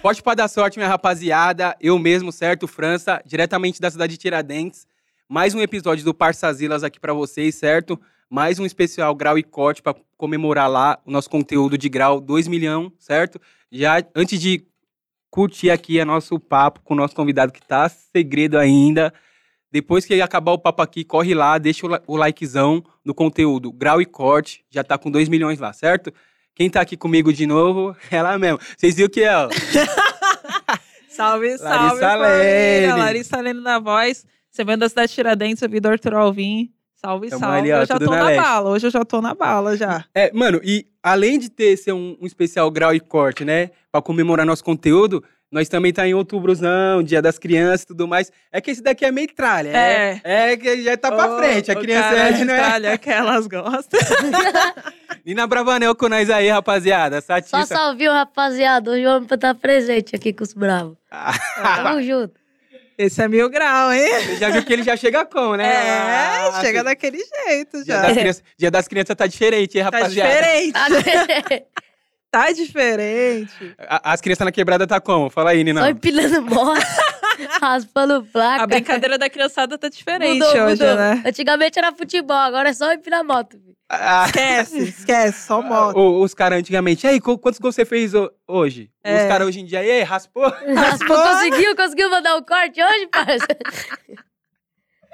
Forte para dar sorte, minha rapaziada. Eu mesmo, certo? França, diretamente da cidade de Tiradentes. Mais um episódio do Parçazilas aqui para vocês, certo? Mais um especial Grau e Corte para comemorar lá o nosso conteúdo de grau 2 milhão, certo? Já antes de curtir aqui o nosso papo com o nosso convidado que tá segredo ainda, depois que acabar o papo aqui, corre lá, deixa o, li- o likezão no conteúdo Grau e Corte, já tá com 2 milhões lá, certo? Quem tá aqui comigo de novo, ela mesmo. Vocês viram que é, ó. Salve, salve, Larissa família. Lene. Larissa Lene na voz. Você vem da cidade de Tiradentes, eu vim do Arthur Alvim. Salve, Tamo salve. ali, ó, eu já tudo tô na na, leste. bala, hoje eu já tô na bala já. É, mano, e além de ter ser um, um especial grau e corte, né? Pra comemorar nosso conteúdo, nós também tá em outubrozão, dia das crianças e tudo mais. É que esse daqui é metralha, né? É. É que já tá pra Ô, frente, a ô, criança cara tá. é, de não é? Itália, que elas gostam. Nina Bravanel com nós aí, rapaziada. Só Satisfa. salve, rapaziada. Hoje o homem tá presente aqui com os bravos. Ah. Tamo junto. Esse é mil grau, hein? Você já viu que ele já chega como, né? É, Ah, chega assim, daquele jeito Dia já. das, crianças, dia das crianças tá diferente, hein, Tá rapaziada? diferente, Tá diferente. tá diferente. A- as crianças na quebrada tá como? Fala aí, Nina. Só empilhando moto, raspando placa. A brincadeira da criançada tá diferente Mudou, hoje, mudou. né? Antigamente era futebol, agora é só empinar moto. filho. Ah, Esquece, esquece, só moto. o- os caras antigamente. E aí, qu- quantos gols você fez ho- hoje? É. Os caras hoje em dia, e aí, raspou? Raspou, conseguiu, conseguiu mandar o corte hoje, parça?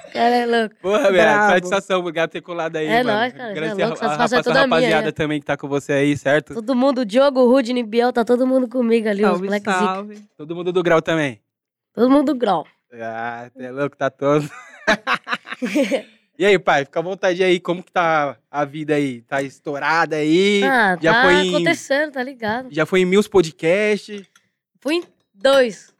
Esse cara é louco. Porra, velho, Brabo. satisfação, obrigado por ter colado aí, É mano. nóis, cara, Agradecer cê é louco, a, a, satisfação é rapaz- a toda minha, rapaziada né? também que tá com você aí, certo? Todo mundo, o Diogo, o Rudney, Biel, tá todo mundo comigo ali, os Salve, moleques zica. salve. Tá Todo mundo do grau também. Todo mundo grau. Ah, cê é louco, tá todo. e aí, pai, fica à vontade aí, como que tá a vida aí? Tá estourada aí? Ah, já tá foi em- acontecendo, tá ligado? Já foi em mil podcasts? Fui em dois.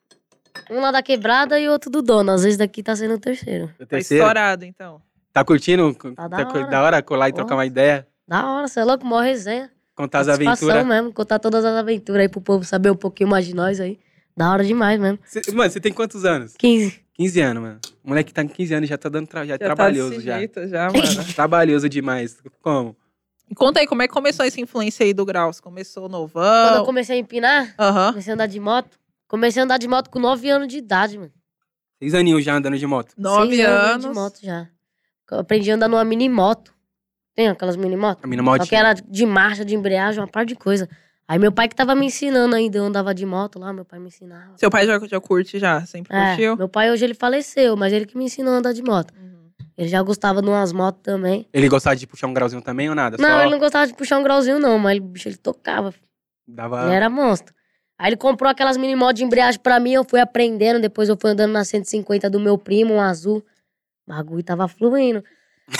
Um lá da quebrada e outro do dono. Às vezes daqui tá sendo o terceiro. O Tá terceiro? estourado, então. Tá curtindo? Tá, da cu- hora. da hora colar e trocar Porra. uma ideia? Da hora, você é louco, mó resenha. Contar Tá as Satisfação aventuras? mesmo, contar todas as aventuras aí pro povo saber um pouquinho mais de nós aí. Da hora demais mesmo. Cê- mano, você tem quantos anos? 15. 15 anos, mano. O moleque tá com 15 anos e já tá dando tra... já é Já tá trabalhoso desse já. jeito já, mano. Trabalhoso demais. Como? E Conta aí, como é que começou essa influência aí do Grau? Você começou Quando eu novão? comecei a empinar, Aham. comecei a andar de moto. Comecei a andar de moto com 9 anos de idade, mano. Seis aninhos já andando de moto. Nove Seis anos. de moto já. Eu aprendi a andar numa mini moto. Tem aquelas mini motos? A mina motinha. Só que era de marcha, de embreagem, uma par de coisa. Aí meu pai que tava me ensinando ainda, eu andava de moto lá, meu pai me ensinava. Seu pai já, já curte já? Sempre É, curtiu? meu pai hoje ele faleceu, mas ele que me ensinou a andar de moto. Uhum. Ele já gostava de umas motos também. Ele gostava de puxar um grauzinho também ou nada? Não, Só ele não gostava de puxar um grauzinho, não, mas ele, bicho, ele tocava. dava. Ele era monstro. Aí ele comprou aquelas mini motos de embreagem pra mim, eu fui aprendendo. Depois eu fui andando na 150 do meu primo, um azul. O bagulho tava fluindo.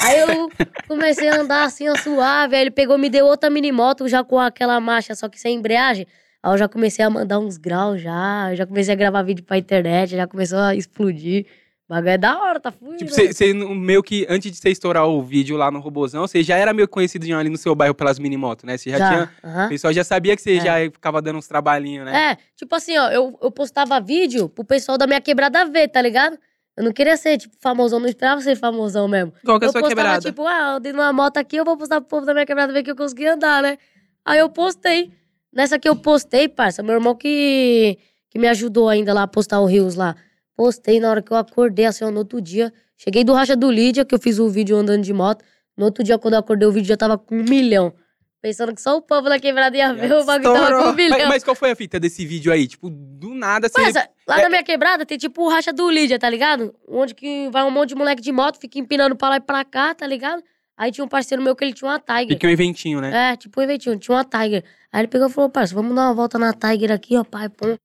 Aí eu comecei a andar assim, ó, suave. Aí ele pegou, me deu outra mini moto já com aquela marcha, só que sem embreagem. Aí eu já comecei a mandar uns graus já. Eu já comecei a gravar vídeo pra internet, já começou a explodir. O bagulho é da hora, tá fluindo. Tipo, você meio que, antes de você estourar o vídeo lá no Robozão, você já era meio conhecido já ali no seu bairro pelas minimotos, né? Você já, tinha. aham. O pessoal já sabia que você É. já ficava dando uns trabalhinhos, né? É, tipo assim, ó, eu, eu postava vídeo pro pessoal da minha quebrada ver, tá ligado? Eu não queria ser, tipo, famosão, não esperava ser famosão mesmo. Qual que é a eu sua postava, quebrada? tipo, ah, eu dei uma moto aqui, eu vou postar pro povo da minha quebrada ver que eu consegui andar, né? Aí eu postei. Nessa que eu postei, parça, meu irmão que, que me ajudou ainda lá a postar o Rios lá. Postei na hora que eu acordei, assim, ó, no outro dia. Cheguei do Racha do Lídia, que eu fiz o vídeo andando de moto. No outro dia, quando eu acordei, o vídeo já tava com um milhão. Pensando que só o povo da quebrada ia ver, o bagulho tava com Estourou. um milhão. Mas, mas qual foi a fita desse vídeo aí? Tipo, do nada você. Mas, lá na minha quebrada tem tipo o racha do Lídia, tá ligado? Onde que vai um monte de moleque de moto, fica empinando pra lá e pra cá, tá ligado? Aí tinha um parceiro meu que ele tinha uma Tiger. Fiquei um eventinho, né? É, tipo um eventinho, tinha uma Tiger. Aí ele pegou e falou, parceiro, vamos dar uma volta na Tiger aqui, ó, pai, pum.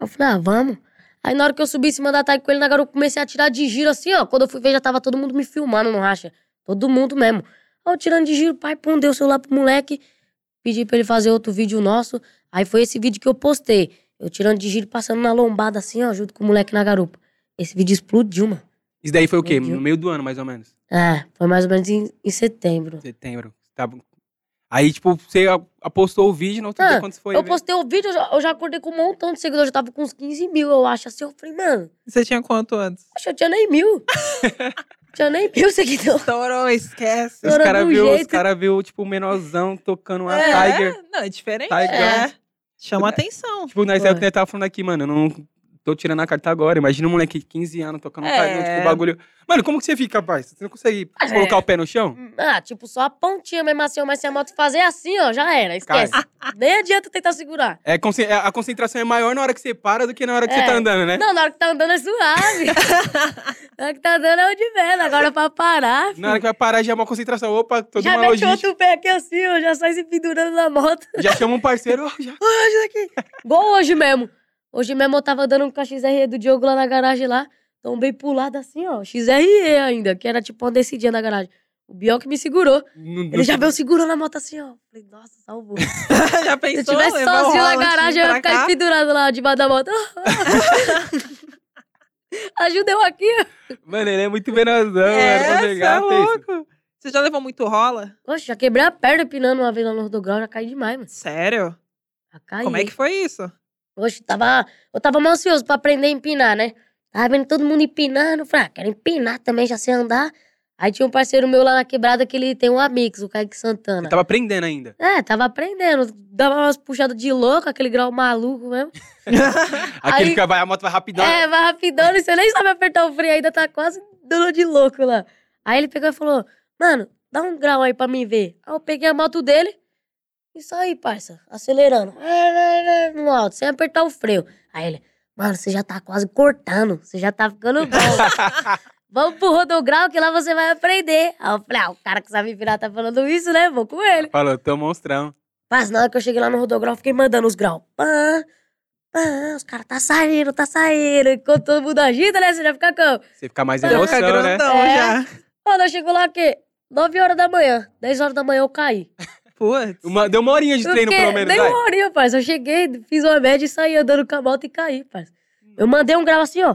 Eu falei, ah, vamos. Aí na hora que eu subi em cima da Tiger com ele na garupa, eu comecei a tirar de giro assim, ó. Quando eu fui ver, já tava todo mundo me filmando no racha. Todo mundo mesmo. Aí eu tirando de giro, pai, pum, dei o celular pro moleque. Pedi pra ele fazer outro vídeo nosso. Aí foi esse vídeo que eu postei. Eu tirando de giro, passando na lombada assim, ó, junto com o moleque na garupa. Esse vídeo explodiu, mano. Isso daí foi o quê? Meu Deus. No meio do ano, mais ou menos. É, foi mais ou menos em, em setembro. Setembro. Tá bom. Aí, tipo, você a- apostou o vídeo no outro Ah, dia quando você foi. né? eu ver. postei o vídeo, eu já, eu já acordei com um montão de seguidores. Eu tava com uns 15 mil, eu acho. Assim, eu falei, mano, Você tinha quanto antes? acho que eu tinha nem mil. tinha nem mil seguidores. Estourou, esquece. Os Era caras do viu, os jeito. É. cara viu, tipo, o menorzão tocando uma Tiger. Não, é diferente. Tiger. né? Chama atenção. Tipo, nós é o que Ué. nós tava falando aqui, mano. Eu não tô tirando a carta agora. Imagina um moleque de 15 anos tocando É. carão, tipo, bagulho. Mano, como que você fica, parça? Você não consegue Mas é. colocar o pé no chão? Ah, tipo, só a pontinha mesmo assim, ó, mas se a moto fazer assim, ó, já era, esquece. Nem adianta tentar segurar. É, conce- é, a concentração é maior na hora que você para do que na hora que É. você tá andando, né? Não, na hora que tá andando é suave. na hora que tá andando é onde vendo, agora pra parar. Na hora que vai parar já é uma concentração. Opa, toda já uma mete logística. outro pé aqui assim, ó, já sai se pendurando na moto. Já chama um parceiro, ó, já. Igual hoje mesmo. Hoje mesmo eu tava andando com a XRE do Diogo lá na garagem lá. Tombei pro lado assim, ó. XRE ainda, que era tipo uma descidinha na garagem. O Biel que me segurou. Não- não- Ele já veio segurando a moto assim, ó. Falei, nossa, salvou. Se Já eu pensou? tivesse Levar o sozinho na Holland garagem, eu ia um pra ficar cá? pendurado lá debaixo da moto. Ajuda eu aqui, ó. Mano, ele é muito venazão, mano. É, Tá Pra cê é pegar, pensa. louco. Você já levou muito rola? Oxe, já quebrei a perna pinando uma vez lá no Rodograu, já caí demais, mano. Sério? Já caí. Como é que foi isso? Oxe, tava, eu tava mal ansioso pra aprender a empinar, né? Tava vendo todo mundo empinando, eu falei, ah, quero empinar também, já sei andar. Aí tinha um parceiro meu lá na quebrada que ele tem um Amix, o Kaique Santana. Eu tava aprendendo ainda. É, tava aprendendo, dava umas puxadas de louco, aquele grau maluco mesmo. Aquele Aí- que vai, a moto vai rapidão. É, vai rapidão, e você nem sabe apertar o freio, ainda tá quase dando de louco lá. Aí ele pegou e falou, mano, dá um grau aí pra mim ver. Aí eu peguei a moto dele e saí, parça, acelerando. No alto, sem apertar o freio. Aí ele, mano, você já tá quase cortando, você já tá ficando bom. Vamos pro rodograu que lá você vai aprender. Aí eu falei, ah, o cara que sabe virar tá falando isso, né? Vou com ele. Falou, tô monstrão. Mas na hora que eu cheguei lá no rodograu, eu fiquei mandando os graus. Pã, pã, os caras tá saindo, tá saindo. Enquanto todo mundo agita, né? Você já fica com. Você fica mais Você fica emoção, né? grandão É. já. Mano, chegou lá o quê? 9 horas da manhã. 10 horas da manhã eu caí. Putz. Uma- deu uma horinha de Eu treino, fiquei- pelo menos, Nem vai. uma horinha, parça. Eu cheguei, fiz uma média e saí andando com a moto e caí, parça. Eu mandei um grau assim, ó.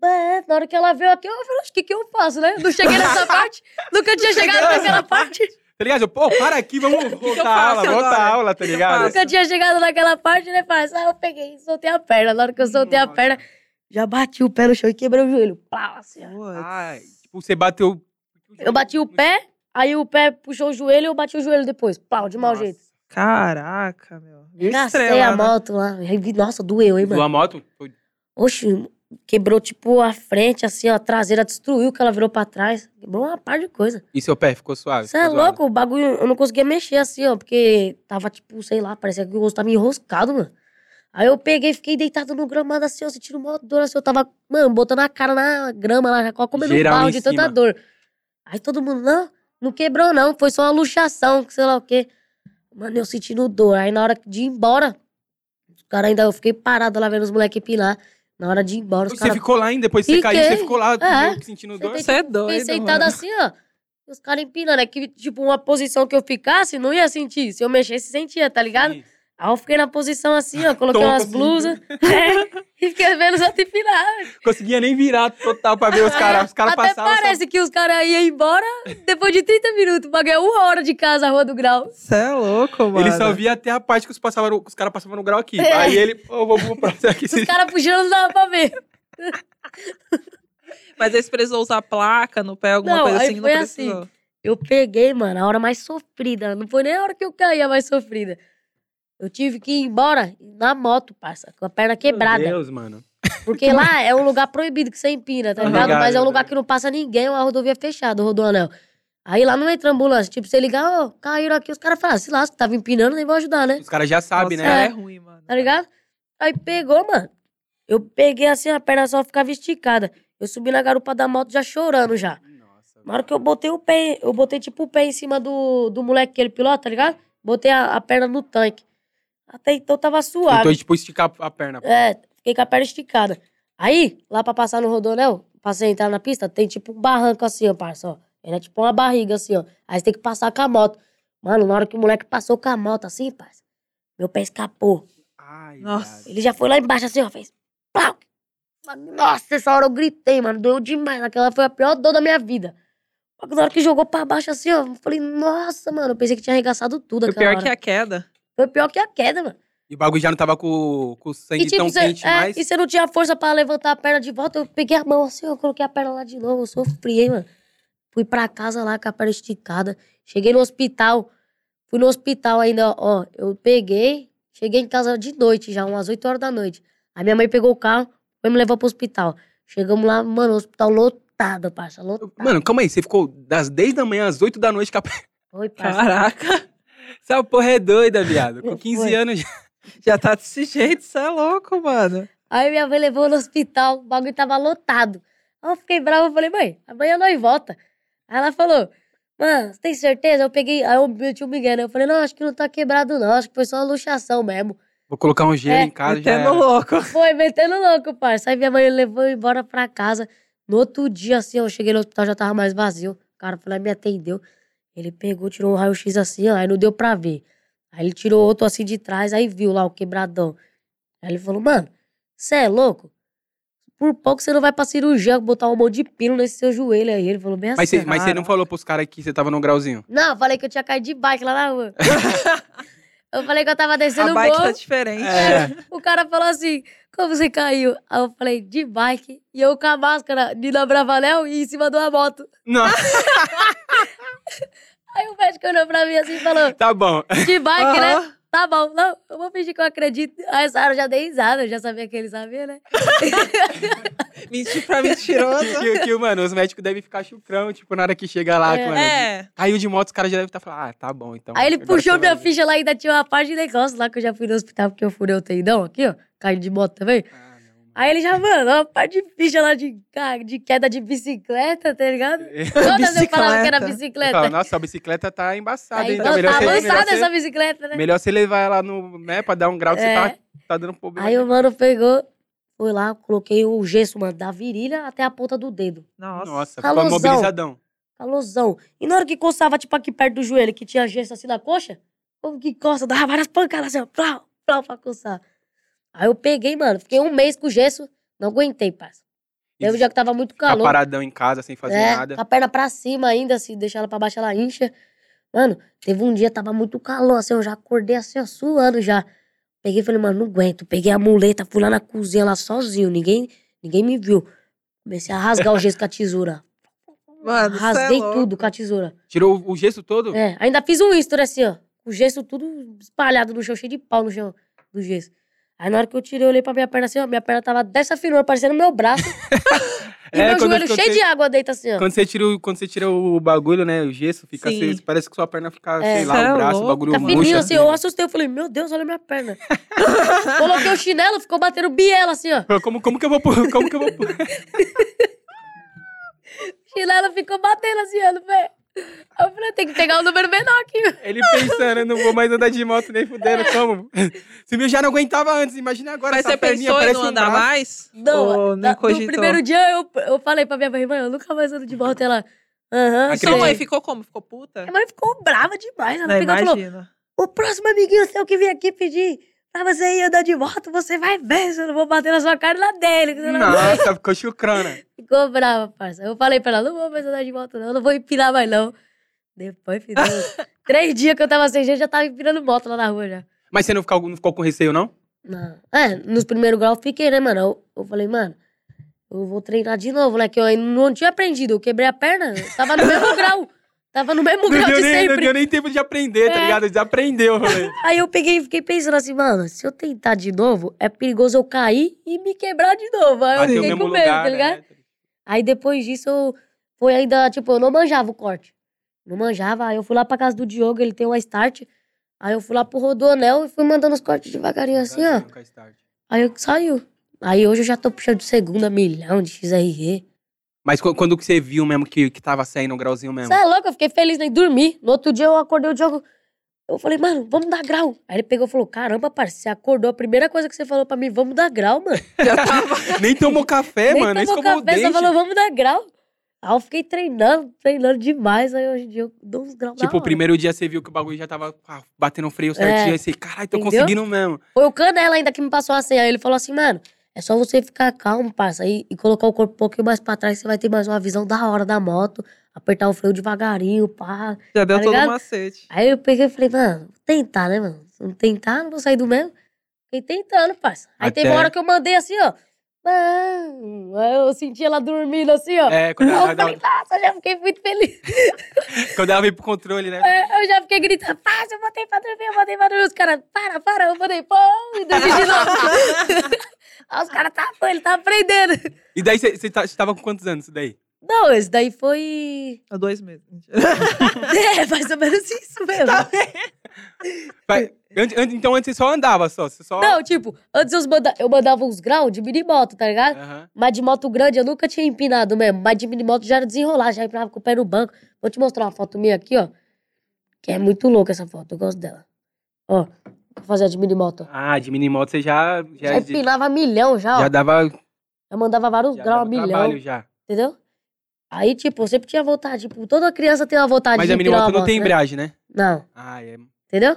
Pã, Na hora que ela veio aqui, eu falei, o que que eu faço, né? Não cheguei nessa parte. Nunca tinha chegado naquela parte. Tá ligado? Eu, Pô, para aqui, vamos voltar a aula, faço volta a agora? aula, tá O que que eu ligado? faço? Nunca tinha chegado naquela parte, né, parça? Aí eu peguei e soltei a perna. Na hora que eu soltei a Nossa. perna, já bati o pé no chão e quebrei o joelho. Pau, assim, ó. Putz. Ai, tipo, você bateu. Eu bati o pé, aí o pé puxou o joelho e eu bati o joelho depois. Pau, de mau Nossa. jeito. Caraca, meu. Viu Engracei estrela, né? a moto lá. Aí vi- Nossa, doeu, hein, Doou mano? a moto? Foi- Oxi, quebrou tipo a frente, assim, ó. A traseira destruiu, que ela virou pra trás. Quebrou uma par de coisa. E seu pé ficou suave? Você é Ficou zoado? louco? O bagulho, eu não conseguia mexer assim, ó, porque tava tipo, sei lá, parecia que o osso tava enroscado, mano. Aí eu peguei e fiquei deitado no gramado assim, ó, sentindo mó dor, assim, eu tava, mano, botando a cara na grama lá, já quase comendo Geral um em pau de tanta cima. dor. Aí todo mundo, não, não quebrou não, foi só uma luxação, que sei lá o quê. Mano, eu sentindo dor. Aí na hora de ir embora, os caras ainda, eu fiquei parado lá vendo os moleques pilar. Na hora de ir embora, os Você caras ficou lá ainda, depois que você caiu, Fiquei. você ficou lá É. meio que sentindo dor. Você é doido, Fiquei sentado mano. assim, ó. E os caras empinando. É que, tipo, uma posição que eu ficasse, não ia sentir. Se eu mexesse, sentia, tá ligado? Sim. Aí eu fiquei na posição assim, ó. Coloquei Tonto umas assim. blusas. é, e fiquei vendo os outros empinar. Conseguia nem virar total pra ver os caras. Os caras Até passavam. só- parece que os caras iam embora depois de 30 minutos. Paguei uma hora de casa, Rua do Grau. Você é louco, mano. Ele só via até a parte que os, passavam no- que os caras passavam no grau aqui. É. Aí ele, pô, vou vou pra aqui. Os caras puxando, não dava pra ver. Mas aí você precisou usar placa no pé, alguma Não, coisa aí assim? foi não assim. precisou. Eu peguei, mano, a hora mais sofrida. Não foi nem a hora que eu caía mais sofrida. Eu tive que ir embora na moto, parça, com a perna é quebrada. Meu Deus, mano. Porque lá é um lugar proibido que você empina, tá Tá ligado? ligado, Mas é um tá lugar ligado. que não passa ninguém, é uma rodovia fechada, o rodoanel. Aí lá não entra ambulância. Tipo, você ligar, ó, caíram aqui, os caras falam, "Ah, se lasca, tava empinando, nem vou ajudar, né? Os caras já sabem, Nossa, né? É ruim, mano. Tá ligado? Aí pegou, mano. Eu peguei assim, a perna só ficava esticada. Eu subi na garupa da moto já chorando já. Nossa. Na hora que eu botei o pé, eu botei tipo o pé em cima do, do moleque que ele pilota, tá ligado? Botei a, a perna no tanque. Até então tava suave. Tentou, tipo, esticar a perna. É, fiquei com a perna esticada. Aí, lá pra passar no rodonel, pra você entrar na pista, tem tipo um barranco assim, ó, parça, ó. Era tipo uma barriga assim, ó. Aí você tem que passar com a moto. Mano, na hora que o moleque passou com a moto assim, parça, meu pé escapou. Ai, Nossa. viado. Ele já foi lá embaixo assim, ó, fez... Plau! Mano, Nossa, essa hora eu gritei, mano. Doeu demais. Aquela foi a pior dor da minha vida. Só que Na hora que jogou pra baixo assim, ó, eu falei, nossa, mano, eu pensei que tinha arregaçado tudo O aquela pior hora. que é a queda. Foi pior que a queda, mano. E o bagulho já não tava com, com o sangue tão cê- um quente é, mais. e você não tinha força pra levantar a perna de volta. Eu peguei a mão assim, eu coloquei a perna lá de novo. Eu sofri, hein, mano. Fui pra casa lá com a perna esticada. Cheguei no hospital. Fui no hospital ainda, ó. ó, Eu peguei, Cheguei em casa de noite já, umas 8 horas da noite. Aí minha mãe pegou o carro, foi me levar pro hospital. Chegamos lá, mano, o hospital lotado, parça, lotado. Mano, calma aí. Você ficou das 10 da manhã às 8 da noite com a perna. Oi, parça. Caraca, Essa porra é doida, viado. Com 15 Foi. anos já. já tá desse jeito, você é louco, mano. Aí minha mãe levou no hospital, o bagulho tava lotado. Aí eu fiquei brava, eu falei, mãe, amanhã nós volta. Aí ela falou, mano, você tem certeza? Eu peguei, aí eu meti o Miguel, né? Eu falei, não, acho que não tá quebrado não, acho que foi só uma luxação mesmo. Vou colocar um gelo É, em casa já. Metendo era. louco. Foi, metendo louco, parça. Aí minha mãe levou eu embora pra casa. No outro dia, assim, eu cheguei no hospital, já tava mais vazio. O cara foi lá e me atendeu. Ele pegou, tirou um raio-x assim, ó, aí não deu pra ver. Aí ele tirou outro assim de trás, aí viu lá o quebradão. Aí ele falou, mano, você é louco? Por pouco você não vai pra cirurgia botar um monte de pino nesse seu joelho aí. Ele falou bem assim. Mas você, mas você não Caraca. falou pros caras que você tava no grauzinho? Não, eu falei que eu tinha caído de bike lá na rua. eu falei que eu tava descendo A o bike morro. tá diferente. O cara falou assim: como você caiu? Aí eu falei, de bike. E eu com a máscara, Nina Bravanel, e em cima de uma moto. Não, Aí o médico olhou pra mim assim e falou: tá bom. de bike, né? Aham. Tá bom, não, eu vou fingir que eu acredito. Aí essa hora eu já dei risada, eu já sabia que ele sabia, né? Mentir pra mentiroso. Que, que, mano, os médicos devem ficar chucrão, tipo, na hora que chega lá, É. mano. É. Caiu de moto, os caras já devem estar falando, ah, tá bom, então. Aí ele agora puxou você minha vai ver. ficha lá e ainda tinha uma parte de negócio lá que eu já fui no hospital porque eu furei o tendão aqui, ó. Caí de moto também. Ah, não. Aí ele já, mano, uma parte de ficha lá de, ca- de queda de bicicleta, tá ligado? Todas eu falava que Bicicleta. era Você bicicleta. fala, nossa, a bicicleta tá embaçada, Aí, hein? tá Tá melhor, você, melhor, avançada você- essa bicicleta, né? melhor você levar ela no, né, pra dar um grau que É. você tá, tá dando problema. Aí o mano pegou, foi lá, coloquei o gesso, mano, da virilha até a ponta do dedo. Nossa. Nossa, ficou Calosão. mobilizadão. Calosão. E na hora que coçava, tipo, aqui perto do joelho, que tinha gesso assim na coxa, como que coça, dava várias pancadas assim, ó, plau, plau, pra coçar. Aí eu peguei, mano, fiquei um mês com o gesso, não aguentei, parça. Teve um dia que tava muito Ficar calor. paradão em casa, sem fazer né? nada. Com a perna pra cima ainda, se deixar ela pra baixo, ela incha. Mano, teve um dia, tava muito calor, assim, eu já acordei assim, ó, suando já. Peguei e falei, mano, não aguento. Peguei a muleta, fui lá na cozinha, lá sozinho, ninguém, ninguém me viu. Comecei a rasgar o gesso com a tesoura. Mano, cê é Rasguei louco. tudo com a tesoura. Tirou o gesso todo? É, ainda fiz um history assim, ó. O gesso tudo espalhado no chão, cheio de pau no chão do gesso. Aí na hora que eu tirei, eu olhei pra minha perna assim, ó. Minha perna tava dessa finura, parecendo meu braço. e É, meu quando joelho ficou cheio de água deita assim, ó. Quando você, tira o, quando você tira o bagulho, né, o gesso, fica Sim. assim, parece que sua perna fica, É. sei Cê lá, é o braço, o louco. bagulho Tá murcha, fininho assim, eu né? assustei. Eu falei, meu Deus, olha minha perna. Coloquei o chinelo, ficou batendo biela assim, ó. Como, como que eu vou pôr? Como que eu vou pôr? O chinelo ficou batendo assim, ó, no pé. Aí eu falei, tem que pegar o número menor aqui. Ele pensando, eu não vou mais andar de moto nem fudendo, como? Se meu já não aguentava antes, imagina agora Mas essa você perninha pensou em parece não um andar braço. mais? Não, Ou na- nem no cogitou? primeiro dia eu, eu falei pra minha mãe, mãe, eu nunca mais ando de volta. Ela, aham. E sua Acredito. sei." mãe ficou como? Ficou puta? Minha mãe ficou brava demais. Ela Não, pegou e falou, Ah, imagina. O próximo amiguinho seu que vem aqui pedir pra você ir andar de moto, você vai ver, se eu não vou bater na sua cara e na dele. que você não- Nossa, ficou chucrana. Ficou brava, parça. Eu falei pra ela, não vou mais andar de moto não, não vou empinar mais não. Depois, filho, três dias que eu tava sem jeito, já tava empinando moto lá na rua já. Mas você não ficou, não ficou com receio, não? Não. É, nos primeiros graus eu fiquei, né, mano? Eu, eu falei, mano, eu vou treinar de novo, né? Que eu ainda não tinha aprendido, eu quebrei a perna, eu tava no mesmo grau. Tava no mesmo grau não, de deu nem, sempre. não deu nem tempo de aprender, tá É. ligado? Desaprendeu, velho. Aí eu peguei e fiquei pensando assim, mano, se eu tentar de novo, é perigoso eu cair e me quebrar de novo. Aí eu Bateu no fiquei mesmo com medo, tá lugar, ligado? né? Aí depois disso eu foi ainda, tipo, eu não manjava o corte. Não manjava. Aí eu fui lá pra casa do Diogo, ele tem uma start. Aí eu fui lá pro Rodoanel e fui mandando os cortes devagarinho assim, ó. Com a start. Aí eu que saiu. Aí hoje eu já tô puxando de segunda, milhão de XRE. Mas qu- quando que você viu mesmo que, que tava saindo o grauzinho mesmo? Você é louco, eu fiquei feliz nem dormir. No outro dia eu acordei o Diogo. Eu falei, mano, vamos dar grau. Aí ele pegou e falou: caramba, parceiro, você acordou. A primeira coisa que você falou pra mim, vamos dar grau, mano. Nem tomou café, Nem É, mano. tomou Isso que eu café, só dente. falou, vamos dar grau. Aí eu fiquei treinando, treinando demais. Aí hoje em dia eu dou uns graus na Tipo, o hora. primeiro dia você viu que o bagulho já tava ah, batendo o freio É. certinho. Aí você, caralho, tô Entendeu? conseguindo mesmo. Foi o Canela ainda que me passou a senha. Aí ele falou assim, mano, é só você ficar calmo, parça, e, e colocar o corpo um pouquinho mais pra trás, você vai ter mais uma visão da hora da moto, apertar o freio devagarinho, pá. Já deu Tá todo ligado? o macete. Aí eu peguei e falei, mano, vou tentar, né, mano? Se não tentar, não vou sair do mesmo. Fiquei tentando, parça. Aí Até- teve uma hora que eu mandei assim, ó. Pão. Aí Eu senti ela dormindo assim, ó. É, quando ela, Eu falei, nossa, eu já fiquei muito feliz. quando ela vem pro controle, né? É, Eu já fiquei gritando, passa, eu botei pra dormir, eu botei pra dormir. Os caras, para, para, eu botei pão e dormi de novo. Aí os caras, tá bom, ele tá aprendendo. E daí você você tá, você tava com quantos anos isso daí? Não, esse daí foi... Há dois meses. É, mais ou menos isso mesmo. Vai- antes- antes- então antes você só andava só. Você só. Não, tipo, antes eu manda- eu mandava uns graus de minimoto, tá ligado? Aham. Mas de moto grande eu nunca tinha empinado mesmo. Mas de minimoto já era desenrolar, já empinava com o pé no banco. Vou te mostrar uma foto minha aqui, ó. Que é muito louca essa foto, eu gosto dela. Ó, vou fazer a de minimoto. ó. Ah, de minimoto você já. Já, Já empinava milhão já, ó. já dava. Eu mandava vários Já graus, dava milhão, trabalho já. entendeu? Aí, tipo, eu sempre tinha vontade. Tipo, toda criança tem uma vontade Mas de a empinar uma minimoto não moto, tem né? embreagem, né? Não. Ah, é. Entendeu?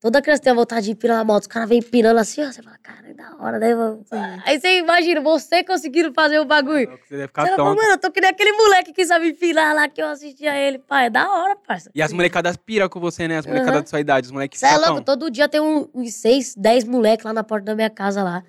Toda criança tem a vontade de empinar uma moto. Os caras vêm empinando assim, ó. Você fala, cara, é da hora, né? mano? Aí você imagina, você conseguindo fazer o bagulho. é, Você deve Você ficar fala, tonto. mano, eu tô que nem aquele moleque que sabe empinar lá, que eu assistia ele. Pai, é da hora, parça. E as molecadas pira com você, né? As né? Aham. molecadas da sua idade, os moleques Você é ficam louco, todo dia tem um- uns seis, dez moleques lá na porta da minha casa lá.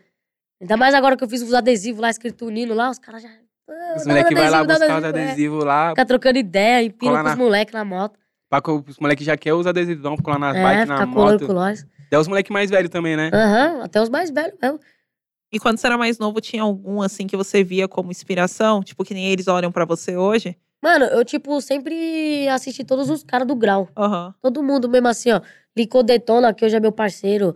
Ainda mais agora que eu fiz os adesivos lá, escrito Nino lá, os caras já... "Ah, Os dá moleques um vai lá adesivo, dá um buscar os é. adesivos lá. Fica trocando ideia, empina Cola com os Tá na- moleques na moto. Pra, que os moleques já querem os adesivos, não, colar nas É, bikes, na fica colando moto. com nós. Até os moleques mais velhos também, né? Aham, até os mais velhos mesmo. E quando você era mais novo, tinha algum assim que você via como inspiração? Tipo, que nem eles olham pra você hoje? Mano, eu, tipo, sempre assisti todos os caras do grau. Aham. Todo mundo mesmo assim, ó. Licô Detona, que hoje é meu parceiro.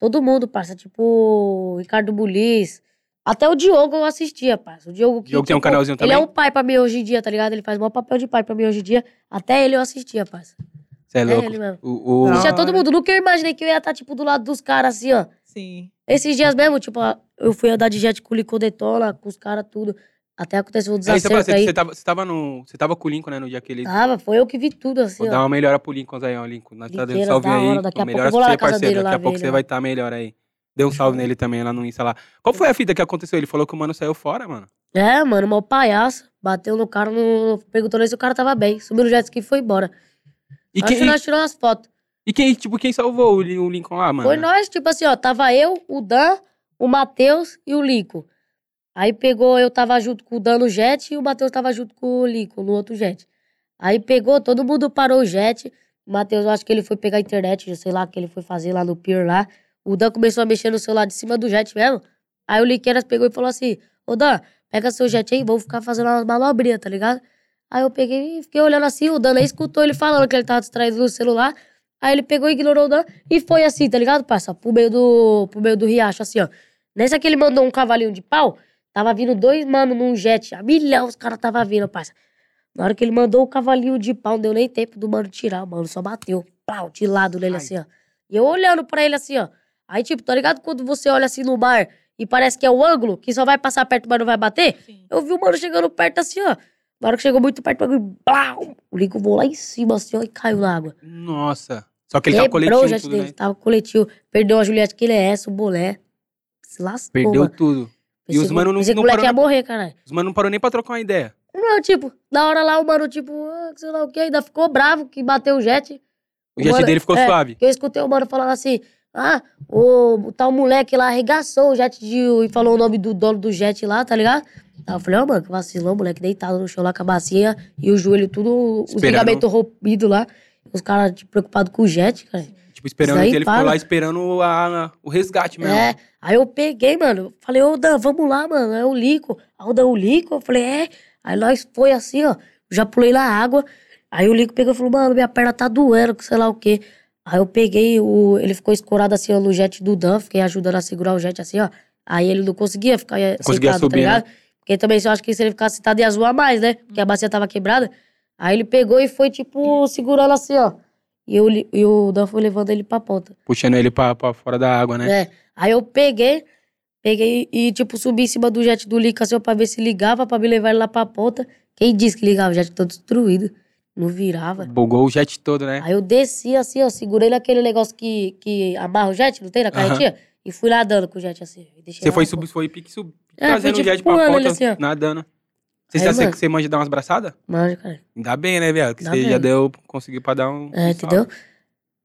Todo mundo, parça. Tipo, Ricardo Buliz. Até o Diogo eu assistia, parça. O Diogo que. Diogo tem um tipo, canalzinho Ele é também? um pai pra mim hoje em dia, tá ligado? Ele faz o maior papel de pai pra mim hoje em dia. Até ele eu assistia, parça. Você é É, louco. ele mesmo. O, o- Não. Da Assistia todo hora. mundo. Nunca eu imaginei que eu ia estar, tipo, do lado dos caras, assim, ó. Sim. Esses dias mesmo, tipo, ó, eu fui andar de jet com o Licô Detona, com os caras, tudo. Até aconteceu o Aí você, fala, desacerto você, aí. É você tá tava, você tava no. Você tava com o Lincoln, né? No dia que ele. Tava, foi eu que vi tudo, assim, Vou ó. dar uma melhora pro Lincoln aí, ó, Lincoln. Nós tá dando um Biqueiras, salve da aí. hora. Daqui a pouco melhor eu vou lá você, na casa parceiro. dele Daqui a lá pouco ver você ele, vai estar tá melhor aí. Deu um salve nele também lá no Insta lá. Qual foi a fita que aconteceu? Ele falou que o mano saiu fora, mano. É, mano, mal palhaço. Bateu no cara, não perguntou nem se o cara tava bem. Subiu no jet ski e foi embora. E Acho que quem, nós tiramos umas fotos. e quem, tipo, quem salvou o Li- o Lincoln lá, mano? Foi nós, tipo assim, ó. Tava eu, o Dan, o Matheus e o Lico. Aí pegou, eu tava junto com o Dan no jet e o Matheus tava junto com o Lico no outro jet. Aí pegou, todo mundo parou o jet. O Matheus, eu acho que ele foi pegar a internet, eu sei lá o que ele foi fazer lá no pier lá. O Dan começou a mexer no celular de cima do jet mesmo. Aí o Liqueiras pegou e falou assim: Ô Dan, pega seu jet aí, vamos ficar fazendo umas manobrinhas, tá ligado? Aí eu peguei e fiquei olhando assim, o Dan nem escutou ele falando que ele tava distraído no celular. Aí ele pegou, ignorou o Dan e foi assim, tá ligado, parça? Pro meio do, pro meio do riacho, assim, ó. Nessa que ele mandou um cavalinho de pau, tava vindo dois mano num jet, a milhão os caras tava vindo, parça. Na hora que ele mandou o cavalinho de pau, não deu nem tempo do mano tirar, o mano só bateu, pau, de lado nele, Ai. assim, ó. E eu olhando pra ele, assim, ó. Aí, tipo, tá ligado quando você olha assim no mar e parece que é o ângulo, que só vai passar perto, mas não vai bater? Sim. Eu vi o mano chegando perto assim, ó. Na hora que chegou muito perto, o bagulho, blau! o Lincoln voou lá em cima, assim, ó, e caiu na água. Nossa. Só que ele tava Quebrou o coletivo jet tudo, dele, né? tava coletivo. Perdeu a Juliette, que ele é essa, o bolé. Se lascou, Perdeu mano. tudo. E Pensei os que- mano não- Pensei que não o moleque parou ia na- morrer, caralho. Os mano não parou nem pra trocar uma ideia. Não, tipo, na hora lá o mano, tipo, ah, sei lá o que, ainda ficou bravo que bateu o jet. O jet Mano, dele ficou é. suave. Que eu escutei o mano falando assim, ah, o tal moleque lá arregaçou o jet de, e falou o nome do dono do jet lá, tá ligado? Aí eu falei, ó, mano, que vacilão, moleque, deitado no chão lá com a bacia e o joelho tudo, os Esperando. ligamentos rompidos lá. Os caras tipo, preocupados com o jet, cara. Tipo, esperando Isso aí que ele ficou para. lá esperando a- a- o resgate mesmo. É, aí eu peguei, mano. Falei, ô Dan, vamos lá, mano. É o Lico. Aí o Dan, o Lico? Eu falei, é. Aí nós foi assim, ó. Já pulei na água. Aí o Lico pegou e falou, mano, minha perna tá doendo, que sei lá o quê. Aí eu peguei, o... ele ficou escorado assim, ó, no jet do Dan. Fiquei ajudando a segurar o jet assim, ó. Aí ele não conseguia ficar eh, conseguia sentado, subir, né? tá ligado? Porque também eu acho que se ele ficasse sentado ia zoar mais, né? Porque a bacia tava quebrada. Aí ele pegou e foi, tipo, segurando assim, ó. E, eu, li- e o Dan foi levando ele pra ponta. Puxando ele pra, pra fora da água, né? É. Aí eu peguei, peguei e, tipo, subi em cima do jet do Lica assim, ó, pra ver se ligava, pra me levar ele lá pra ponta. Quem disse que ligava? O jet todo destruído. Não virava. Bugou o jet todo, né? Aí eu desci assim, ó, segurei naquele negócio que, que amarra o jet, não tem na Aham. carretinha? E fui nadando com o jet assim. e deixei Você lá foi na subir, foi pique sub, É, trazendo foi o jet tipo pra pulando ponta, ele assim, ó. nadando. Você Aí, já sei mano. que você manja dar umas braçadas? ponta. Mano, cara. Ainda bem, né, viado? Que Dá você já bem. deu, conseguiu pra dar um. É, um salve. entendeu?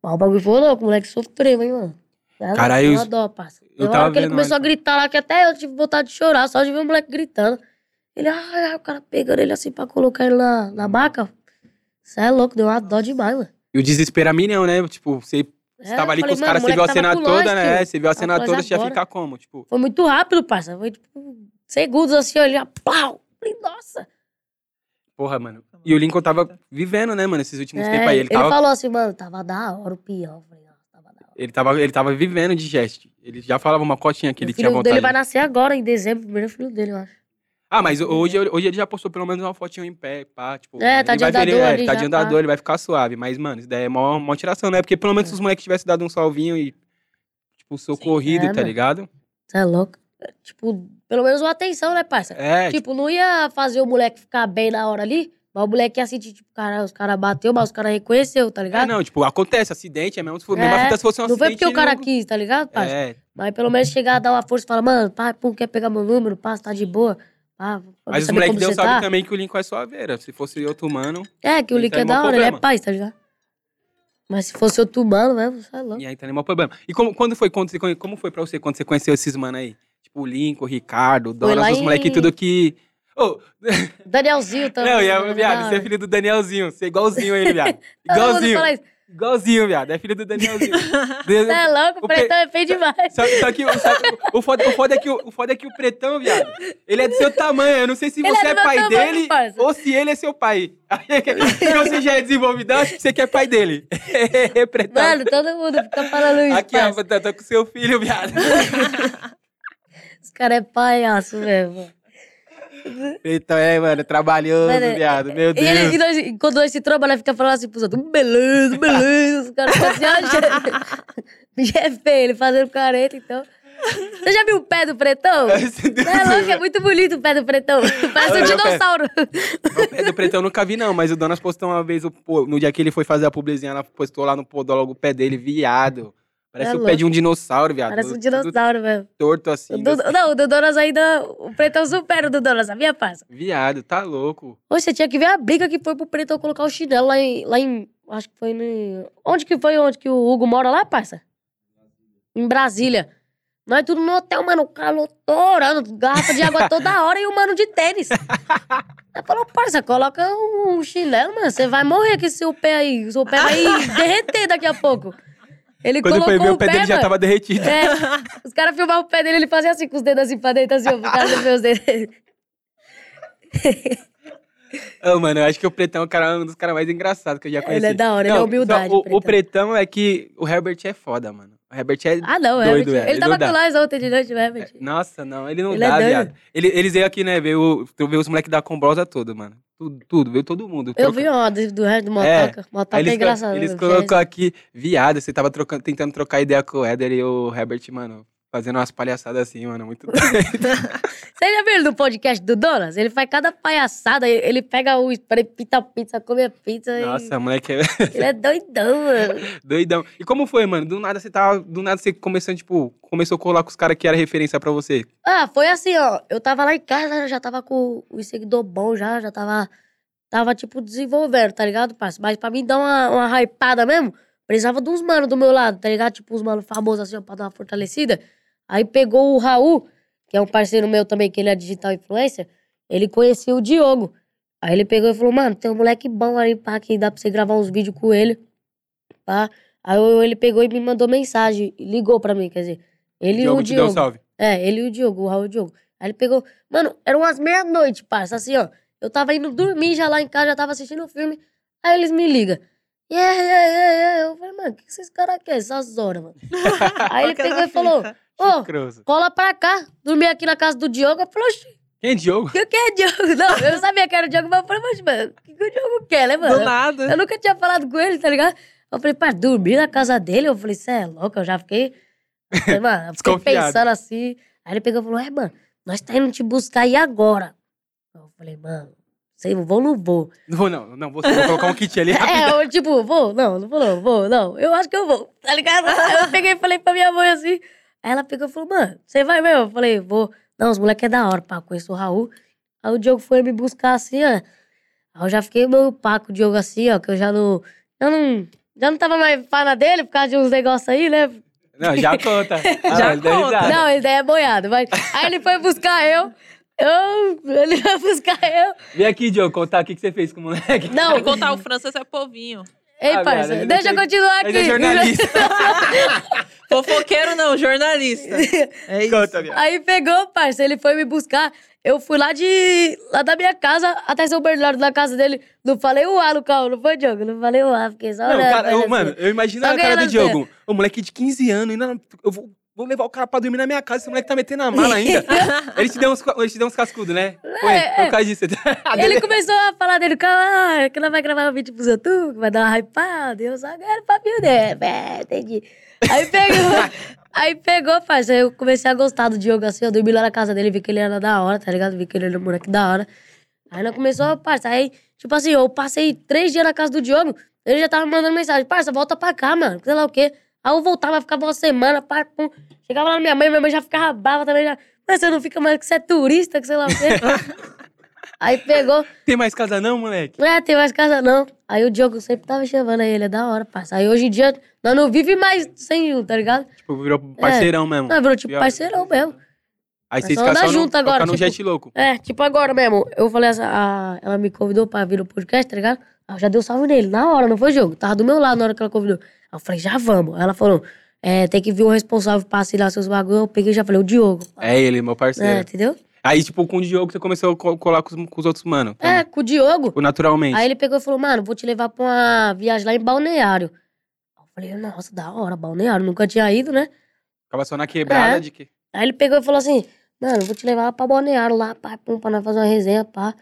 Mas o bagulho foi louco, o moleque sofreu, hein, mano. Ela- Cara, eu- ela dó, parça. eu Eu tava hora que ele vendo começou a ontem. gritar lá, que até eu tive vontade de chorar, só de ver o moleque gritando. Ele, ai, ai, o cara pegando ele assim pra colocar ele na, Hum. na maca. Você é louco, deu uma dó demais, mano. E o desespero a milhão, né? Tipo, você É, estava ali com os caras, você viu a cena toda, né? É, Você viu a Tava cena com toda, nós você ia agora. ficar como? Tipo, Foi muito rápido, parça. Foi tipo segundos assim, olha, pau. Falei, nossa. porra, mano. E o Lincoln tava vivendo, né, mano, esses últimos É, tempos aí. Ele ele tava, falou assim, mano, tava da hora o pior. Eu Falei, nossa, tava da hora. ele, tava, ele tava vivendo de gesto. Ele já falava uma cotinha que o ele filho tinha vontade. dele vai nascer agora, em dezembro, o primeiro filho dele, eu acho. Ah, mas hoje, hoje ele já postou pelo menos uma fotinha em pé, pá, tipo... É, tá ele de vai ver- andador é, ali ele Tá já, de andador, ele vai ficar suave. Mas, mano, isso daí é mó, mó tiração, né? Porque pelo menos É. se os moleques tivessem dado um salvinho e, tipo, socorrido, É, tá mano. ligado? Você é louco? É, Tipo, pelo menos uma atenção, né, parça? É, tipo, Tipo, não ia fazer o moleque ficar bem na hora ali, mas o moleque ia sentir, tipo, cara, os caras bateu, mas os caras reconheceu, tá é, ligado? não, tipo, acontece, acidente, é mesmo, se for, mesma É, fita se fosse um não, foi acidente... porque o cara não- quis, tá ligado, parça? É, Mas pelo menos chegar a dar uma força e falar, mano, pá, pum, quer pegar meu número, pá, tá de boa. Pá, vou mas os saber moleques como deu você sabe tá. também que o Lincoln é suaveira. Se fosse outro mano, É, que o Ele link tá é no maior da hora, ele é problema. paz, tá ligado? Mas se fosse outro mano, velho, você é louco. e aí tá nem mau problema. E como, quando foi, quando você, conhe- como foi pra você quando você conheceu esses mano aí? Tipo, o Lincoln, o Ricardo, o Dona, lá os moleques em- tudo que... Ô, Danielzinho também. Não, e mano, é, da viado, hora. você é filho do Danielzinho. Você é igualzinho a ele, viado. Todo mundo Igualzinho. fala isso. Igualzinho, viado. É filho do Danielzinho. De- Você é louco, O o pre- pretão é feio demais. Só, só que, o- só- o, foda, o foda é que o, o foda é que o pretão, viado, ele é do seu tamanho. Eu não sei se Ele você é, é do meu pai tamanho, dele parça. ou se ele é seu pai. Se você já é desenvolvidão, acho que você que é pai dele. É, pretão. Mano, todo mundo fica falando isso. Aqui, ó, parça. tá, tá com seu filho, viado. Esse cara é palhaço mesmo. Então é, mano, trabalhoso, Mano, é- viado. Meu E ele, Deus. e nós- e quando nós se tromba, nós fica falando assim pros outros, beleza, beleza. Os caras ficam assim, ó, já é feio, ele fazendo careta, então. Você já viu o pé do pretão? É louco, é muito bonito o pé do pretão. Parece um Olha meu pé. dinossauro. O pé do pretão eu nunca vi, não, mas o Donas postou uma vez, o pô- no dia que ele foi fazer a publizinha, ela postou lá no podólogo o pé dele, viado. Parece É o pé louco. de um dinossauro, viado. Parece um Tudo dinossauro mesmo. torto O assim. do- desse- não, o do Donas ainda. O pretão supera o do Donas, a minha passa. Viado, tá louco. Você tinha que ver a briga que foi pro pretão colocar o chinelo lá em. Lá em acho que foi no. Onde que foi onde que o Hugo mora lá, parça? Em Brasília. Nós tudo no hotel, mano, o calor torando, garrafa de água toda hora e o mano de tênis. Ela falou, parça, coloca um chinelo, mano, você vai morrer com esse seu pé aí. O seu pé vai derreter daqui a pouco. Ele Quando colocou foi ver, o pé pé dele já mano. tava derretido. É, os caras filmavam o pé dele, ele fazia assim, com os dedos assim pra dentro, assim, ó, pro cara não ver os dedos. Ô, mano, eu acho que o Pretão é o cara- um dos caras mais engraçados que eu já Ele conheci. é da hora, ele é Não, humildade, só O, o Pretão. Pretão é que o Herbert é foda, mano. O Herbert é... Ah, não, é. Doido, mentira. é, Ele, ele tava não dá. com nós ontem de noite, né, mentira? É, Nossa, não, ele não Ele é dá, doido. viado. Ele- eles veio aqui, né, veio, tu veio os moleques da Combrosa todo, mano. Tudo, tudo, veio todo mundo. Eu Troca- vi uma do, do resto do É, Motoca. Motoca Aí é eles, engraçado. eles né, colocou aqui, viado, você tava trocando, tentando trocar ideia com o Éder e o Herbert, mano, fazendo umas palhaçadas assim, mano, muito... Você já viu ele no podcast do Donas? Ele faz cada palhaçada, ele- ele pega o spray, pinta a pizza, come a pizza. e- Nossa, moleque, é Ele é doidão, mano. doidão. E como foi, mano? Do nada você tava, do nada você começou, tipo, começou a colar com os caras que era referência pra você. Ah, foi assim, ó. Eu tava lá em casa, eu já tava com o seguidor bom, já, já tava. Tava, tipo, desenvolvendo, tá ligado, parça? Mas pra mim dar uma, uma hypada mesmo, precisava de uns manos do meu lado, tá ligado? Tipo, uns manos famosos assim, ó, pra dar uma fortalecida. Aí pegou o Raul, que é um parceiro meu também, que ele é digital influencer. Ele conhecia o Diogo. Aí ele pegou e falou, mano, tem um moleque bom aí, pá, que dá pra você gravar uns vídeos com ele, pá. Aí eu- ele pegou e me mandou mensagem, ligou pra mim, quer dizer. Ele e o te deu um Diogo. salve. É, ele e o Diogo, o Raul e o Diogo. Aí ele pegou. Mano, eram umas meia-noite, parça, assim, ó. Eu tava indo dormir já lá em casa, já tava assistindo o filme. Aí eles me ligam. Yeah, yeah, yeah, yeah. Eu falei, mano, o que que esses caras querem essas horas, mano? Aí Qual ele que é pegou da e falou: fita? Ô, Croso. cola pra cá. Dormi aqui na casa do Diogo. Eu falei, oxi, Quem é Diogo? o que que é Diogo? Não, eu não sabia que era o Diogo, mas eu falei, mas, mano, o que, que o Diogo quer, né, mano? Do nada. Eu nunca tinha falado com ele, tá ligado? Eu falei, pá, dormir na casa dele? Eu falei, cê é louco, eu já fiquei. Eu falei, mano, eu fiquei Desconfiado. pensando assim. Aí ele pegou e falou, é, mano, nós tá indo te buscar aí agora. Eu falei, mano, sei, eu vou ou não vou? Não vou não, não, vou, vou colocar um kit ali. É, eu, tipo, vou, não, não vou, não, vou, não. Eu acho que eu vou, tá ligado? Aí eu peguei e falei pra minha mãe assim. Aí ela pegou e falou, mano, você vai mesmo? Eu falei, vou. Não, os moleques é da hora, pá, conheço o Raul. Aí o Diogo foi me buscar assim, ó. Aí eu já fiquei meio pá com o Diogo assim, ó, que eu já não. Já não. Já não tava mais pá na dele por causa de uns negócios aí, né? Não, já conta. Ah, Já ele deu conta. risada. Não, ele daí é boiado. Mas... Aí ele foi buscar eu. eu- Ele foi buscar eu. Vem aqui, Diogo, contar o que, que você fez com o moleque. Não, Pra contar o Francis é povinho. ei, Ah, parça, velho, ele deixa eu tem- continuar aqui. Ele é jornalista. Fofoqueiro não, jornalista. É isso. conta, minha. Aí pegou, parça, ele foi me buscar. Eu fui lá de. lá da minha casa até São Bernardo, da casa dele. Não falei o A, Lucão, não foi, Diogo? Não falei o A, fiquei só Não, olhando. cara, eu- mas mano, assim. eu imagino Só a cara ganhando do Diogo. O moleque de 15 anos, ainda, eu vou, vou levar o cara pra dormir na minha casa, esse moleque tá metendo a mala ainda. ele, te deu uns, ca- ele te deu uns cascudos, né? Foi, é. por causa disso. Ele começou a falar dele, cara, ah, que não vai gravar um vídeo pro Zotu, que vai dar uma hypada. E eu só quero papinho dele. É, entendi. Aí pegou, aí pegou, parça. Eu comecei a gostar do Diogo, assim. Eu dormi lá na casa dele, vi que ele era da hora, tá ligado? Vi que ele era um moleque da hora. Aí nós começou, parça. Aí, tipo assim, eu passei três dias na casa do Diogo, ele já tava me mandando mensagem, parça, volta pra cá, mano, sei lá o quê. Aí eu voltava, ficava uma semana, pá, pum. Chegava lá na minha mãe, minha mãe já ficava brava também, já. Mas você não fica mais que você é turista, que sei lá o quê. aí pegou, Tem mais casa não, moleque? não é, tem mais casa não. Aí o Diogo sempre tava chamando aí, ele é da hora, parça. Aí hoje em dia, nós não vive mais sem um, tá ligado? Tipo, virou parceirão mesmo. Nós virou tipo Pior. parceirão mesmo. Aí vocês só ficaram andar só no, junto agora, ficaram num tipo- jet louco. É, tipo agora mesmo. Eu falei assim, a- ela me convidou pra vir no podcast, tá ligado? Aí eu já dei um salve nele, na hora, não foi jogo. Tava do meu lado na hora que ela convidou. Aí eu falei, já vamos. Aí ela falou, é, tem que vir o responsável pra assinar seus bagulho. Eu peguei e já falei, o Diogo. É ele, meu É, parceiro. entendeu? Aí, tipo, com o Diogo você começou a co- colar com os, com os outros mano. É, com o Diogo. Ou Naturalmente. Aí ele pegou e falou, mano, vou te levar pra uma viagem lá em Balneário. Aí Eu falei, nossa, da hora, Balneário. Nunca tinha ido, né? Acaba só na quebrada É. de que. Aí ele pegou e falou assim: Mano, vou te levar pra Balneário lá, pá, pum, pra nós fazer uma resenha, pá,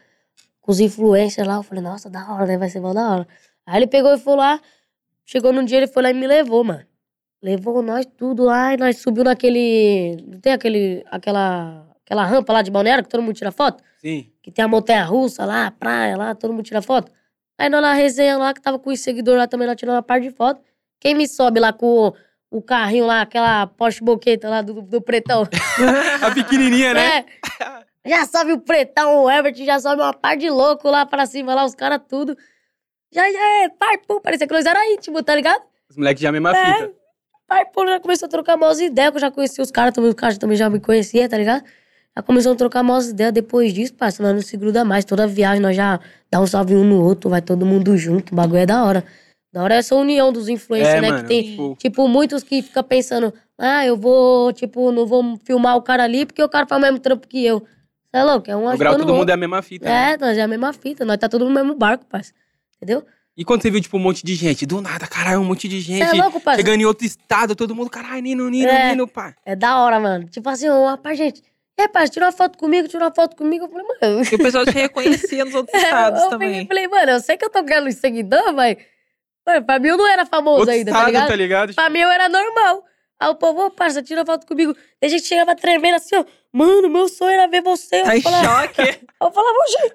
com os influencers lá. Eu falei: Nossa, da hora, né? Vai ser bom da hora. Aí ele pegou e foi lá. Chegou num dia, ele foi lá e me levou, mano. Levou nós tudo lá e nós subiu naquele. Não tem aquele, aquela, aquela rampa lá de Balneário que todo mundo tira foto? Sim. que tem a montanha russa lá, a praia lá, todo mundo tira foto. Aí nós na resenha lá, que tava com os seguidores lá também, lá tirando uma parte de foto. Quem me sobe lá com o, o carrinho lá, aquela Porsche Boqueta lá do, do Pretão? A pequenininha, né? É. Já sobe o Pretão, o Herbert, já sobe uma par de louco lá pra cima, lá os caras tudo. Já, já é, par, pum, parecia que nós era íntimo, tá ligado? Os moleques já é a mesma É. fita. Aí, pô, já começou a trocar umas ideias, que eu já conhecia os caras também, os caras também já me conheciam, tá ligado? Já começamos a trocar umas ideias depois disso, parça, nós não se gruda mais. Toda viagem nós já dá um salve um no outro, vai todo mundo junto, o bagulho é da hora. Da hora é essa união dos influencers, É, né? mano, que tem, tipo- tipo... muitos que ficam pensando, ah, eu vou, tipo, não vou filmar o cara ali porque o cara faz o mesmo trampo que eu. Você é louco, é um O grau, ajudando todo o mundo é outro. a mesma fita. né? É, nós é a mesma fita, nós tá todo no mesmo barco, parça. Entendeu? E quando você viu, tipo, um monte de gente, do nada, caralho, um monte de gente. Você é louco, parça. Chegando em outro estado, todo mundo, caralho, Nino, Nino, É. Nino, pá. É da hora, mano. Tipo assim, eu, rapaz, gente. E aí, parça, tirou uma foto comigo, tirou uma foto comigo. Eu falei, mano. E o pessoal te reconhecia nos outros É, eu estados peguei e também. falei, mano, eu sei que eu tô ganhando um seguidor, mas. Mano, pra mim eu não era famoso Outro ainda, tá estado, ligado? tá ligado? Pra mim eu era normal. Aí o povo, ô, parça, tira foto comigo. Tem gente que chegava tremendo assim, ó. Mano, meu sonho era ver você. Eu Tá em falava, choque. eu falava, oxe.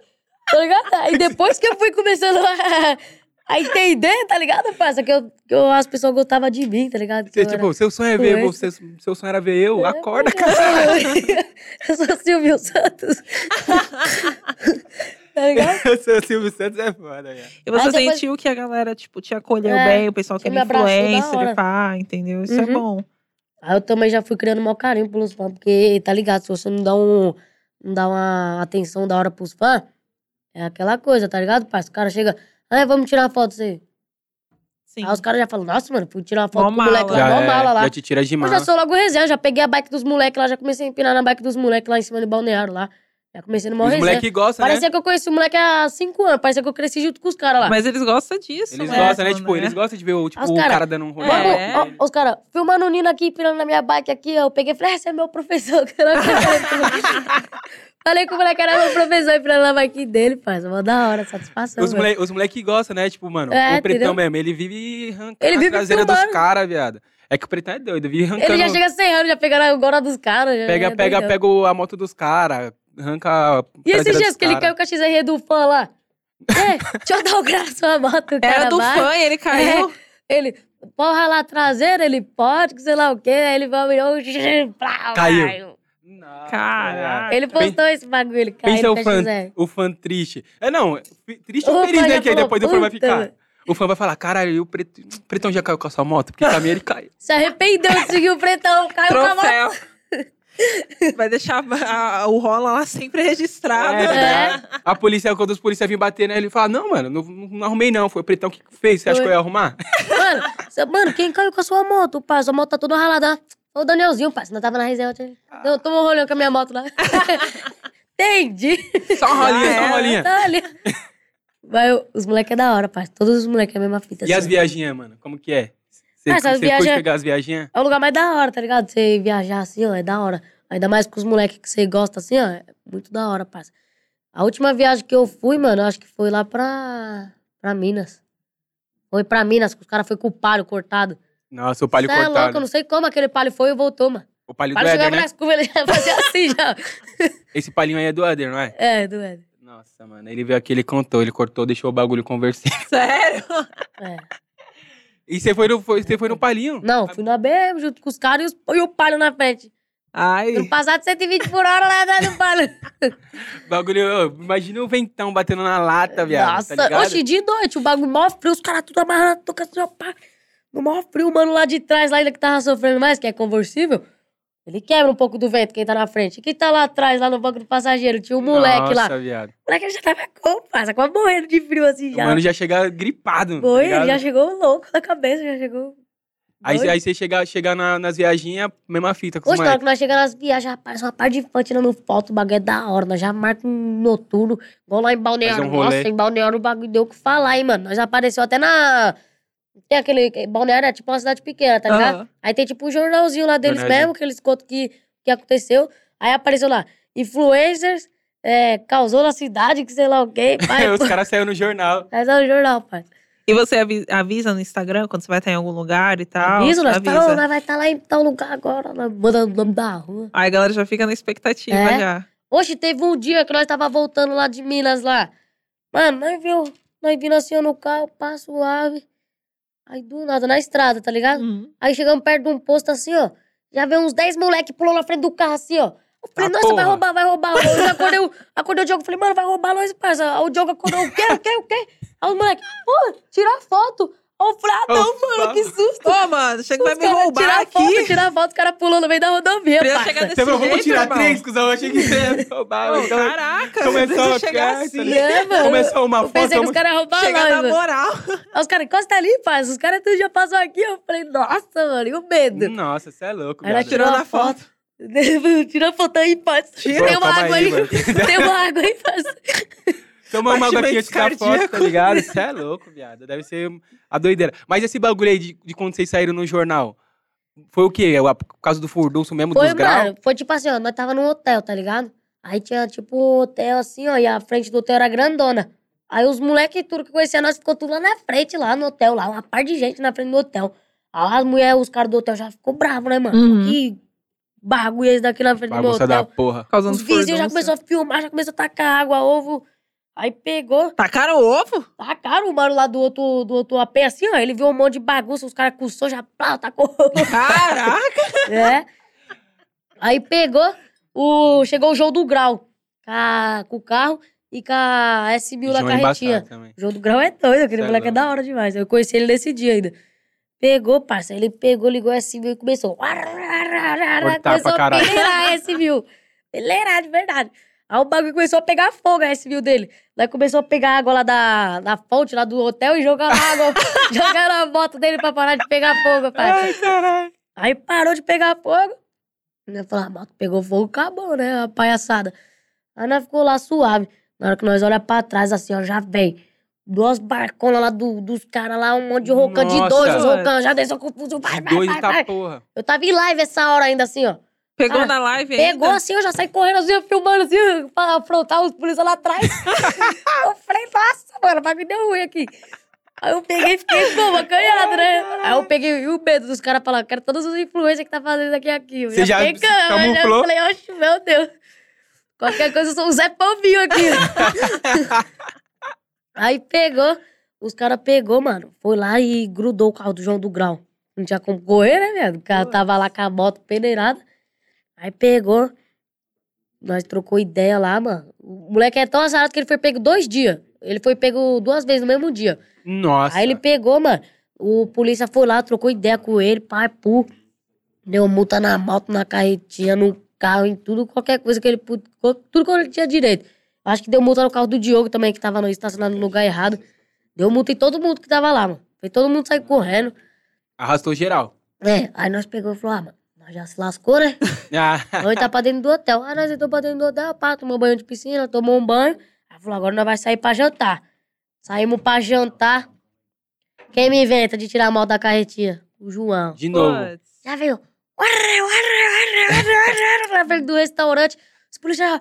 Tá ligado? Aí depois que eu fui começando a, a entender, tá ligado, parça? Que, eu, que eu- as pessoas gostavam de mim, tá ligado? Que Você, eu era- tipo, seu sonho é ver, você, influencer. seu sonho era ver eu, É. acorda, cara. Eu sou Silvio Santos. tá ligado? seu Silvio Santos é foda, cara. E você Mas Ah, depois- sentiu que a galera, tipo, te acolheu É, bem, o pessoal que que era me abraçou da influencer, hora. e pá, entendeu? Isso é Uhum. bom. Aí eu também já fui criando mau carinho pelos fãs, porque, tá ligado? Se você não dá um. Não dá uma atenção da hora pros fãs, é aquela coisa, tá ligado, parça? O cara chega, ah, vamos tirar uma foto você. Sim. Aí os caras já falam, nossa, mano, fui tirar uma foto Mó com o moleque mala. lá, mó é, mala lá. já te tira de Eu mala. já sou logo resenha, já peguei a bike dos moleques lá, já comecei a empinar na bike dos moleques lá em cima do balneário lá. Já comecei no maior Os resenha. moleques gostam, né? Parecia que eu conheci o moleque há cinco anos, parecia que eu cresci junto com os caras lá. Mas eles gostam disso, é Eles mesmo, gostam, né? Tipo, eles gostam de ver o, tipo, Os o cara- cara dando um rolê. Vamos, É. ó, os caras, filmando o Nino aqui, pirando na minha bike aqui, ó, eu peguei e falei, "Ah, esse é meu professor. Caraca, falei com o moleque, era meu professor, e pirando na bike dele, parça, mó da hora, satisfação. Os velho. moleques os moleque gostam, né? Tipo, mano, É, o pretão entendeu? mesmo, ele vive arrancando Ele a vive traseira dos filmando. caras, viado. É que o pretão é doido, vive arrancando. Ele já chega sem anos, já pegando a gola dos caras. já- Pega, já pega, É, doidão. pega o- a moto dos caras, arranca a E esses traseira dias dos que ele cara. caiu com a XRE do fã lá? É, deixa eu dar o graça à moto, o cara. Era do vai. fã, e ele caiu. Ele, porra lá traseira, ele pode, que sei lá o quê, aí ele vai olhou, plá, Caiu. vai. Nossa, Caraca. Ele postou esse bagulho, cara. Pensa ele o com a fã, XRE. o fã triste. É, não, fi- triste ou Opa, feliz, né? já Que aí falou, depois do fã vai puta, ficar. velho. O fã vai falar, caralho, e o Preto- Pretão já caiu com a sua moto? Porque pra mim ele caiu. Se arrependeu de seguir o pretão, então, caiu com a mão. Troféu. Vai deixar a- a- o rola lá sempre É, registrado. É. A polícia, quando os policiais vêm bater, né? Ele fala, não, mano, não, não arrumei não. Foi o Pretão que fez. Você acha Foi. que eu ia arrumar? Mano, cê- mano, quem caiu com a sua moto, parça? Sua moto tá toda ralada. Ó, o Danielzinho, parça. Não tava na reserva. Ah. Eu tomo um rolê com a minha moto lá. Entendi. Só uma rolinha, só Ah, é? uma rolinha. Tá ali. Vai, os moleques é da hora, parça. Todos os moleques é a mesma fita. E as assim. viaginhas, mano? Como que é? Você Ah, essas curte viagens- pegar as viaginhas? É o lugar mais da hora, tá ligado? Você viajar assim, ó, é da hora. Ainda mais com os moleques que você gosta assim, ó, é muito da hora, parça. A última viagem que eu fui, mano, eu acho que foi lá pra, pra Minas. Foi pra Minas, que os caras foram com o palho cortado. Nossa, o palho Cê é louco, cortado. eu não sei como aquele palho foi e voltou, mano. O O palho do palho Éder, chegava né? nas curvas, ele já fazia assim já. Esse palhinho aí é do Éder, não é? É, do Éder. Nossa, mano, ele veio aqui, ele contou, ele cortou, deixou o bagulho conversando. Sério? É. E você foi no, foi- você foi no palhinho? Não, fui na BM junto com os caras e, os- e o palho na frente. Ai. Não passar de 120 por hora lá atrás do palho. Bagulho, ô, imagina o ventão batendo na lata, viado. Nossa, tá ligado? hoje de noite, o bagulho mó frio, os caras tudo amarrado, toca assim, ó, pá. No mó frio, o mano lá de trás, lá ainda que tava sofrendo mais, que é conversível, ele quebra um pouco do vento, quem tá na frente. E quem tá lá atrás, lá no banco do passageiro, tinha um moleque lá. Nossa, viado. O moleque já tava com, parça, quase morrendo de frio assim O já. mano já chega gripado. tá Foi, ele ligado? já chegou louco da cabeça, já chegou. Aí, doido. aí você chegar chega na- nas viaginhas, mesma fita com os Hoje, na hora moleques. que nós chegamos nas viagens, rapaz, uma parte de fã tirando foto, o bagulho é da hora. Nós já marca um noturno, igual lá em Balneário. Fazer um rolê. Nossa, em Balneário o bagulho deu o que falar, hein, mano. Nós já apareceu até na... Tem aquele... Balneário é tipo uma cidade pequena, tá ligado? Aham. Aí tem tipo um jornalzinho lá deles Jornalzinho. mesmo, que eles contam que, que aconteceu. Aí apareceu lá, influencers, é, causou na cidade, que sei lá o quê. Pai, os caras saíram no jornal. Mas é o jornal, pai. E você avi- avisa no Instagram quando você vai estar em algum lugar e Ah, tal? Aviso, nós, avisa. tá, ó, nós vai estar lá em tal lugar agora, nós mandando o nome da rua. Aí a galera já fica na expectativa É. já. Hoje teve um dia que nós tava voltando lá de Minas lá. Mano, nós viu, nós vindo assim ó, no carro, passo ave. Aí do nada, na estrada, tá ligado? Uhum. Aí chegamos perto de um posto assim, ó. Já veio uns 10 moleque pulou na frente do carro assim, ó. Eu falei, Ah, nossa, vai porra. roubar, vai roubar. Eu já acordei, o- acordei o Diogo, falei, mano, vai roubar nós, parça. Aí o Diogo acordou, o quê, o quê, o quê? Aí os moleque, pô, tira a foto. Aí eu falei, ah, não, Ô, mano, que susto. Ô, mano, chega vai Os me cara roubar tira a Foto, aqui. tira a foto, o cara pulou no meio da rodovia, Pra eu parça. chegar nesse Você falou, vamos jeito, Então, tirar irmão. três, cuzão. Eu achei que você ia roubar. Ô, então- Caraca, começou começou a então. a chegar peça, assim. né? é, mano. Começou uma Eu foto. pensei que os vamos- caras roubaram Chegar na nós, mano. moral. Aí os caras, encosta ali, parça. Os caras tudo já passou aqui. Eu falei, nossa, mano, e o medo? Nossa, você é louco, Aí nós viado. tirou tiramos na a foto. Tira a foto aí, parça. Tira. Tem uma Toma água aí, aí. mano. Tem uma água aí, parça. Toma uma água aqui antes da Batimento foto, tá cardíaco. ligado? Você é louco, viado. Deve ser a doideira. Mas esse bagulho aí de, de quando vocês saíram no jornal, foi o quê? É O- Por causa do furdunço mesmo, Foi, Um dos graus? mano. Foi tipo assim, ó. Nós tava num hotel, tá ligado? Aí tinha, tipo, um hotel assim, ó. E a frente do hotel era grandona. Aí os moleques tudo que conhecia nós ficou tudo lá na frente, lá no hotel, lá. Uma par de gente na frente do hotel. Aí as mulheres, os caras do hotel já ficou bravos, né, mano? Uhum. Que bagulho é esse daqui na frente do meu Bagunça hotel. da porra. Causando Os vizinhos já furdunça. começou a filmar, já começou a tacar água, ovo. Aí pegou, Tacaram o ovo? tacaram o mano lá do outro, do outro AP, assim, ó. Ele viu um monte de bagunça, os caras cursou, já pá, tacou. Caraca! é. Aí pegou, o, chegou o João do Grau com, a- com o carro e com a S1000 na João carretinha. embaçado também. O João do Grau é doido, aquele Cê é moleque é louco. da hora demais. Eu conheci ele nesse dia ainda. Pegou, parça. Ele pegou, ligou a S1000 e começou. Cortar pra começou a caralho. peneirar a S1000. Peneirar, de verdade. Aí o bagulho começou a pegar fogo, a S1000 dele. Daí começou a pegar água lá da, da fonte, lá do hotel, e jogar na água. jogar na moto dele pra parar de pegar fogo, parça. Ai, caralho. Aí parou de pegar fogo. Né, Eu falei, a moto pegou fogo, acabou, né? A palhaçada. Aí nós ficou lá suave. Na hora que nós olhamos pra trás, assim, ó, já vem. Duas barconas lá do- dos caras lá, um monte de rocan de Nossa. dois, os rocan, já desceu confuso. Vai, De vai, doido vai, da vai. porra. Eu tava em live essa hora ainda, assim, ó. Pegou Ah, na live ainda? Pegou assim, eu já saí correndo assim, eu filmando assim, pra afrontar os polícia lá atrás. eu falei, nossa, mano, vai me deu ruim aqui. Aí eu peguei e fiquei como, acanhado, né? Aí eu peguei e o medo dos caras falaram, quero todas as influências que tá fazendo aqui aqui. Eu Você já fiquei se com- eu já camuflou? falei, oxe, meu Deus. Qualquer coisa, eu sou o Zé Povinho aqui. Aí pegou, os caras pegou, mano. Foi lá e grudou o carro do João do Grau. Não tinha como correr, né, velho? O cara tava lá com a moto peneirada. Aí pegou. Nós trocou ideia lá, mano. O moleque é tão azarado que ele foi pego dois dias. Ele foi pego duas vezes no mesmo dia. Nossa. Aí ele pegou, mano. O polícia foi lá, trocou ideia com ele, pai, pu. Deu multa na moto, na carretinha, no carro, em tudo, qualquer coisa que ele pud- co- Tudo que ele tinha direito. Acho que deu multa no carro do Diogo também, que tava no estacionado no lugar errado. Deu multa em todo mundo que tava lá, mano. Foi todo mundo sair correndo. Arrastou geral. É, aí nós pegou e falou, ah, mano, nós já se lascou, né? Ah, Nós tá pra dentro do hotel. Aí nós entrou pra dentro do hotel, pá, tomou banho de piscina, tomou um banho. Aí falou, agora nós vai sair pra jantar. Saímos pra jantar. Quem me inventa de tirar a moto da carretinha? O João. de novo. Putz. Já veio. "Arre, arre, arre, arre, arre", Na frente do restaurante. Os policiais.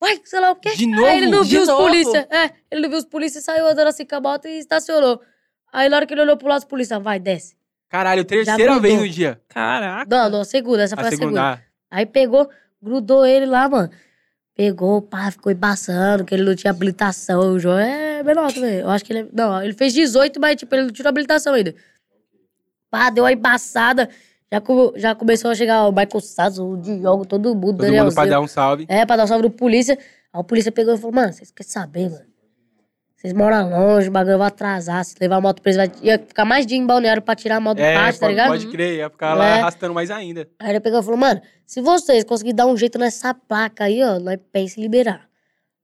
Vai, sei lá o quê. De novo? Aí ele não De viu os novo? polícia. É, ele não viu os polícia, saiu andando assim com a moto e estacionou. Aí na hora que ele olhou pro lado, os polícia, vai, desce. Caralho, terceira mudou. vez no dia. Caraca. Não, não, a segunda, essa foi A a segunda. segunda. ah, Aí pegou, grudou ele lá, mano. Pegou, pá, ficou embaçando, que ele não tinha habilitação. O João é menor também. Eu acho que ele é. Não, ele fez 18, mas tipo, ele não tirou habilitação ainda. Pá, deu uma embaçada. Já, co- já começou a chegar o Michael Sasso, o Diogo, todo mundo, Todo mundo pra Danielzinho. dar um salve. É, pra dar um salve no polícia. Aí o polícia pegou e falou, mano, vocês querem saber, mano? Vocês moram longe, o bagulho vai atrasar. Se levar a moto presa, vai... ia ficar mais dia em balneário pra tirar a moto do pátio, tá É, pode, ligado? pode crer, ia ficar lá É. arrastando mais ainda. Aí ele pegou e falou, mano, se vocês conseguirem dar um jeito nessa placa aí, ó, nós pensa em liberar.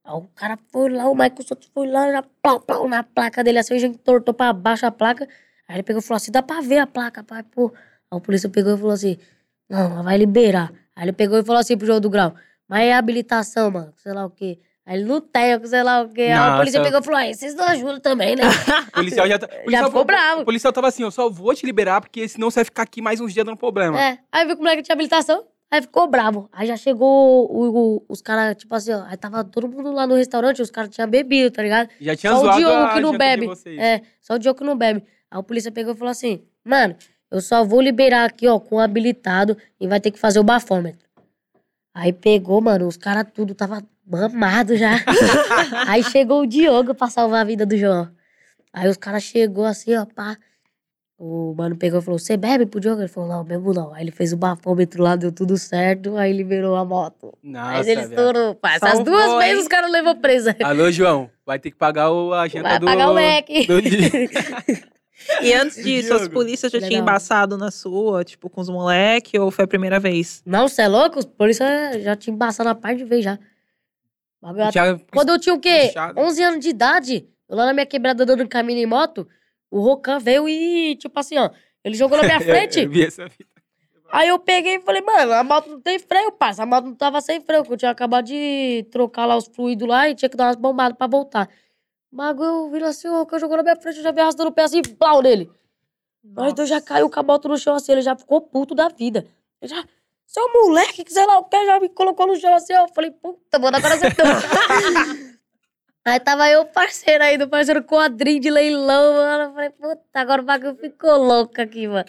Aí o cara foi lá, o Michael Santos foi lá, já plau, plau, na placa dele, assim, a gente tortou pra baixo a placa. Aí ele pegou e falou assim, dá pra ver a placa, pai, pô. Aí o polícia pegou e falou assim, não, mas vai liberar. Aí ele pegou e falou assim pro João do Grau, mas é habilitação, mano, sei lá o quê. Aí ele não tem, sei lá o quê. Aí Nossa. o polícia pegou e falou, "Ah, aí vocês não ajudam também, O né? policial já, tá- o policial- ficou bravo. O policial tava assim, eu só vou te liberar, porque senão você vai ficar aqui mais uns dias dando problema. É, aí viu que o moleque tinha habilitação, aí ficou bravo. Aí já chegou o- o- os caras, tipo assim, ó, aí tava todo mundo lá no restaurante, os caras tinham bebido, tá ligado? Já tinha só o zoado Diogo é a que janta não de bebe. vocês. É, só o Diogo que não bebe. Aí o polícia pegou e falou assim, mano, eu só vou liberar aqui, ó, com o habilitado e vai ter que fazer o bafômetro. Aí pegou, mano, os caras tudo tava mamado já. aí chegou o Diogo pra salvar a vida do João. Aí os caras chegou assim, ó, pá. O mano pegou e falou, você bebe pro Diogo? Ele falou, não, bebo não. Aí ele fez o bafômetro lá, deu tudo certo, aí liberou a moto. Nossa, Mas ele velho. estourou, pá. Essas Salvou, duas hein? vezes os caras levou presa. Alô, João, vai ter que pagar o, a janta Vai do... pagar o leque. do dia. E antes disso, as Diogo. polícias já tinham Legal. embaçado na sua, tipo, com os moleques, ou foi a primeira vez? Não, você é louco? Os polícia já tinha embaçado a parte de vez já. Bagulho até- Tinha- Quando eu tinha o quê? Puxado. 11 anos de idade, eu lá na minha quebrada andando caminho em moto, o Rocan veio e, tipo assim, ó, ele jogou na minha Eu frente. vi essa fita. aí eu peguei e falei, mano, a moto não tem freio, parça. A moto não tava sem freio, porque eu tinha acabado de trocar lá os fluidos lá e tinha que dar umas bombadas pra voltar. O bagulho virou assim, o Rocan jogou na minha frente, eu já vi arrastando o pé assim, plau nele. Nossa. Então já caiu com a moto no chão assim, ele já ficou puto da vida. Ele já, seu moleque, que sei lá o que, já me colocou no chão assim, ó. eu falei, puta, mano, agora você tá. Aí tava eu, parceiro aí, do parceiro quadrinho de leilão, mano. Eu falei, puta, agora o bagulho ficou louco aqui, mano.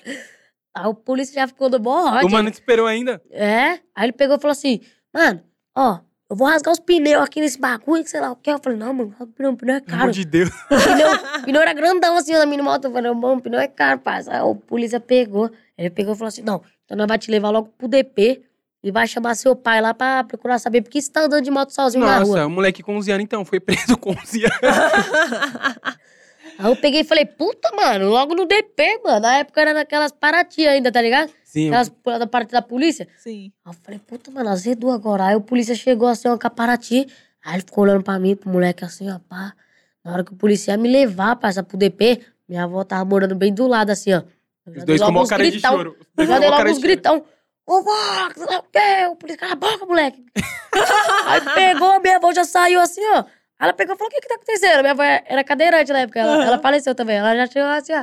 Aí o polícia já ficou do bom O mano te esperou ainda. é. Aí ele pegou e falou assim: Mano, ó, eu vou rasgar os pneus aqui nesse bagulho, que sei lá o que. Eu falei, não, mano, rasga o pneu, o pneu é Pelo amor caro de Deus. pneu, pneu era grandão assim na minha moto. Eu falei, mano, pneu é caro, parça. Aí o polícia pegou. Ele pegou e falou assim: não, então nós vai te levar logo pro DP e vai chamar seu pai lá pra procurar saber por que você tá andando de moto sozinho na rua. Nossa, o moleque com 11 anos então, foi preso com 11 anos. Aí eu peguei e falei, puta, mano, logo no DP, mano. Na época era naquelas Paraty ainda, tá ligado? Sim, Aquelas da parte da polícia. Sim. Aí eu falei, puta, mano, azedou agora. Aí o polícia chegou assim, ó, com a Paraty. Aí ele ficou olhando pra mim, pro moleque assim, ó, pá. Na hora que o policial ia me levar, parça, pro DP, minha avó tava morando bem do lado, assim, ó. Eu já os dei dois com logo maior uns cara de né? gritão. choro. Os Eu dois já com dei maior logo é cara uns de choro. gritão. Ô, vó, que sei lá o quê? O polícia, cala a boca, moleque. Aí pegou, minha avó já saiu assim, ó. Ela pegou e falou, o que que tá acontecendo? Minha avó era cadeirante na época, ela, Aham. ela faleceu também. Ela já chegou assim, ó.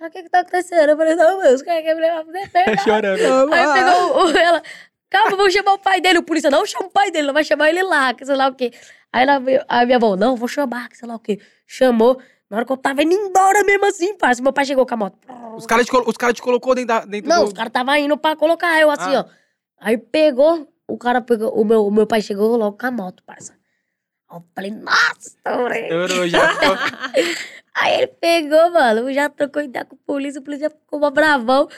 "Ah, O que que tá acontecendo? Eu falei, não, meu, os caras querem me levar pro DP, não." Tá Chorando. Aí pegou o- o- ela. Calma, vou chamar o pai dele. O polícia, não chama o pai dele, não vai chamar ele lá, que sei lá o quê. Aí ela veio- a minha avó, não, vou chamar, que sei lá o quê. Chamou. Na hora que eu tava indo embora mesmo assim, parça, meu pai chegou com a moto. Os caras te, colo- os cara te colocou dentro, da, dentro Não, do... os caras tava indo pra colocar eu assim, Ah. ó. Aí pegou, o cara pegou, o meu, o meu pai chegou logo com a moto, parça. Aí Eu falei, nossa, estourei. Estourou já. ficou- Aí ele pegou, mano, já trocou ideia com o polícia, o polícia ficou mó bravão.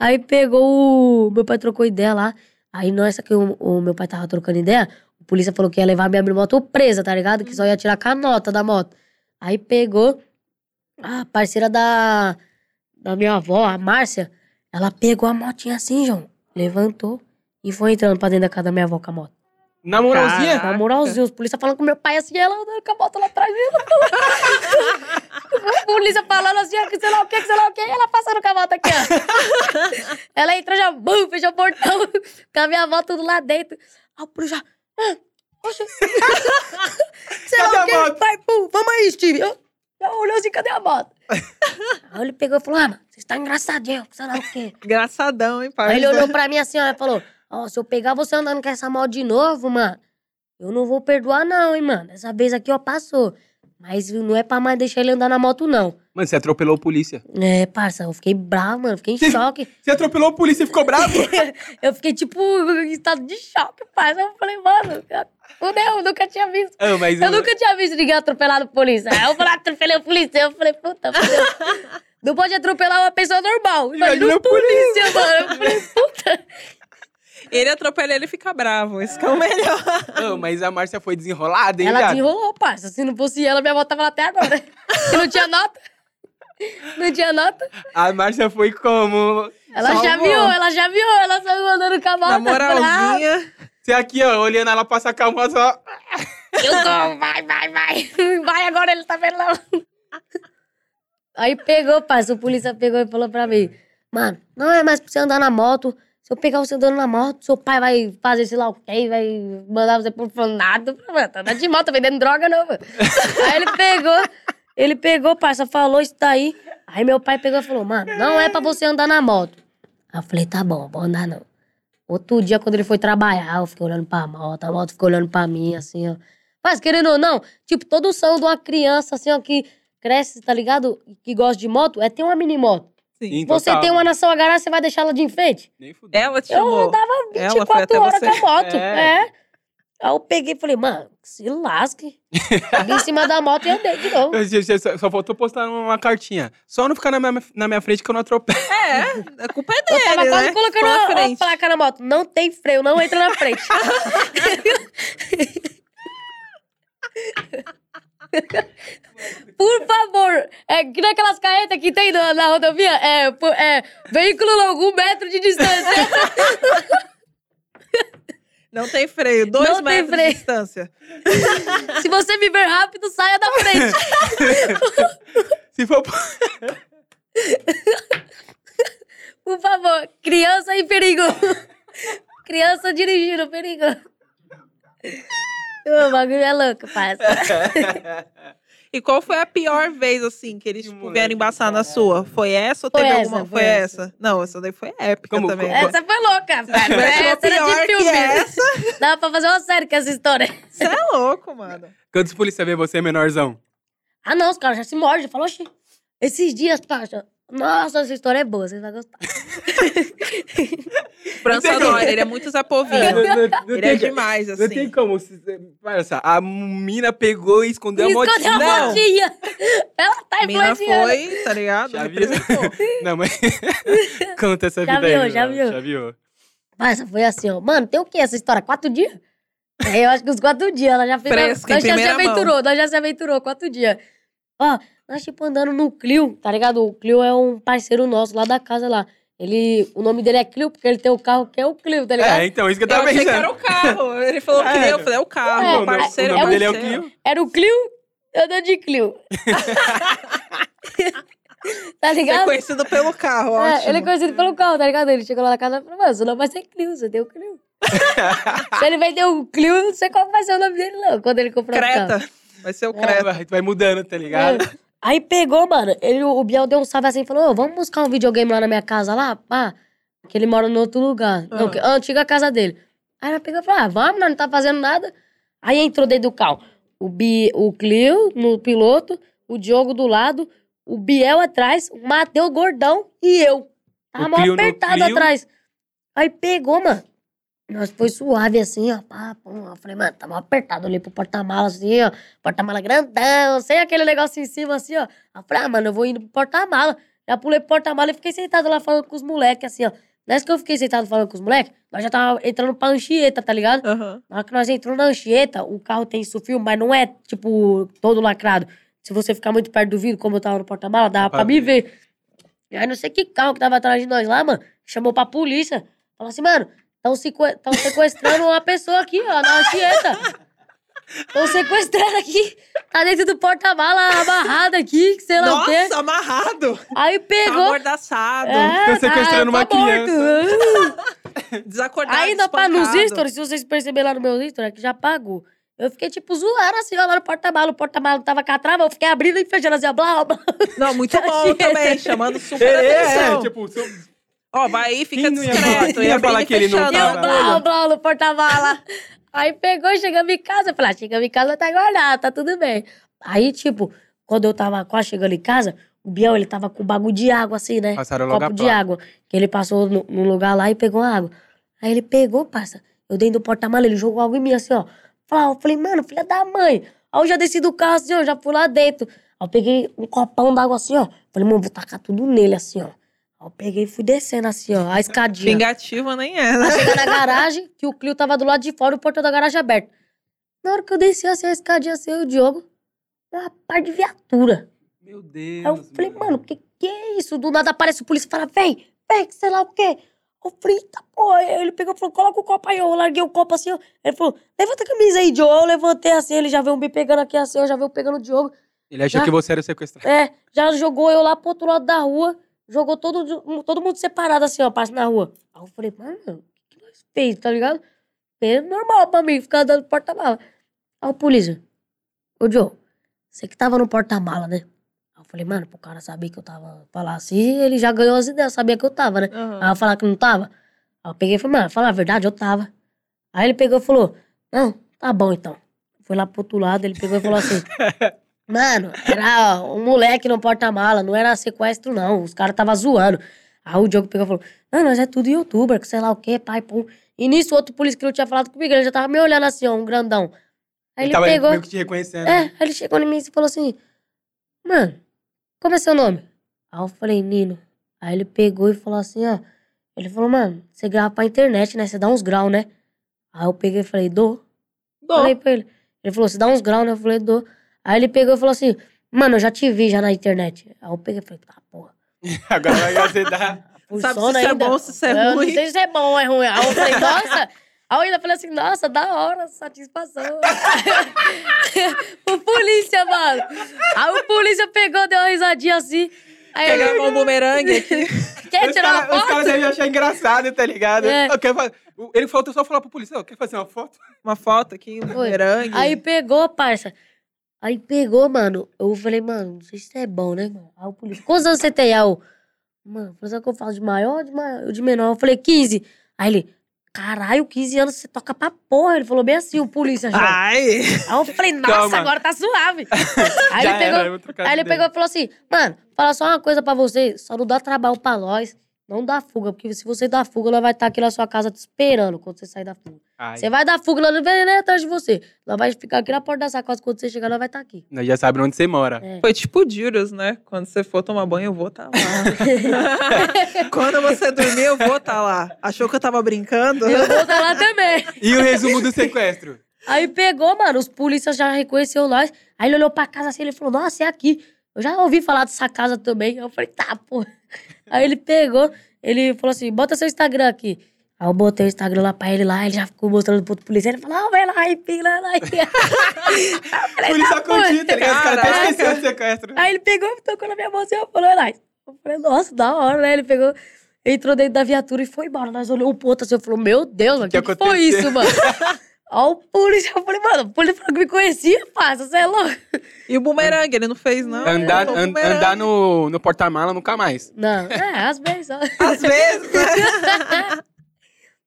Aí pegou o. Meu pai trocou ideia lá. Aí nós, que o, o meu pai tava trocando ideia, A polícia falou que ia levar minha moto presa, tá ligado? Que só ia tirar com a nota da moto. Aí pegou a parceira da, da minha avó, a Márcia. Ela pegou a motinha assim, João. Levantou e foi entrando pra dentro da casa da minha avó com a moto. Na moralzinha? Caraca. Na moralzinha, os polícia falando com meu pai assim, ela andando com a moto lá atrás dela. Os polícia falando assim, ó, que sei lá o que, que sei lá o que, ela passando com a moto aqui, ó. ela entrou já, bum, fechou o portão, com a minha moto tudo lá dentro. Aí o polícia, ah, oxe, sei Cadê lá a o que, moto? vai, pum, vamos aí, Steve. Eu, eu olhou assim, cadê a moto? Aí ele pegou e falou, ah, mano, você está engraçadinho, sei lá o quê. Engraçadão, hein, parça? Aí ele olhou pra mim assim, ó, e falou: Ó, se eu pegar você andando com essa moto de novo, mano, eu não vou perdoar, não, hein, mano. Essa vez aqui, ó, passou. Mas não é pra mais deixar ele andar na moto, não. Mano, você atropelou a polícia. É, parça, eu fiquei bravo, mano. eu Fiquei em choque. Você atropelou a polícia e ficou bravo? Eu fiquei, tipo, em estado de choque, parça. Eu falei, mano, fudeu, eu nunca tinha visto. ah, mas Eu nunca tinha visto ninguém atropelado por polícia. Aí eu falei, atropelei o polícia. Eu falei, puta, fudeu. Não pode atropelar uma pessoa normal. Imagina Imagina a o polícia, mano. Eu falei, puta. Ele atropela ele fica bravo. Isso que é o melhor. Ah, mas a Márcia foi desenrolada, hein, Ela viado? desenrolou, parça. Se não fosse ela, minha avó tava lá até agora. Se não tinha nota. Não tinha nota. A Márcia foi como? Ela Salvou. já viu, ela já viu. Ela saiu andando com a moto. "Ah, Na moralzinha. Você aqui, ó, olhando ela passar com a moto, ó. Eu tô, vai, vai, vai. Vai agora, ele tá vendo lá. Aí pegou, parça. O polícia pegou e falou pra mim. Mano, não é mais pra você andar na moto. Se eu pegar você andando na moto, seu pai vai fazer sei lá o quê, vai mandar você pro fundado. Mano, tá andando de moto, tá vendendo droga não, mano. Aí ele pegou, ele pegou, parça, falou isso daí. Aí meu pai pegou e falou, mano, não é pra você andar na moto. Aí eu falei, tá bom, vou andar não. Outro dia, quando ele foi trabalhar, eu fiquei olhando pra moto, a moto ficou olhando pra mim, assim, ó. Mas, querendo ou não, tipo, todo o sonho de uma criança, assim, ó, que cresce, tá ligado? Que gosta de moto, é ter uma mini moto. Sim. É Você tem uma na sua garagem, você vai deixar ela de enfeite? Nem fudeu. Ela te Eu chamou. andava Ela foi 24 até horas você. com a moto. É. É. Aí eu peguei e falei, mano, se lasque. Peguei em cima da moto e andei de novo. Você- você- Só, só faltou postar uma cartinha. Só não ficar na minha, na minha frente que eu não atropelo. É, a culpa é dele, Eu tava né? quase colocando Só a uma, uma frente. placa na moto. Não tem freio, não entra na frente. Por favor, é que naquelas carretas que tem na, na rodovia, é, pô, é veículo longo, um metro de distância. Não tem freio. Dois Não tem metros freio. de distância. Se você viver rápido, saia da frente. Se for. po- Por favor, criança em perigo. Criança dirigindo, perigo. O bagulho é louco, parça. E qual foi a pior vez, assim, que eles Que tipo, moleque vieram embaçar na sua? Foi essa ou É. Foi teve essa, alguma? foi Foi essa. essa. Não, essa daí foi épica Como- também. como- Essa foi louca, parça. É. Mas uma Essa era de pior que filme. essa? Dava pra fazer uma série com essa história. Você é louco, mano. Quantos polícia vê você, menorzão? Ah, não, os caras já se mordem. Falou, oxi, esses dias, parça. Nossa, essa história é boa, vocês vão gostar. França Dória, ele é muito zapovinho. Ele é demais, Não tem assim. como. se- se- Parça, a mina pegou e escondeu a motinha. Escondeu a Não. motinha. Ela tá A Mina influenciando. foi, tá ligado? Já viu? Representou. Não, mas. Conta essa Já vida viu, aí. já mano. viu. Já viu. Parça, foi assim, ó. Mano, tem o quê essa história? Quatro dias? É, eu acho que uns quatro dias. Ela já fez. Fresca, em nós já se primeira mão. aventurou, nós já se aventurou, quatro dias. Ó, nós, tipo, andando no Clio, tá ligado? O Clio é um parceiro nosso lá da casa lá. Ele, o nome dele é Clio, porque ele tem o carro que é o Clio, tá ligado? É, então, isso que eu Eu tava achei que era pensando. o carro. Ele falou que É. eu falei, é o carro, É, o o nome, parceiro. o nome é dele é o parceiro. Clio. Era o Clio, andando de Clio. tá Ele é ligado? conhecido pelo carro, É, ótimo. ele é conhecido pelo carro, tá ligado? Ele chegou lá na casa e falou, mano, seu nome vai ser Clio, você tem o Clio. Se ele vender o Clio, eu não sei qual vai ser o nome dele, não, quando ele comprou o carro. Creta. Vai ser o Creta. Vai- Vai mudando, tá ligado? É. Aí pegou, mano, ele, o Biel deu um salve assim e falou, ô, vamos buscar um videogame lá na minha casa, lá, pá. Que ele mora em outro lugar, não, Ah. que- a antiga casa dele. Aí ela pegou e falou, ah, vamos, nós não tá fazendo nada. Aí entrou dentro do carro o, Bi, o Clio no piloto, o Diogo do lado, o Biel atrás, o Matheus gordão e eu. Tava O mó Clio no apertado Clio. atrás. Aí pegou, mano. Nós foi suave assim, ó. Pá, pum. Eu falei, mano, tava apertado. Olhei pro porta-mala assim, ó. Porta-mala grandão, sem aquele negócio em cima assim, ó. Eu falei, ah, mano, eu vou indo pro porta-mala. Já pulei pro porta-mala e fiquei sentado lá falando com os moleques assim, ó. Nessa que eu fiquei sentado falando com os moleques, nós já tava entrando pra Anchieta, tá ligado? Aham. Na hora que nós entramos na Anchieta, o carro tem sufil, mas não é, tipo, todo lacrado. Se você ficar muito perto do vidro, como eu tava no porta-mala, dava pra, pra me ver. E aí não sei que carro que tava atrás de nós lá, mano, chamou pra polícia. Falou assim, mano, estão sequestrando uma pessoa aqui, ó, na Anchieta. Estão sequestrando aqui, tá dentro do porta-mala, amarrado aqui, que sei lá o quê. Nossa, amarrado. Aí Tá pegou. amordaçado. É, Tá sequestrando uma criança. morto. Desacordado. Ainda pra tá nos espancado. stories, se vocês perceberem lá no meu stories, é que já pagou. Eu fiquei, tipo, zoando assim, ó, lá no porta-malo. O porta-malo tava com a trava, eu fiquei abrindo e fechando assim, ó, blá, blá. blá. Não, muito bom também, chamando super É, atenção. é, tipo, seu- Ó, vai aí, fica Quem não ia falar- discreto. quem ia abrindo falar e que ele não fechando. E eu, tava? blá, blá, no porta-mala. Aí pegou, chegamos em casa. Eu falei, ah, chegamos em casa, tá guardado, tá tudo bem. Aí, tipo, quando eu tava quase chegando em casa, o Biel, ele tava com um bagulho de água assim, né? Passaram logo a copo de placa. água. Que ele passou no, num lugar lá e pegou a água. Aí ele pegou, parça. Eu dei do porta-mala, ele jogou algo em mim assim, ó. Fala, Eu falei, mano, filha da mãe. Aí eu já desci do carro assim, ó, já fui lá dentro. Aí eu peguei um copão d'água assim, ó. Falei, mano, vou tacar tudo nele assim, ó. Aí eu peguei e fui descendo assim, ó, a escadinha. Vingativa nem é, né? Pra chegar na garagem, que o Clio tava do lado de fora, o portão da garagem aberto. Na hora que eu desci assim, a escadinha assim, eu e o Diogo, uma par de viatura. Meu Deus. Aí eu falei, mano, que que é isso? Do nada aparece o polícia e fala, vem, vem, que sei lá o quê. Eu falei, eita, pô. Aí Ele pegou e falou, coloca o copo aí. Eu larguei o copo assim, ó. ele falou, levanta a camisa aí, Diogo. Eu levantei assim, ele já veio me pegando aqui assim, eu já veio pegando o Diogo. Ele achou Já- que você era o sequestrado. É, já jogou eu lá pro outro lado da rua, jogou todo, todo mundo separado assim, ó, passa na rua. Aí eu falei, mano, o que nós fez, tá ligado? É normal pra mim ficar dando porta-mala. Aí o polícia, ô Joe, você que tava no porta-mala, né? Aí eu falei, mano, pro cara saber que eu tava, falar assim, ele já ganhou as ideias, sabia que eu tava, né? Aham. Aí eu falar que não tava. Aí eu peguei e falei, mano, fala a verdade, eu tava. Aí ele pegou e falou, não, tá bom então. Foi lá pro outro lado, ele pegou e falou assim, mano, era um moleque no porta-mala, não era sequestro não, os caras tava zoando. Aí o Diogo pegou e falou, não, nós é tudo youtuber, que sei lá o quê, pai, pum. E nisso, outro polícia que não tinha falado comigo, ele já tava me olhando assim, ó, um grandão. Aí ele, tava pegou... meio que te reconhecendo. É, né? aí ele chegou em mim e falou assim: Mano, como é seu nome? Aí eu falei, Nino. Aí ele pegou e falou assim: Ó. Ele falou, mano, você grava pra internet, né? Você dá uns graus, né? Aí eu peguei e falei, dou. Falei pra ele. Ele falou, você dá uns graus, né? Eu falei, dou. Aí ele pegou e falou assim: Mano, eu já te vi já na internet. Aí eu peguei e falei, tá, porra. Agora vai azedar. Por Sabe se isso sono é ainda. bom, se isso é eu ruim. Não sei se é bom ou é ruim. Aí eu falei, nossa. Aí eu ainda falei assim, nossa, da hora, satisfação. o polícia, mano. Aí o polícia pegou, deu uma risadinha assim. Aí Quer ele, gravar um bumerangue aqui? quer Os tirar uma cara- Os foto? caras devem achar engraçado, tá ligado? É. Eu quero fa- Ele faltou só falar pro policial, quer fazer uma foto? Uma foto aqui, um Foi. bumerangue. Aí pegou, parça. Aí pegou, mano. Eu falei, mano, não sei se isso é bom, né, mano? Aí o polícia, quantos anos você tem? Aí eu, mano, sabe o que eu falo? De maior ou de, maior? Eu de menor? Eu falei, 15. Aí ele, caralho, 15 anos você toca pra porra. Ele falou bem assim, o polícia. já. Ai! Aí eu falei, nossa, Calma. agora tá suave. aí Já ele pegou, era, eu trocar aí ele ideia. pegou e falou assim, mano, fala só uma coisa pra você, só não dá trabalho pra nós, não dá fuga, porque se você dá fuga, nós vai estar aqui na sua casa te esperando quando você sair da fuga. Ai, Você vai dar fuga, nós não vem nem atrás de você. Nós vai ficar aqui na porta da sua casa, quando você chegar, nós vai estar aqui. Nós já sabemos onde você mora. É. Foi tipo o Julius, né? Quando você for tomar banho, eu vou tá lá. Quando você dormir, eu vou tá lá. Achou que eu tava brincando? Eu vou estar lá também. E o resumo do sequestro? Aí pegou, mano, os polícias já reconheceu nós. Aí ele olhou pra casa assim, ele falou, nossa, é aqui. Eu já ouvi falar dessa casa também. Eu falei, tá, pô. Aí ele pegou, ele falou assim, bota seu Instagram aqui. Aí eu botei o Instagram lá pra ele lá, ele já ficou mostrando pro outro policial. Ele falou, ah, vai lá, empina lá, lá. policial pô, contigo, tá ligado? Os caras até caraca. esqueceram do sequestro. Aí ele pegou, tocou na minha mão assim, eu falei, lá. Eu falei, nossa, da hora, né? Ele pegou, entrou dentro da viatura e foi embora. Nós olhamos um pro outro assim, eu falei, meu Deus, mano, o Que que, que foi aconteceu? isso, mano? Ó, o policial, eu falei, mano, o policial falou que me conhecia, parça, você é louco. E o bumerangue, ele não fez, não. Andar, Ele botou o an- bumerangue. andar no, no porta-mala nunca mais. Não, é, às vezes. só. Às vezes, né?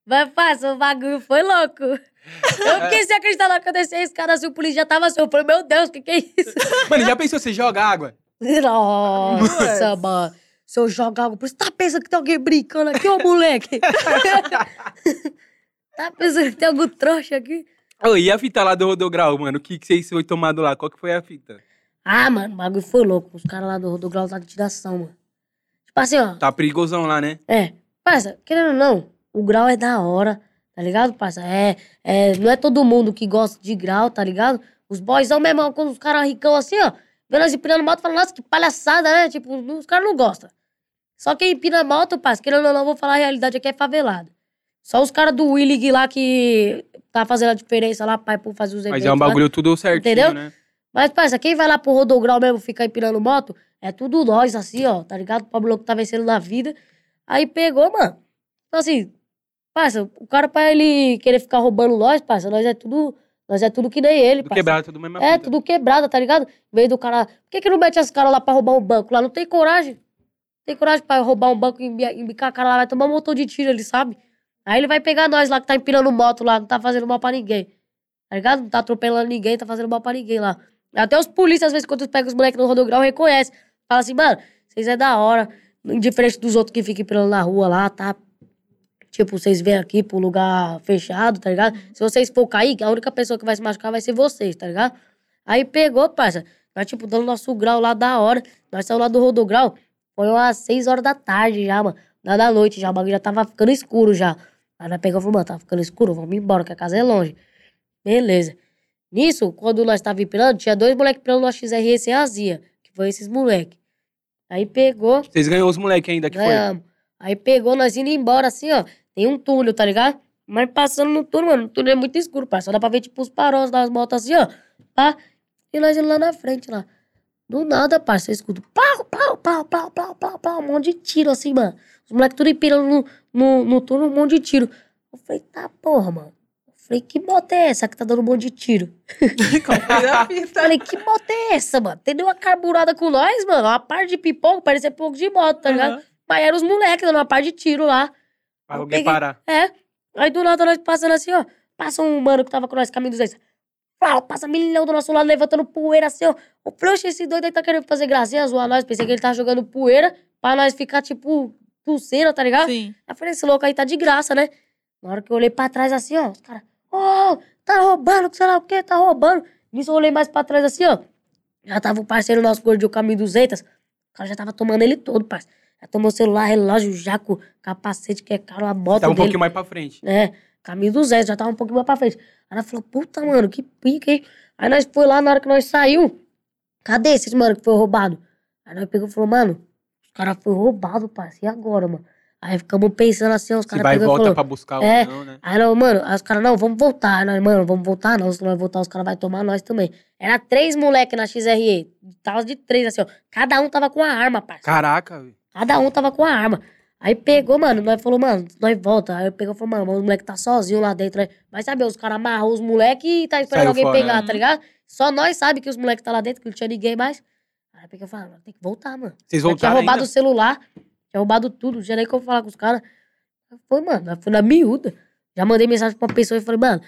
Mas, parça, o bagulho foi louco. Eu fiquei sem acreditar na hora que eu desci a escada assim, o polícia já tava assim. Eu falei, meu Deus, o que que é isso? Mano, já pensou, você joga água? Nossa, mano. Se eu jogar algo, por isso tá pensando que tem alguém brincando aqui, ô moleque? tá pensando que tem algum trouxa aqui? Ô, e a fita lá do Rodograu, mano? O que, que vocês foi tomado lá? Qual que foi a fita? Ah, mano, o bagulho foi louco. Os caras lá do, do grau tá de tiração, mano. Tipo assim, ó. Tá perigosão lá, né? É, Parça, querendo ou não, o grau é da hora, tá ligado, parça? É, é, não é todo mundo que gosta de grau, tá ligado? Os boysão mesmo, quando os caras ricão assim, ó, vendo as empinando moto, falam, nossa, que palhaçada, né? Tipo, não- os caras não gostam. Só quem empina moto, parça, querendo ou não, eu vou falar a realidade aqui, é favelado. Só os caras do Willig lá que tá fazendo a diferença lá, pai, por fazer os eventos. Mas é um lá. bagulho tudo certinho, tá- Entendeu? né? Mas, parça, quem vai lá pro Rodograu mesmo ficar empinando moto, é tudo nós, assim, ó, tá ligado? O Pablo que tá vencendo na vida. Aí pegou, mano. Então, assim, parça, o cara pra ele querer ficar roubando nós, parça, nós é tudo. Nós é tudo que nem ele, Tudo parça. quebrado, tudo mesmo. É, tudo quebrada, tá ligado? Em vez do cara. Por que, que não mete as caras lá pra roubar um banco? Lá não tem coragem. Não tem coragem pra roubar um banco e embi- embicar a cara lá, vai tomar um montão de tiro, ele sabe? Aí ele vai pegar nós lá que tá empinando moto lá, não tá fazendo mal pra ninguém. Tá ligado? Não tá atropelando ninguém, tá fazendo mal pra ninguém lá. Até os polícias, às vezes, quando pegam os moleques no rodograu, reconhecem. Fala assim, mano, vocês é da hora. Diferente dos outros que ficam empinando na rua lá, tá? Tipo, vocês vêm aqui pro lugar fechado, tá ligado? Se vocês for cair, a única pessoa que vai se machucar vai ser vocês, tá ligado? Aí pegou, parça. Nós, tipo, dando nosso grau lá da hora. Nós saímos lá do Rodograu. Foi umas 6 horas da tarde já, mano. Lá da noite já. O bagulho já tava ficando escuro já. Aí nós pegamos e falamos, mano, tá ficando escuro, vamos embora, que a casa é longe. Beleza. Nisso, quando nós tava empinando, tinha dois moleques pirando no XRE sem azia. Que foi esses moleques. Aí pegou. Vocês ganham os moleques ainda que foi. Ganhamos. Aí pegou nós indo embora, assim, ó. Tem um túnel, tá ligado? Mas passando no túnel, mano, o túnel é muito escuro, parça. Só dá pra ver, tipo, os faróis das motos assim, ó. Pá. E nós indo lá na frente, lá. Do nada, parça, eu escuto pau, pau, pau, pau, pau, pau, pau. Um monte de tiro, assim, mano. Os moleques tudo empirando no, no, no túnel, um monte de tiro. Eu falei, tá porra, mano. Eu falei, que moto é essa que tá dando um monte de tiro? Confira a fita. Falei, que moto é essa, mano? Entendeu uma carburada com nós, mano? Uma par de pipoca, parecia pouco de moto, tá ligado? Aham. Mas eram os moleques dando uma par de tiro lá. Pra Eu alguém peguei- parar. É. Aí do nada nós passando assim, ó. Passa um mano que tava com nós, caminho dos dois. Fala, passa milhão do nosso lado, levantando poeira assim, ó. O Fluxo, esse doido aí tá querendo fazer gracinha, zoar nós. Pensei que ele tava jogando poeira pra nós ficar, tipo, pulseira, tá ligado? Sim. Aí eu falei, esse louco aí tá de graça, né? Na hora que eu olhei pra trás assim, ó, os caras, ô, tá roubando, que sei lá o quê, tá roubando. Nisso eu olhei mais pra trás assim, ó. Já tava o parceiro nosso gordinho Caminho 200. O cara já tava tomando ele todo, parceiro. Já tomou celular, relógio, jaco, capacete, que é caro, a moto Tá um dele. pouquinho mais pra frente. É, caminho do Zé, já tava um pouquinho mais pra frente. Aí nós falou, puta, mano, que pica, hein? Aí nós foi lá, na hora que nós saiu, cadê esses, mano, que foi roubado? Aí nós pegou e falou, mano, os caras foram roubados, parceiro, e agora, mano? Aí ficamos pensando assim, ó, os Se caras vai e pegou e volta falou... pra buscar ou É. não, né? Aí não, mano, aí os caras, não, vamos voltar. Aí nós, mano, vamos voltar não, se não vai voltar, os caras vão tomar nós também. Era três moleque na XRE, tava de três, assim, ó. Cada um tava com a arma, parceiro. Caraca, velho. Cada um tava com a arma. Aí pegou, mano, nós falou, mano, nós volta. Aí pegou e falou, mano, os moleques tá sozinho lá dentro. né? Vai saber, os caras amarrou os moleques e tá esperando Saiu alguém fora, pegar, né? tá ligado? Só nós sabe que os moleques tá lá dentro, que não tinha ninguém mais. Aí pegou e falou, mano, tem que voltar, mano. Vocês Eu tinha voltaram roubado o ainda? celular, tinha roubado tudo, não tinha nem como falar com os caras. Foi, mano, foi na miúda. Já mandei mensagem pra uma pessoa e falei, mano,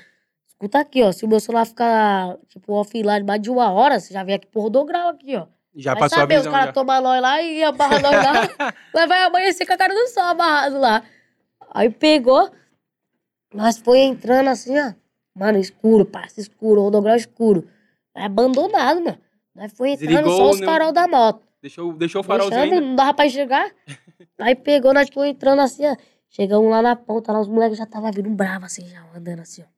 escuta aqui, ó, se o meu celular ficar, tipo, offline mais de uma hora, você já vem aqui pro Rodograu aqui, ó. Já Vai passou a saber, visão os caras já. tomam nós lá e amarram nós lá. mas vai amanhecer com a cara do sol amarrado lá. Aí pegou, nós foi entrando assim, ó. Mano, escuro, parça, escuro, rodograu escuro. É abandonado, mano. Nós foi entrando Desligou só os o- farol da moto. Deixou, deixou o farolzinho Deixando, ainda. não dava pra enxergar. Aí pegou, nós foi entrando assim, ó. Chegamos lá na ponta, lá os moleques já estavam vindo bravos assim, já, andando assim, ó.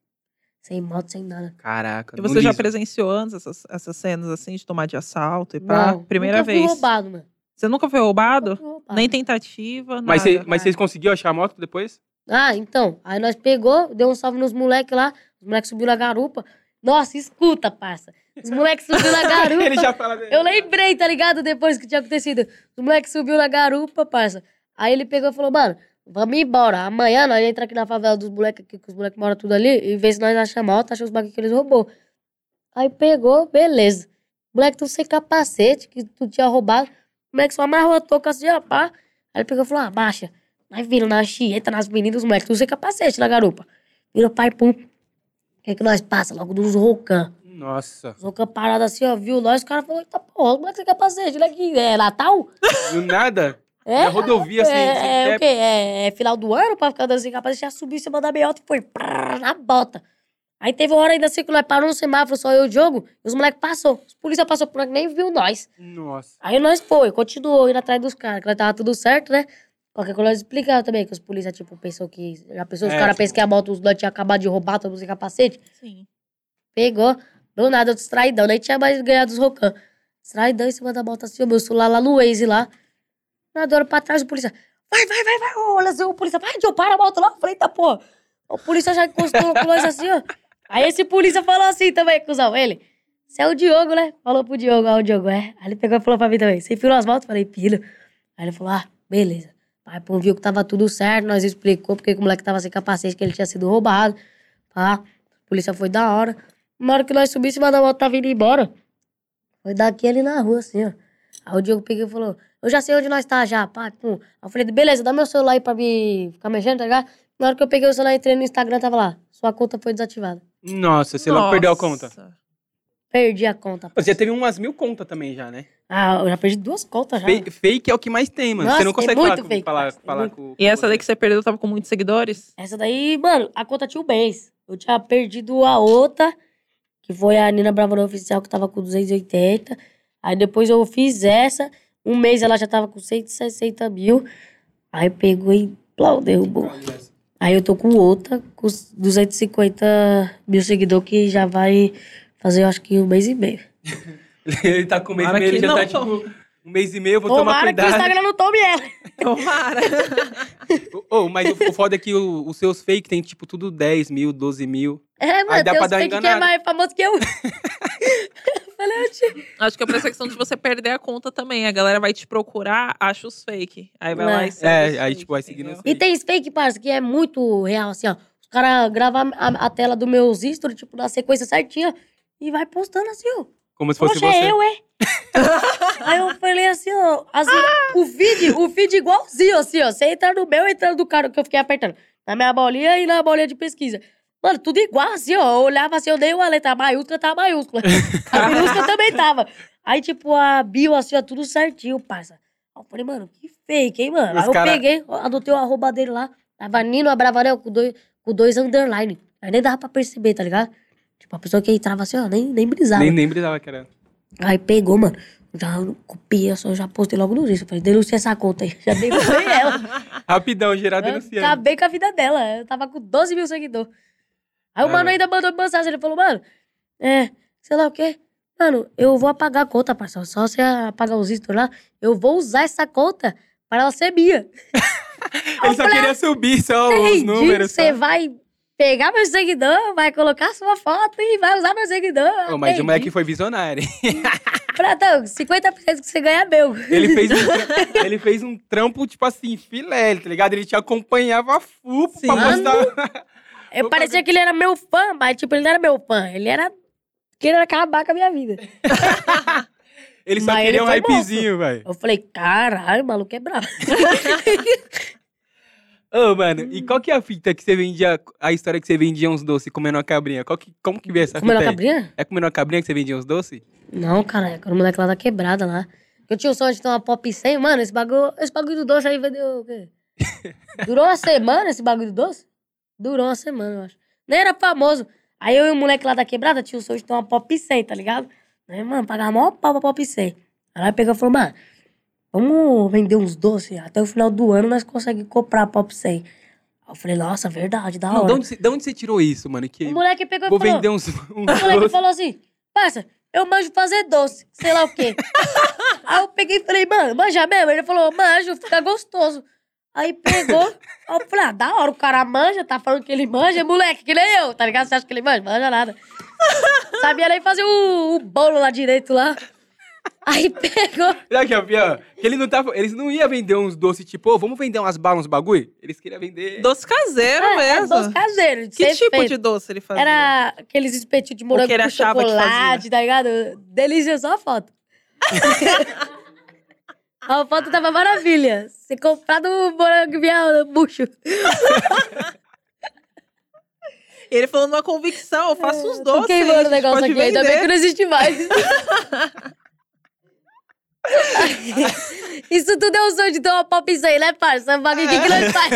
Sem moto, sem nada. Caraca. E no você já liso. presenciou antes essas, essas cenas assim de tomar de assalto e pá? Não, Primeira nunca fui vez. roubado, mano. Você nunca foi roubado? Nunca fui roubado. Nem tentativa, nada. Mas cê- mas Ah. vocês conseguiram achar a moto depois? Ah, então. Aí nós pegou, deu um salve nos moleques lá. Os moleques subiu na garupa. Nossa, escuta, parça. Os moleques subiu na garupa. Ele já fala dele. Eu lembrei, tá ligado? Depois que tinha acontecido. O moleque subiu na garupa, parça. Aí ele pegou e falou, mano, vamos embora. Amanhã nós entra aqui na favela dos moleques aqui, que os moleques moram tudo ali, e vê se nós achamos a moto, achamos os bagulho que eles roubou. Aí pegou, beleza. O moleque tudo sem capacete, que tu tinha roubado. O moleque só amarrou a touca assim, ó, pá. Aí ele pegou e falou, ah, baixa. Nós viram na chieta, nas meninas, os moleques tudo sem capacete na garupa. Virou pai, pum. O que que nós passa? Logo dos rocan. Nossa. Os loucos parados assim, ó, viu nós, o cara falou, eita porra, como é que você quer capacete? Né? Que é Natal? Do nada? É? Na rodovia, assim. é, sem é, cap- o quê? É, é final do ano pra ficar dando sem capacete? Já subiu em cima da meiota e foi prrr, na bota. Aí teve uma hora ainda assim que nós paramos no semáforo, só eu e o Diogo, e os moleques passou. Os polícia passou por nós, nem viu nós. Nossa. Aí nós foi, continuou indo atrás dos caras, que nós tava tudo certo, né? Qualquer coisa eles explicaram também, que os polícia, tipo, pensou que. Já pensou, os É, caras tipo- pensam que a moto os dois tinha acabado de roubar, todo mundo sem capacete. Sim. Pegou. Do nada, eu distraidão. Nem tinha mais ganhado os Rocan. Distraidão em cima da moto, assim, o meu celular lá no Waze lá. Na hora pra trás, o polícia. Vai, vai, vai, vai. ô, Olha assim, o polícia. Vai, Joe, para a moto lá. Eu falei, tá, pô. O polícia já encostou com nós assim, ó. Aí esse polícia falou assim também, cuzão. Ele. Você é o Diogo, né? Falou pro Diogo, ó, o Diogo é. Aí ele pegou e falou pra mim também. Você enfilou as motos? Eu Falei, pilo. Aí ele falou, ah, beleza. Aí pô, viu que tava tudo certo, nós explicou porque que o moleque tava sem capacete, que ele tinha sido roubado. Pá. A polícia foi da hora. Na hora que nós subimos, mas a moto tava indo embora. Foi daqui ali na rua, assim, ó. Aí o Diogo pegou e falou, eu já sei onde nós tá já, pá. Pum. Aí eu falei, beleza, dá meu celular aí pra me ficar mexendo, tá ligado? Na hora que eu peguei o celular, entrei no Instagram, tava lá. Sua conta foi desativada. Nossa, você logo perdeu a conta. Perdi a conta. Você já teve umas mil contas também já, né? Ah, eu já perdi duas contas já. Fe- Fake é o que mais tem, mano. Nossa, você não é consegue muito falar, com, fake, falar, parça, é falar muito. com. E essa daí daqui que você perdeu tava com muitos seguidores? Essa daí, mano, a conta tinha um mês. Eu tinha perdido a outra, que foi a Nina Bravona Oficial, que tava com 280. Aí depois eu fiz essa. Um mês ela já tava com 160 mil. Aí pegou e plau, derrubou. Aí eu tô com outra, com 250 mil seguidor, que já vai fazer, eu acho que um mês e meio. ele tá com um mês e Tomara meio, ele que já tá não. tipo. Um mês e meio, eu vou tomar Tomara que o cuidado. Instagram não tome ela. Tomara. Ô, mas o, o foda é que o- os seus fake tem tipo tudo 10 mil, 12 mil. É, mano, dá tem pra uns dar fake que é enganada. mais famoso que eu. Falei, eu te... Acho que é pra essa questão de você perder a conta também. A galera vai te procurar, acha os fake. Aí vai lá É. e segue É, aí, os fake, tipo, vai seguindo entendeu? os- E tem esse fake, parça, que é muito real, assim, ó. Os caras gravam a, a tela do meus stories, tipo, na sequência certinha, e vai postando assim, ó. Como se fosse Poxa, você. é eu, é? Aí eu falei assim, ó, assim, o feed, o feed igualzinho, assim, ó. Você entra no meu, entra no do cara que eu fiquei apertando. Na minha bolinha e na bolinha de pesquisa. Mano, tudo igual, assim, ó. Eu olhava assim, eu dei uma letra, a maiúscula tá maiúscula. A minúscula também tava. Aí, tipo, a bio, assim, ó, tudo certinho, parça. Aí eu falei, mano, que fake, hein, mano? Os Aí eu cara- peguei, ó, adotei o arroba dele lá. Tava Nino Abravanel com dois, com dois underline. Aí nem dava pra perceber, tá ligado? Tipo, a pessoa que entrava assim, ó, nem, nem brisava. Nem, nem brisava que era. Aí pegou, mano. Já copiei, eu só já postei logo no Insta. Falei, denuncia essa conta aí. Já denunciei ela. Rapidão, geral Eu denunciando. Acabei com a vida dela. Eu tava com 12 mil seguidores. Aí o Ah, mano não. ainda mandou mensagem. Ele falou, mano, é, sei lá o quê. Mano, eu vou apagar a conta, parça. Só você apagar os stories lá, eu vou usar essa conta para ela ser minha. Ele só queria subir só os Entendi. números. tá? só. Você vai pegar meu seguidor, vai colocar sua foto e vai usar meu seguidor. Ô, mas o Entendi. moleque foi visionário. hein? Pratão, 50% que você ganha é meu. Ele fez, um, tra- ele fez um trampo, tipo assim, filé, tá ligado? Ele te acompanhava full pra Mano. postar. Eu Ô, parecia que ele era meu fã, mas, tipo, ele não era meu fã. Ele era querendo acabar com a minha vida. Ele só Mas ele queria um foi monstro. hypezinho, velho. Eu falei, caralho, o maluco é brabo. Ô, mano, e Hum. qual que é a fita que você vendia, a história que você vendia uns doces comendo uma cabrinha? Qual que, como que veio essa Comeu fita na aí? cabrinha? É comendo uma cabrinha que você vendia uns doces? Não, cara, era o moleque lá da quebrada lá. Eu tinha o sonho de ter uma pop 100, mano, esse bagulho, esse bagulho do doce aí vendeu o quê? Durou uma semana esse bagulho do doce? Durou uma semana, eu acho. Nem era famoso. Aí eu e o moleque lá da quebrada tinha o sonho de ter uma pop 100, tá ligado? Aí, mano, pagava maior pau pra pop 100. Aí nós pegamos e falou, mano, vamos vender uns doces, até o final do ano nós conseguimos comprar a pop 100. Aí eu falei, nossa, verdade, da Não, hora. de, onde, você- de onde você tirou isso, mano? Que o moleque pegou vou e falou... vender uns, O moleque uns doces. falou assim, parça, eu manjo fazer doce, sei lá o quê. aí eu peguei e falei, mano, manja mesmo? Ele falou, manjo, fica gostoso. Aí pegou, aí eu falei, ah, da hora, o cara manja, tá falando que ele manja, moleque, que nem eu, tá ligado? Você acha que ele manja? Manja nada. Sabia nem fazer o, o bolo lá direito, lá. Aí pegou, Sabe o que é o pior? Que ele não tava, eles não iam vender uns doces, tipo, ô, vamos vender umas balas, uns bagulho? Eles queriam vender... Doce caseiro é, mesmo. doce caseiro, de que ser tipo feito. de doce ele fazia? Era aqueles espetinhos de morango que ele com achava que chocolate, fazia. tá ligado? Delícia, só a foto. a foto tava maravilha. Se comprar do morango vinha um bucho. E ele falou numa convicção, eu faço uns doces. É, Tô queimando o negócio pode aqui, ainda bem que vender. não existe mais. Isso tudo é um sonho de ter uma pop isso aí, né, parça? O bagulho que, que É. nós faz?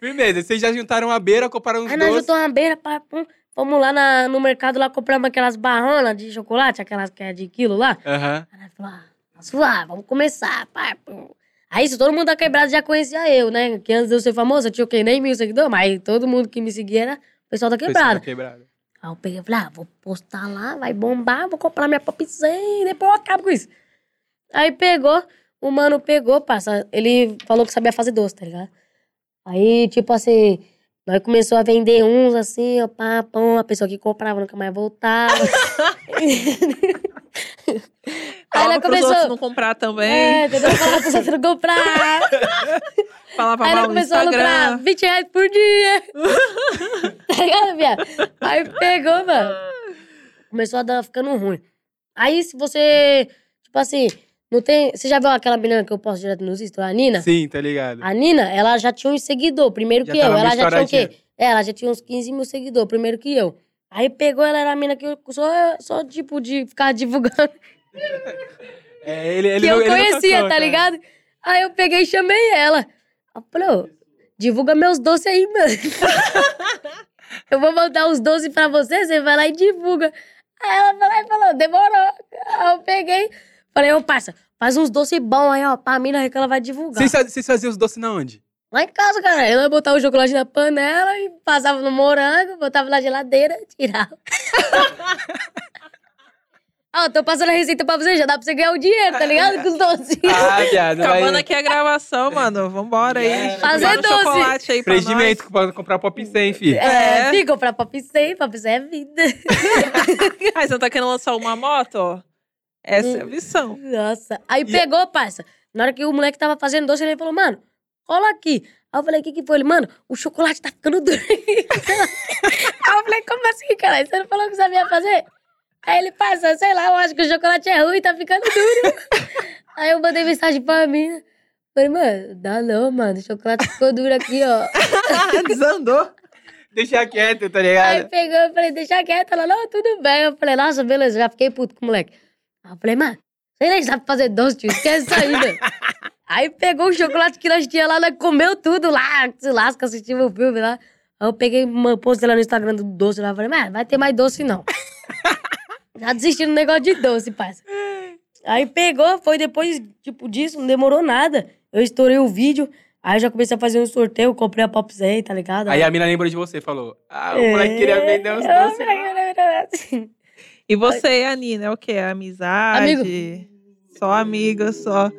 Firmeza, vocês já juntaram a beira, compraram Um uns Aí nós doces. juntou uma beira, pá, pum. Fomos lá na- no mercado, lá compramos aquelas barronas de chocolate, aquelas que é de quilo lá. Aham. Aí nós falou, ah, tá suave, vamos começar. Pá, pum. Aí, se todo mundo da quebrada já conhecia eu, né? Que antes de eu ser famosa, eu tinha o quê? Nem mil seguidores, mas todo mundo que me seguia era o pessoal da né? quebrada. Quebrada. Aí eu peguei e falei, ah, vou postar lá, vai bombar, vou comprar minha popzinha, depois eu acabo com isso. Aí pegou, o mano pegou, passa, ele falou que sabia fazer doce, tá ligado? Aí, tipo assim, nós começou a vender uns assim, ó, pá, pão, a pessoa que comprava nunca mais voltava. Aí Falava ela pros outros começou... não comprar também. É, tentou falar pra você não comprar. Falava Aí ela mal no começou a lucrar Instagram. 20 reais por dia. tá ligado, viado? Aí pegou, mano. Começou a dar ficando ruim. Aí se você, tipo assim, não tem. Você já viu aquela menina que eu posto direto nos stories? A Nina? Sim, tá ligado. A Nina, ela já tinha um seguidor, primeiro Já que eu. tava meio Ela já tinha o quê? estouradinha. É, ela já tinha uns 15 mil seguidores, primeiro que eu. Aí pegou, ela era a mina que eu só, só tipo, de ficar divulgando É, ele, ele que não- eu ele não conhecia, tocou, tá cara. ligado? Aí eu peguei e chamei ela. Ela falou, "Ô, divulga meus doces aí, mano. eu vou mandar os doces pra você, você vai lá e divulga. Aí ela falou, aí falou demorou. Aí eu peguei, falei, ô, parça, faz uns doces bons aí, ó, pra mina que ela vai divulgar. Vocês faz- Vocês faziam os doces na onde? Lá em casa, cara, ela botava o chocolate na panela e passava no morango, botava na geladeira, tirava. Ó, tô passando a receita pra você, já dá pra você ganhar o dinheiro, tá ligado? Com os docinhos. Ah, viado. Acabando vai- aqui a gravação, mano. Vambora aí. É. Fazer Manda um doce. chocolate aí pra nós. Empreendimento pra comprar pop 100, fi. É, É. ficam pra Pop 100, Pop 100 é vida. Ai, você não tá querendo lançar uma moto? Essa é a Hum. missão. Nossa. Aí E- pegou, parça. Na hora que o moleque tava fazendo doce, ele falou, mano, cola aqui. Aí eu falei, o que que foi? Ele, mano, o chocolate tá ficando duro. aí eu falei, como assim, cara? Você não falou que sabia fazer? Aí ele, parça, sei lá, eu acho que o chocolate é ruim, tá ficando duro. aí eu mandei mensagem pra mim. Falei, mano, dá não, mano. O chocolate ficou duro aqui, ó. Ah, Desandou. Deixa quieto, tá Aí ligado? pegou, eu falei, deixa quieto. Ela, não, tudo bem. Eu falei, nossa, beleza, já fiquei puto com o moleque. Aí eu falei, mano, você nem sabe fazer doce, tio, esquece isso aí, meu. Aí pegou o chocolate que nós tinha lá, nós comeu tudo lá, se lasca, assistimos o filme lá. Aí eu peguei, uma- postei lá no Instagram do doce lá, falei, mano, vai ter mais doce não. já desisti do negócio de doce, parça. Aí pegou, foi depois, tipo, disso, não demorou nada. Eu estourei o vídeo, aí já comecei a fazer um sorteio, comprei a Pop 100, tá ligado? Aí a mina lembrou de você, falou. Ah, o É. moleque queria vender uns É, o doces. moleque queria vender uns doces. E você e a Nina, é o quê? Amizade? Só amiga, só. A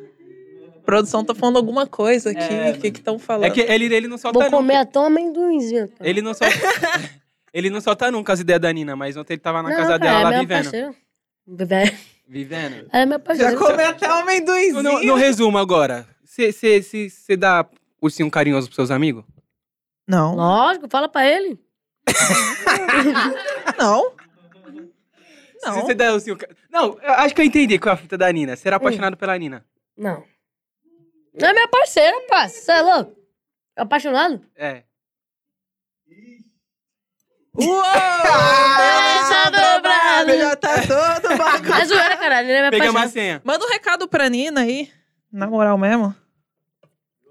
produção tá falando alguma coisa aqui. É, o que que estão falando? É que ele, ele não solta Vou nunca. comer até um amendoinzinho. cara. Ele não solta. ele não solta nunca as ideias da Nina, mas ontem ele tava tá na Não, casa cara, dela é lá meu vivendo. parceiro. Vive- Vivendo. É meu parceiro. Já comeu até um No, amendoinzinho. no- no resumo agora, você dá ursinho carinhoso pros seus amigos? Não. Lógico, fala pra ele. Não. Não. Você dá ursinho... ca- Não, eu acho que eu entendi com a fita da Nina. Hum. Você era apaixonado pela Nina. Não. Não é minha parceira, parça. Você é louco? Apaixonado? É. Uou! Tá dobrado. Já tá todo bagulho. É zoeira, caralho. Ele é minha Pegamos a parceira. senha. Manda um recado pra Nina aí. Na moral mesmo?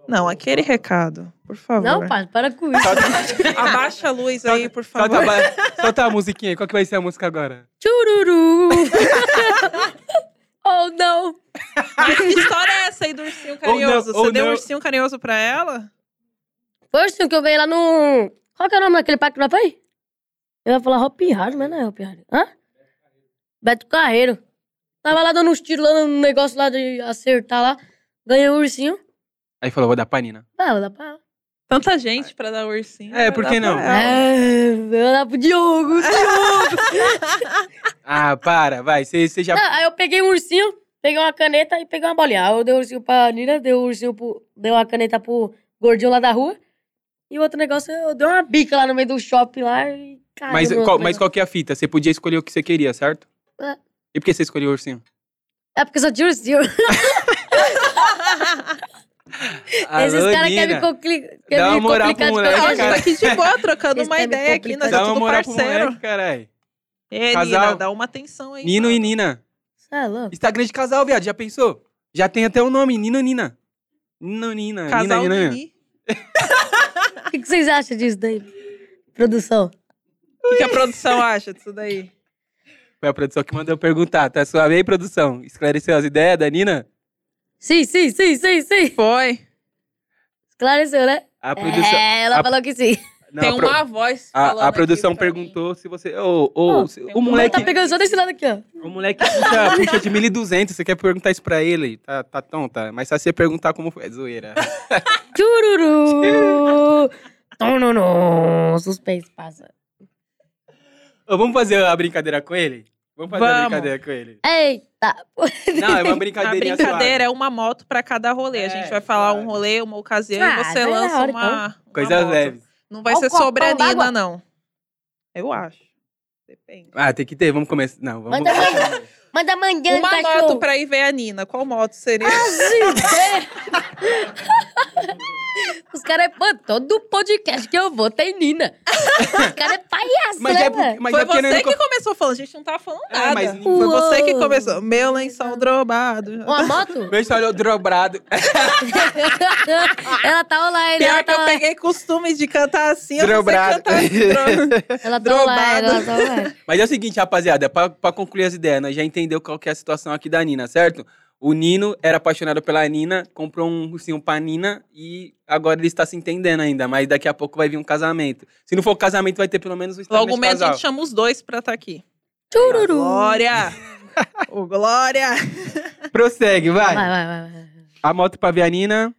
Não, aquele recado, por favor. Não, parça, para com Tá- isso. Abaixa a luz aí, por favor. Solta, a ba- solta a musiquinha aí. Qual que vai ser a música agora? Chururu. oh, não. Mas que história é essa aí do ursinho carinhoso? ou Você deu um não. ursinho carinhoso pra ela? Foi o ursinho que eu ganhei lá no... Qual que é o nome daquele parque que nós foi? Eu ia falar Hopi Hari, mas não é Hopi Hari. Hã? Beto Carreiro. Tava lá dando uns tiros lá no negócio lá de acertar lá. Ganhei o ursinho. Aí falou, vou dar pra Nina. Ah, vou dar pra ela. Tanta gente pra dar ursinho. É, vai por dar que pra não? ela. É, eu vou dar pro Diogo. Ah, para, vai. Você já... Não, aí eu peguei um ursinho, peguei uma caneta e peguei uma bolinha. Aí eu dei o ursinho pra Nina, dei o ursinho pro. Dei uma caneta pro gordinho lá da rua. E o outro negócio, eu dei uma bica lá no meio do shopping lá e caiu. Mas, no outro qual, mas negócio. qual que é a fita? Você podia escolher o que você queria, certo? É. E por que você escolheu o ursinho? É porque eu só tinha ursinho. Esses Alô, caras querem Nina. me, compli quer Dá uma me moral pro complicar de moleque, Ah, a qualquer gente jeito. tá aqui de boa, trocando Eles uma querem me ideia aqui, nós complicar. é Dá uma tudo moral pro parceiro. moleque, caralho. É, Casal. Nina, dá uma atenção aí. Nino e Nina. Cê é louco. Instagram de casal, viado, já pensou? Já tem até o nome, Nino e Nina. Nino e Nina. Casal Nina, e Nina. Nini. O que, que vocês acham disso daí? Produção. O que, que a produção acha disso daí? Foi a produção que mandou perguntar, tá suave aí, produção? Esclareceu as ideias da Nina? Sim, sim, sim, sim, sim. Foi. Esclareceu, né? A produção, É, ela a- falou que sim. não, Tem a pro- uma voz. a- falando a aqui produção pra mim. perguntou se você. Ô, ô, Pô, se- tem o um Ela moleque, tá pegando só desse lado aqui, ó. o moleque puxa, puxa de 1.200, você quer perguntar isso pra ele? Tá, tá tonta. Mas se você perguntar como foi. É zoeira. Tchururu! Tononô! Suspense, passa. Ô, vamos fazer a brincadeira com ele? Vamos fazer a Vamos. brincadeira com ele. Eita! Não, é uma A brincadeirinha brincadeira é uma moto pra cada rolê. a É, gente vai falar claro. um rolê, uma ocasião, Ah, e você vai na lança hora, uma. uma suave. Coisas moto. leves. Não vai Ó, o ser copão d'água. sobranina, não. Eu acho. Depende. Ah, tem que ter, vamos começar. Não, vamos. tá- Manda amanhã. Manda amanhã, Uma cachorro. moto pra ir ver a Nina. Qual moto seria? Ah, Os caras é pô, todo podcast que eu vou tem Nina. Os caras é palhaço, Mas né, é, mano? por- mas foi é porque você não que começou falando. A gente não tava falando nada. É, mas Foi ninguém- Uou. você que começou. Meu lençol drobado. Uma moto? Meu olhou dobrado. ela tá online, Pior ela que eu tá online. peguei costume de cantar assim. Eu não sei Drobado. cantar dro- Ela tá online, drobado. ela tá online. Mas é o seguinte, rapaziada, pra, pra concluir as ideias, nós já entendeu qual que é a situação aqui da Nina, certo? O Nino era apaixonado pela Nina, comprou um ursinho pra Nina e agora ele está se entendendo ainda, mas daqui a pouco vai vir um casamento. Se não for casamento, vai ter pelo menos um Logo estabelecimento menos a casal. gente chama os dois pra estar aqui. Tchururu. Tá, Glória! Ô, Glória! Prossegue, vai. Vai, vai, vai. vai. A moto pra ver a Nina.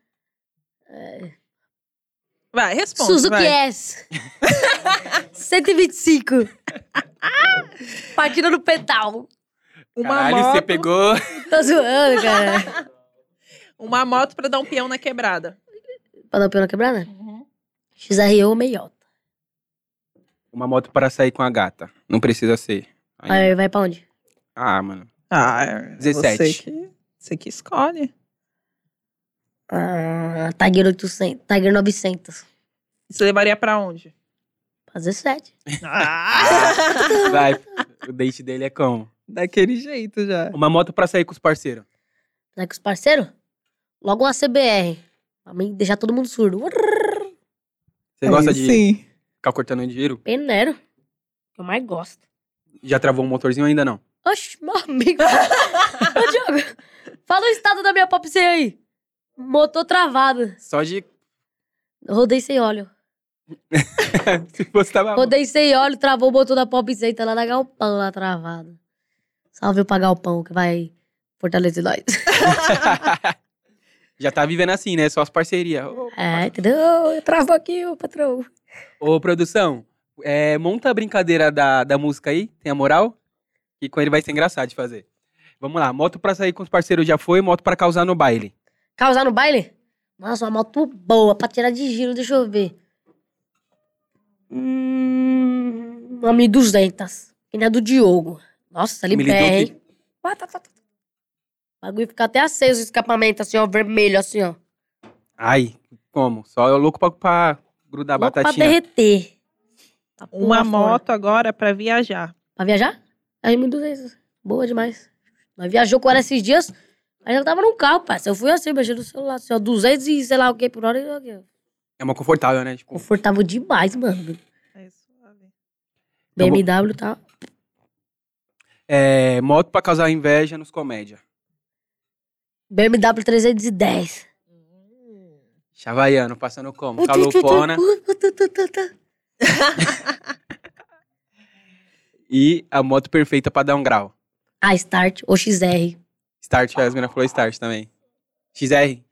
Vai, responde. Suzuki vai. S. 125. Partindo no pedal. Uma Caralho, moto, você pegou. Tô Tá zoando, cara. uma moto pra dar um peão na quebrada. Pra dar pena quebrada? XRU meiota. Uma moto para sair com a gata. Não precisa ser. Aí- Aí vai pra onde? Ah, mano. Ah, é 17. Você que, você que escolhe. Ah, Tiger 800, Tiger 900. Você levaria pra onde? Pra 17. Ah! Vai. o date dele é como? Daquele jeito já. Uma moto pra sair com os parceiros. Será que os parceiros? Logo uma CBR. Pra mim deixar todo mundo surdo. Você gosta Aí de É, Sim. ficar cortando dinheiro? Penero. Que eu mais gosto. Já travou um motorzinho ainda não? Oxe, meu amigo. Ô, Diogo, fala o estado da minha pop C aí. Motor travado. Só de. Rodei sem óleo. Se fosse tava. Rodei sem óleo, travou o motor da pop C. Tá lá na Galpão, lá travado. Salve pra Galpão, que vai fortalecer nós. Já tá vivendo assim, né? Só as parcerias. Ô, É, entendeu? Travou aqui, o patrão. ô, produção, é, monta a brincadeira da, da música aí, tem a moral? Que com ele vai ser engraçado de fazer. Vamos lá, moto pra sair com os parceiros já foi, moto pra causar no baile. Causar no baile? Nossa, uma moto boa pra tirar de giro, deixa eu ver. Hum, uma 1200. Que nem a do Diogo. Nossa, ali Militou bem, que- hein? Uá, tá, tá, tá. O bagulho fica até aceso o escapamento, assim, ó, vermelho, assim, ó. Ai, como? Só eu louco pra, pra grudar Louco pra Tá, batatinha. derreter. Tá Uma porra moto fora. agora pra viajar. Pra viajar? Tá Aí 1200. Boa demais. Nós viajou com ela esses dias, mas eu tava num carro, parceiro. Eu fui assim, mexendo no celular, assim, ó, 200 e sei lá o que por hora. e aqui, ó. É uma confortável, né? Tipo, Confortável demais, mano. É suave. Então, vou- BMW tá. é, moto pra causar inveja nos comédia. BMW 310. Chavaiano, passando como? Tá Calopona. E a moto perfeita pra dar um grau. A Ah, Start ou XR. Start, as meninas falou Start também. XR.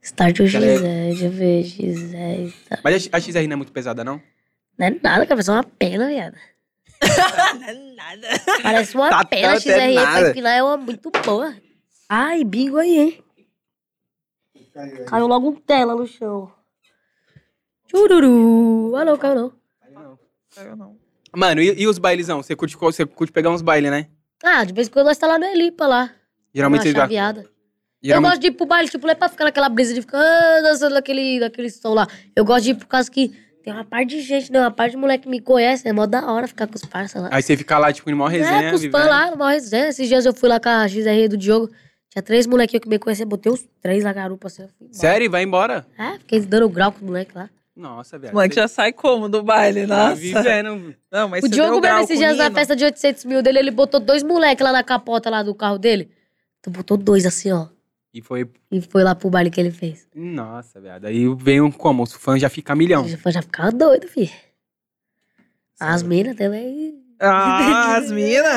Start ou XR, Galera. deixa eu ver, XR. Tá. Mas a a XR não é muito pesada, não? Não é nada, cara, parece uma pena, viado. Nada. Parece uma Tá pena, tanto, é XR. nada. Essa é uma muito boa. Ai, bingo aí, hein? Caiu logo um tela no chão. Chururu. Ah, não, caiu não. Eu não. Mano, e, e os bailezão? Você curte, você curte pegar uns bailes, né? Ah, de vez em quando nós tá lá no Elipa, lá. Geralmente na vocês vai. chaveada. Eu Geralmente, gosto de ir pro baile, tipo, não é pra ficar naquela brisa de ficar ah, dançando naquele, naquele som lá. Eu gosto de ir por causa que tem uma parte de gente, né? Uma parte de moleque que me conhece, é mó da hora ficar com os parceiros lá. Aí você fica lá, tipo, em maior resenha. é, com os vivendo. né? fãs lá, numa resenha. Esses dias eu fui lá com a XR do Diogo, tinha três molequinhos que me conheciam, botei os três na garupa assim. eu fui embora. Sério? Vai embora? É, fiquei dando grau com os moleques lá. Nossa, velho. O moleque já sai como do baile? tá Nossa. vivendo. Não, mas o você deu Diogo grau mesmo, esses com o dias na Nino. festa de 800 mil dele, ele botou dois moleques lá na capota lá do carro dele. Tu botou dois assim, ó. E foi. E foi lá pro baile que ele fez. Nossa, viado. Aí veio como? Os fãs já ficam Então. milhão. Já, já ficava doido, filho. As minas também. Ah, as minas!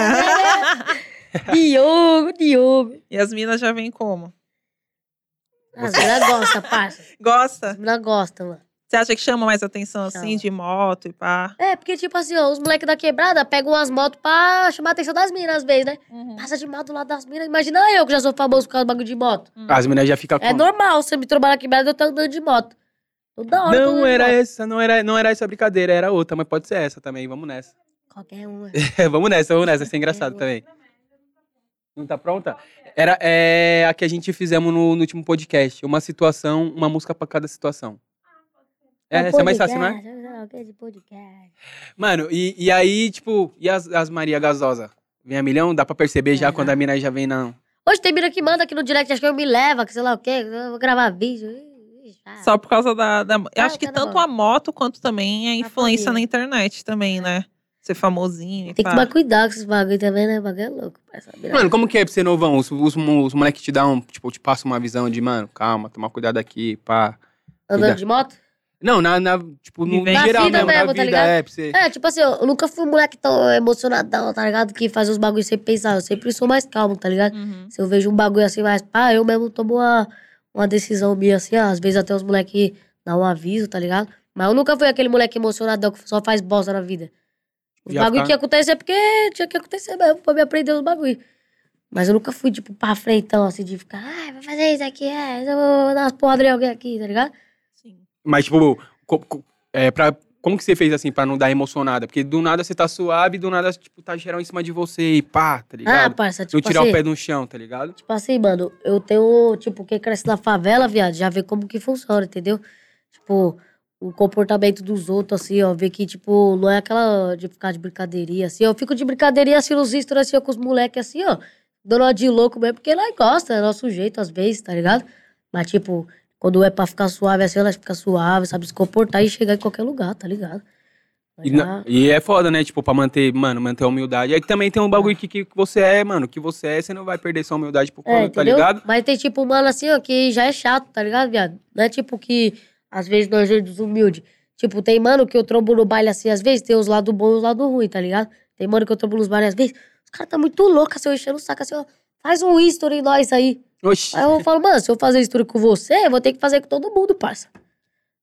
Diogo, Diogo. E as minas já vêm como? Ah, As minas gostam, parça. As Gosta? minas gostam, mano. Você acha que chama mais atenção assim, Chama. de moto e pá? É, porque, tipo assim, ó, os moleques da quebrada pegam as motos pra chamar a atenção das minas, às vezes, né? Passa de mal do lado das minas. Imagina eu que já sou famoso por causa do bagulho de moto. As meninas já ficam É como? normal você me trabalhar na quebrada e eu tô andando de moto. Toda hora. eu tô andando Não de era moto. essa, não era, não era essa brincadeira, era outra, mas pode ser essa também, vamos nessa. Qualquer uma. É, vamos nessa, vamos nessa, vai ser engraçado também. Não tá pronta? Era é, a que a gente fizemos no, no último podcast. Uma situação, uma música pra cada situação. É, Um essa é mais fácil, não é? é. Mano, e, e aí, tipo, e as, as Maria Gasosa? Vem a milhão? Dá pra perceber já É. quando a mina já vem na. Hoje tem mina que manda aqui no direct, acho que eu me leva, que sei lá o quê, que eu vou gravar vídeo. Ih, ixi, ah. Só por causa da. da... Eu Ah, acho que tá na tanto moda. a moto quanto também a A influência na família. internet também, né? Ser famosinho e Tem que pá. tomar cuidado com esses bagulho também, né? O bagulho é louco, parça. Mano, como que é pra ser novão? Os, os, os moleques te dão, tipo, te passam uma visão de, mano, calma, tomar cuidado aqui, pá. Andando de moto? Não, na, na tipo, no, Vivência. geral Na vida mesmo, na mesmo, tá vida, ligado? é, pra você. É, tipo assim, eu nunca fui um moleque tão emocionadão, tá ligado? Que faz os bagulhos sem pensar. Eu sempre sou mais calmo, tá ligado? Uhum. Se eu vejo um bagulho assim, mas pá, eu mesmo tomo uma, uma decisão minha assim, ó, às vezes até os moleques dão um aviso, tá ligado? Mas eu nunca fui aquele moleque emocionadão que só faz bosta na vida. Os Já bagulho tá. que ia acontecer é porque tinha que acontecer mesmo pra me aprender os bagulho. Mas eu nunca fui, tipo, pra frentão, assim, de ficar, ai, vou fazer isso aqui, é, eu vou dar umas porra de alguém aqui, tá ligado? Sim. Mas, tipo, co- co- é, pra, como que você fez assim pra não dar emocionada? Porque do nada você tá suave, do nada, tipo, tá geral em cima de você e pá, tá Ah, ligado? parça, não tipo tirar assim, o pé do chão, tá ligado? Tipo assim, mano, eu tenho, tipo, quem cresce na favela, viado, já vê como que funciona, entendeu? Tipo, o comportamento dos outros, assim, ó, ver que, tipo, não é aquela de ficar de brincadeirinha, assim, ó. eu fico de brincadeirinha, assim, nos stories, assim, ó, com os moleques, assim, ó, dando uma de louco mesmo, porque nós gosta, é nosso jeito, às vezes, tá ligado? Mas, tipo, quando é pra ficar suave, assim, nós fica suave, sabe, se comportar e chegar em qualquer lugar, tá ligado? E, Já- na- e é foda, né? Tipo, pra manter, mano, manter a humildade. Aí também tem um bagulho que, que você é, mano, que você é, você não vai perder sua humildade por Ah. É, causa, tá entendeu? ligado? Mas tem tipo, mano, assim, ó, que já é chato, tá ligado, viado? Não é tipo que, às vezes, nós somos humildes. Tipo, tem mano que eu trombo no baile assim, às vezes, tem os lados bons e os lados ruins, tá ligado? Tem mano que eu trombo nos bailes às vezes, os caras tá muito loucos, assim, eu enchendo o saco, assim, ó, faz um history em nós aí. Oxi. Aí É, eu falo, mano, se eu fazer história com você, eu vou ter que fazer com todo mundo, parça.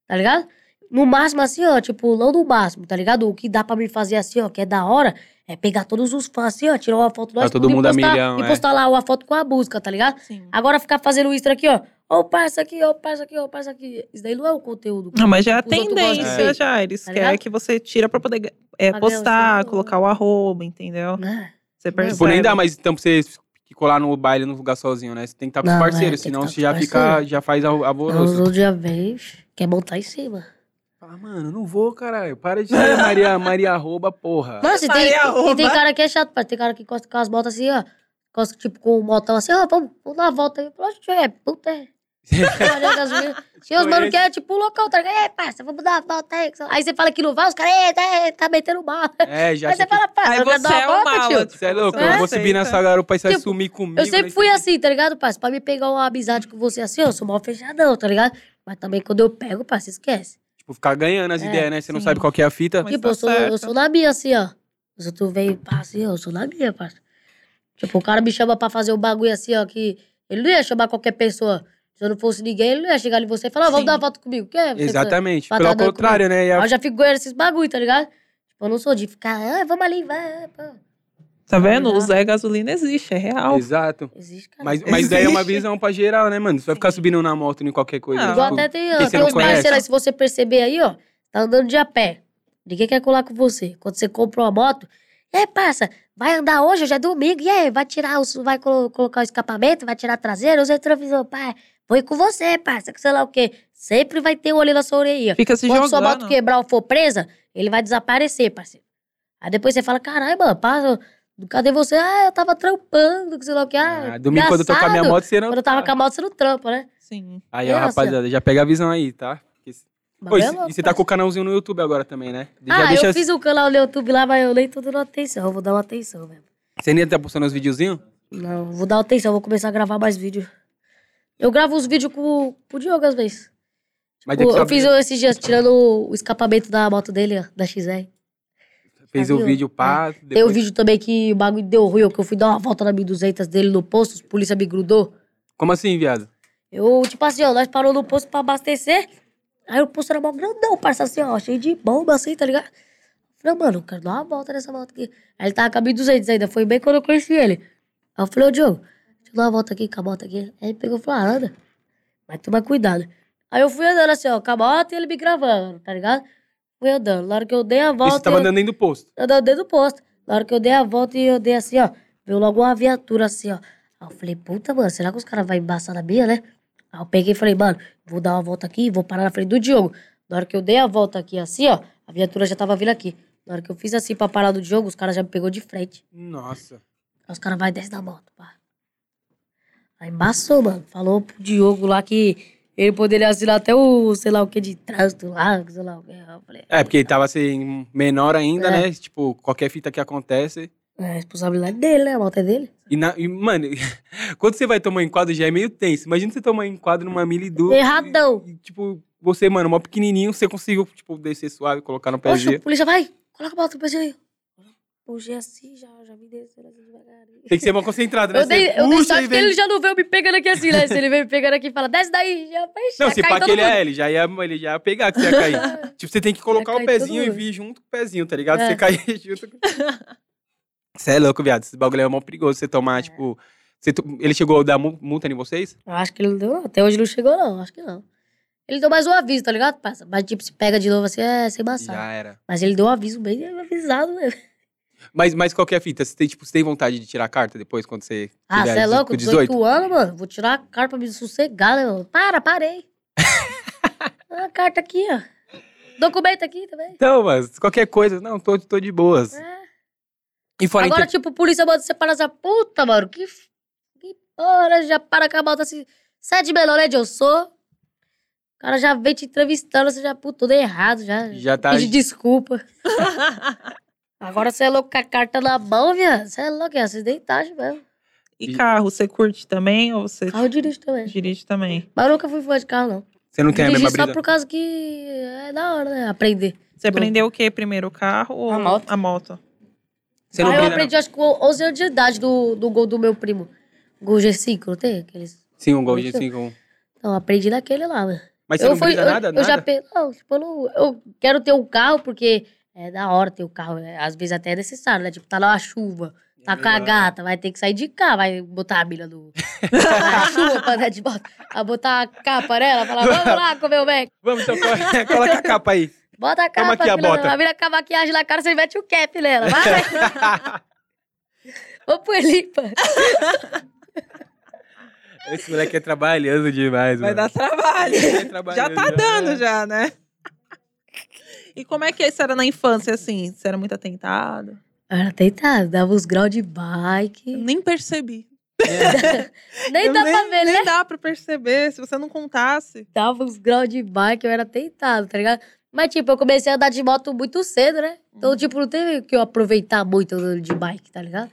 Tá ligado? No máximo, assim, ó, tipo, não no máximo, tá ligado? O que dá pra me fazer assim, ó, que é da hora, é pegar todos os fãs, assim, ó, tirar uma foto nós Tá todo tudo mundo e a postar, milhão, e é. postar lá uma foto com a música, tá ligado? Sim. Agora ficar fazendo o extra aqui, ó. Ó o parça aqui, ó o parça aqui, ó o parça aqui. Isso daí não é o conteúdo. Não, mas já é a Os outros gostam de tendência, ver. já. Eles Tá querem ligado? que você tira pra poder é, Fazer o postar, seu- colocar o arroba, entendeu? né? Você Tipo, nem percebe. Tipo, nem dá mais então pra você que colar no baile num lugar sozinho, né? Você tem que estar com os Não, é, parceiros, tem que senão tá você com já fica, parceiro. já faz a- Não, os alvoroço. outros já vem, quer montar em cima. Fala, mano, não vou, caralho. Para de ser Maria, Maria rouba, porra. Nossa, e tem, Maria e tem Arroba. cara que é chato, parça. Tem cara que gosta com as botas assim, ó. Gosta, tipo, com o motão assim, ó, vamos, vamos dar uma volta aí. Lógico, é, puta, é. Olha as minas. Tinha os mano que é tipo local, tá ligado? É, parça, vamos dar uma volta aí. Aí você fala que não vai, os caras, eita, é, tá metendo mal. É, já Aí você acha que- fala, parça, Aí eu quero você dar é uma o volta, mala. tio. tipo, Você é louco, não eu vou subir aceita. nessa garupa e você vai Tipo, sumir comigo. Eu sempre né? fui assim, tá ligado, parça? Pra me pegar uma amizade com você assim, ó, eu sou mal fechadão, tá ligado? Mas também quando eu pego, parça, esquece. Tipo, ficar ganhando as É, ideias, né? Você não sim. sabe qual que é a fita. Mas tipo, tá eu, sou, eu certo. sou na minha, assim, ó. Os outros vêm, pá, assim, ó, eu sou na minha, parça. Tipo, o cara me chama pra fazer um bagulho assim, ó, que ele não ia chamar qualquer pessoa. Se eu não fosse ninguém, ele não ia chegar ali em você e falar, ó, vamos Sim. dar uma foto comigo. Que é, você Exatamente. Pra Pelo dar dor contrário, né? E Tá? a- Aí eu já fico ganhando esses bagulho, tá ligado? Tipo, eu não sou de ficar, ah, vamos ali, vai. pá. Tá vendo? Exato. O Zé Gasolina existe, é real. Exato. Existe, cara. Mas, mas daí é uma Existe. visão pra geral, né, mano? Você vai ficar subindo na moto em qualquer coisa. Não. tipo, Igual até tem, ó, que você tem não uns conhece. parceiros aí, se você perceber aí, ó, tá andando de a pé. Ninguém quer colar com você. Quando você compra uma moto, e aí, parça, vai andar hoje, hoje é domingo, e aí, vai tirar os, vai colo- colocar o escapamento, vai tirar a traseira, os retrovisor, pai, vou ir com você, parça, que sei lá o quê. Sempre vai ter um olho na sua orelha. Fica se Quando jogando. sua moto quebrar ou for presa, ele vai desaparecer, parceiro. Aí depois você fala, caralho, mano, passa, cadê você? Ah, eu tava trampando, que sei lá o quê. Ah, Ah, domingo, quando eu tocar minha engraçado. moto, você não. Quando eu tava com a moto, você não trampa, né? Sim. Aí, ó, Nossa. rapaziada, já pega a visão aí, tá? Pô, Mas e é c- louco, e você tá parça. com o canalzinho no YouTube agora também, né? Já Ah, deixa. eu fiz um canal no YouTube lá, mas eu nem tô dando atenção. Eu vou dar uma atenção mesmo. Você nem tá postando os videozinhos? Não, vou dar atenção, vou começar a gravar mais vídeo. Eu gravo os vídeos com, com o Diogo às vezes. Mas tem Tipo, que né? eu saber. fiz esses dias tirando o- o escapamento da moto dele, ó, da XR. Fez o Sabe, vídeo pá. Tem um Depois... vídeo também que o bagulho deu ruim, que eu fui dar uma volta na 1200 dele no posto, os polícia me grudou. Como assim, viado? Eu, tipo assim, ó, nós parou no posto pra abastecer. Aí o posto era mó grandão, parça, assim, ó, cheio de bomba, assim, tá ligado? Falei, mano, eu quero dar uma volta nessa moto aqui. Aí ele tava com a 1200 ainda, foi bem quando eu conheci ele. Aí eu falei, ô Diogo, deixa eu dar uma volta aqui com a moto aqui. Aí ele pegou e falou, ah, anda, mas toma cuidado. Aí eu fui andando assim, ó, com a moto e ele me gravando, tá ligado? Fui andando. Na hora que eu dei a E volta. você tava eu- andando tá dentro do posto. eu andando dentro do posto. Na hora que eu dei a volta e eu dei assim, ó, veio logo uma viatura assim, ó. Aí eu falei, puta, mano, será que os caras vão embaçar na minha, né? Aí eu peguei e falei, mano, vou dar uma volta aqui, vou parar na frente do Diogo. Na hora que eu dei a volta aqui assim, ó, a viatura já tava vindo aqui. Na hora que eu fiz assim pra parar do Diogo, os caras já me pegou de frente. Nossa. Aí os caras vai desce da moto, pá. Aí embaçou, mano. Falou pro Diogo lá que ele poderia assinar até o, sei lá o que, de trânsito lá, sei lá o que. Eu falei, É, porque ele tava assim, menor ainda, É. né? Tipo, qualquer fita que acontece. é responsabilidade dele, né? A moto é dele. E, na- e, mano, quando você vai tomar enquadro já é meio tenso. Imagina você tomar um enquadro numa mili do. É. Erradão. E, tipo, você, mano, mó pequenininho, você conseguiu, tipo, descer suave, colocar no Oxe, a pezinho. polícia vai, coloca a moto no PC aí. Puxei assim, já, já me desceu assim devagarinho. Tem que ser mó concentrado, né? Eu dei, Você eu dei puxa sorte e que vem- ele já não veio me pegando aqui assim, né? Se ele veio me pegando aqui e fala, desce daí, já vai Não, já se cai pá que todo ele mundo. é, ele já ia, ele já ia pegar que você ia cair. tipo, você tem que colocar o cair todo pezinho e mundo. vir junto com o pezinho, tá ligado? É. Você cair junto com... Você é louco, viado. Esse bagulho é mó perigoso. Você tomar, tipo... você to- Ele chegou a dar mu- multa em vocês? Eu acho que ele não deu, não. Até hoje não chegou, não. Acho que não. Ele deu mais um aviso, tá ligado? Passa. Mas, tipo, se pega de novo assim, é sem embaçado. Já era. Mas ele deu um aviso bem avisado né? mesmo. Mas, mas qual que é a fita? Você tem, tipo, você tem vontade de tirar a carta depois, quando você Ah, tiver você é louco? com 18 anos, mano. Vou tirar a carta pra me sossegar, né, mano? Para, parei. Ah, a carta aqui, ó. Documento aqui também. Então, mas qualquer coisa. Não, tô, tô de boas. É. E fora... Agora, inter- tipo, polícia manda você parar essa puta, mano. Que, f- que porra, já para com a malta assim. Você é de Belo Horizonte, eu sou. O cara já vem te entrevistando, você já, puto, tudo errado, já. Já tá... Pede desculpa. Agora você é louco com a carta na mão, viado. Você é louco, é acidentagem mesmo. E carro, você curte também ou você Carro eu dirijo também. dirige também? Mas eu nunca fui fã de carro, não. Você não tem a Dirigi mesma só brisa? por causa que é da hora, né? Aprender. Você Não. aprendeu o que primeiro, o carro ou A moto. A moto. Você não ah, eu brisa, não? aprendi, acho que com 11 anos de idade do, do gol do meu primo. Gol G5, não tem? Aqueles... Sim, um gol de cinco. um. Então, aprendi naquele lá, né? mano. Mas você não fui- brisa nada? eu, eu já nada? pe- não, tipo, eu, não- eu quero ter um carro porque é da hora ter um carro. né? Às vezes até é necessário, né? Tipo, tá na chuva, tá com a É verdade. gata, vai ter que sair de cá, vai botar a mina no... na chuva pra andar de moto. Vai botar a capa nela, falar, vamos lá comer o Mac. Vamos, então, coloca- coloca a capa aí. Bota a capa, aqui É a mina, bota. a mina com a maquiagem na cara, você mete o cap nela, vai. Ô, Pulipa. Esse moleque é trabalhando demais, Vai mano. é dar trabalho. Vai trabalhando já tá já. dando já, né? E como é que isso era na infância, assim? Você era muito atentado? Era tentado, dava uns graus de bike. nem percebi. Nem Eu dá pra ver, né? Nem dá pra perceber, se você não contasse. dava uns graus de bike, eu era tentado, tá ligado? Mas, tipo, eu comecei a andar de moto muito cedo, né? Então, tipo, não teve que eu aproveitar muito andando de bike, tá ligado?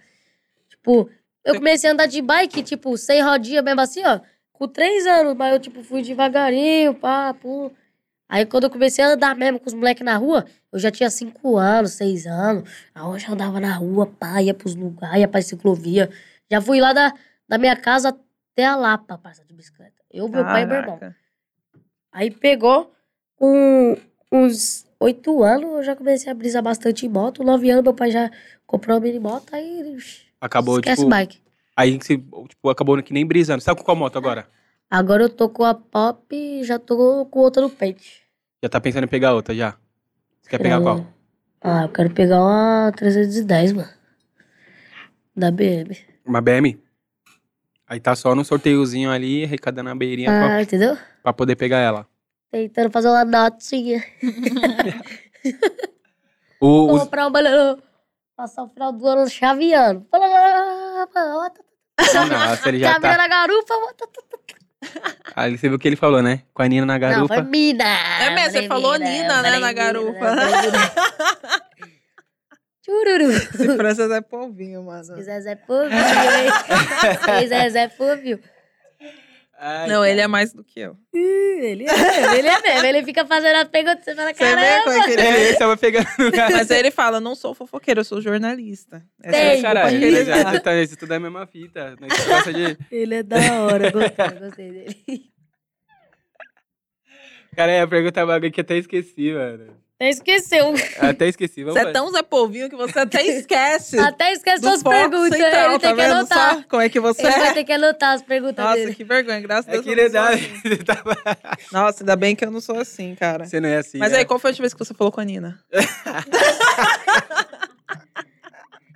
Tipo, eu comecei a andar de bike, tipo, sem rodinha mesmo assim, ó. Com três anos, mas eu, tipo, fui devagarinho, pá, pô. Aí, quando eu comecei a andar mesmo com os moleques na rua, eu já tinha cinco anos, seis anos. Aí, eu já andava na rua, pá, ia pros lugares, ia pra ciclovia. Já fui lá da, da minha casa até a Lapa, parça, de bicicleta. Eu, meu é pai e meu irmão. Caraca. Aí pegou com uns oito anos, eu já comecei a brisar bastante em moto. Nove anos, meu pai já comprou uma mini moto, aí ux, Acabou, esquece tipo... bike. Aí que você, tipo, acabou que nem brisando. Você tá com qual moto agora? Agora eu tô com a pop e já tô com outra no peito. Já tá pensando em pegar outra, já? Você quer pegar qual? Ah, eu quero pegar uma 310, mano. Da BM. Uma BM? Aí tá só no sorteiozinho ali, arrecadando a beirinha pra- Ah, entendeu? pra, poder pegar ela. Tentando fazer uma notinha. O, Vou os- comprar uma não. Passar o final do ano chaveando. Nossa, ele já tá... Chaveando na garupa, Aí você viu o que ele falou, né? Com a Nina na Não, foi garupa. Mina. É mesmo, você falou Nina, né, na garupa. né. Esse Chururu. Francis é polvinho, mano. né? Se quiser Zé Fúvio, hein? Se quiser Zé Fúvio. Ai, Não, cara. ele é mais do que eu. Ih, Ele é mesmo, ele é mesmo. Ele fica fazendo as perguntas, você fala, Você vê caramba. como é que ele é? Ele estava pegando. Mas ele fala, não sou fofoqueiro, eu sou jornalista. Essa Tem, é a Cara, desculpa que pode ele ele já, dá. você tá, isso tudo é a mesma fita. Não se gosta de. Ele é da hora, gostei, gostei dele. Cara, ia perguntar um bagulho que até esqueci, mano. Até esqueceu. Até esqueci. Vamos Você é fazer. tão Zé Polvinho que você até esquece. Até esquece do suas foco perguntas. central, ele tá tem que vendo anotar. só como é que você Ele vai é? ter que anotar as perguntas Nossa, dele. que vergonha, graças a É Deus. que eu não ele sou dá. assim. Você, tava... Nossa, ainda bem que eu não sou assim, cara. você não é assim. Mas né? aí, qual foi a última vez que você falou com a Nina?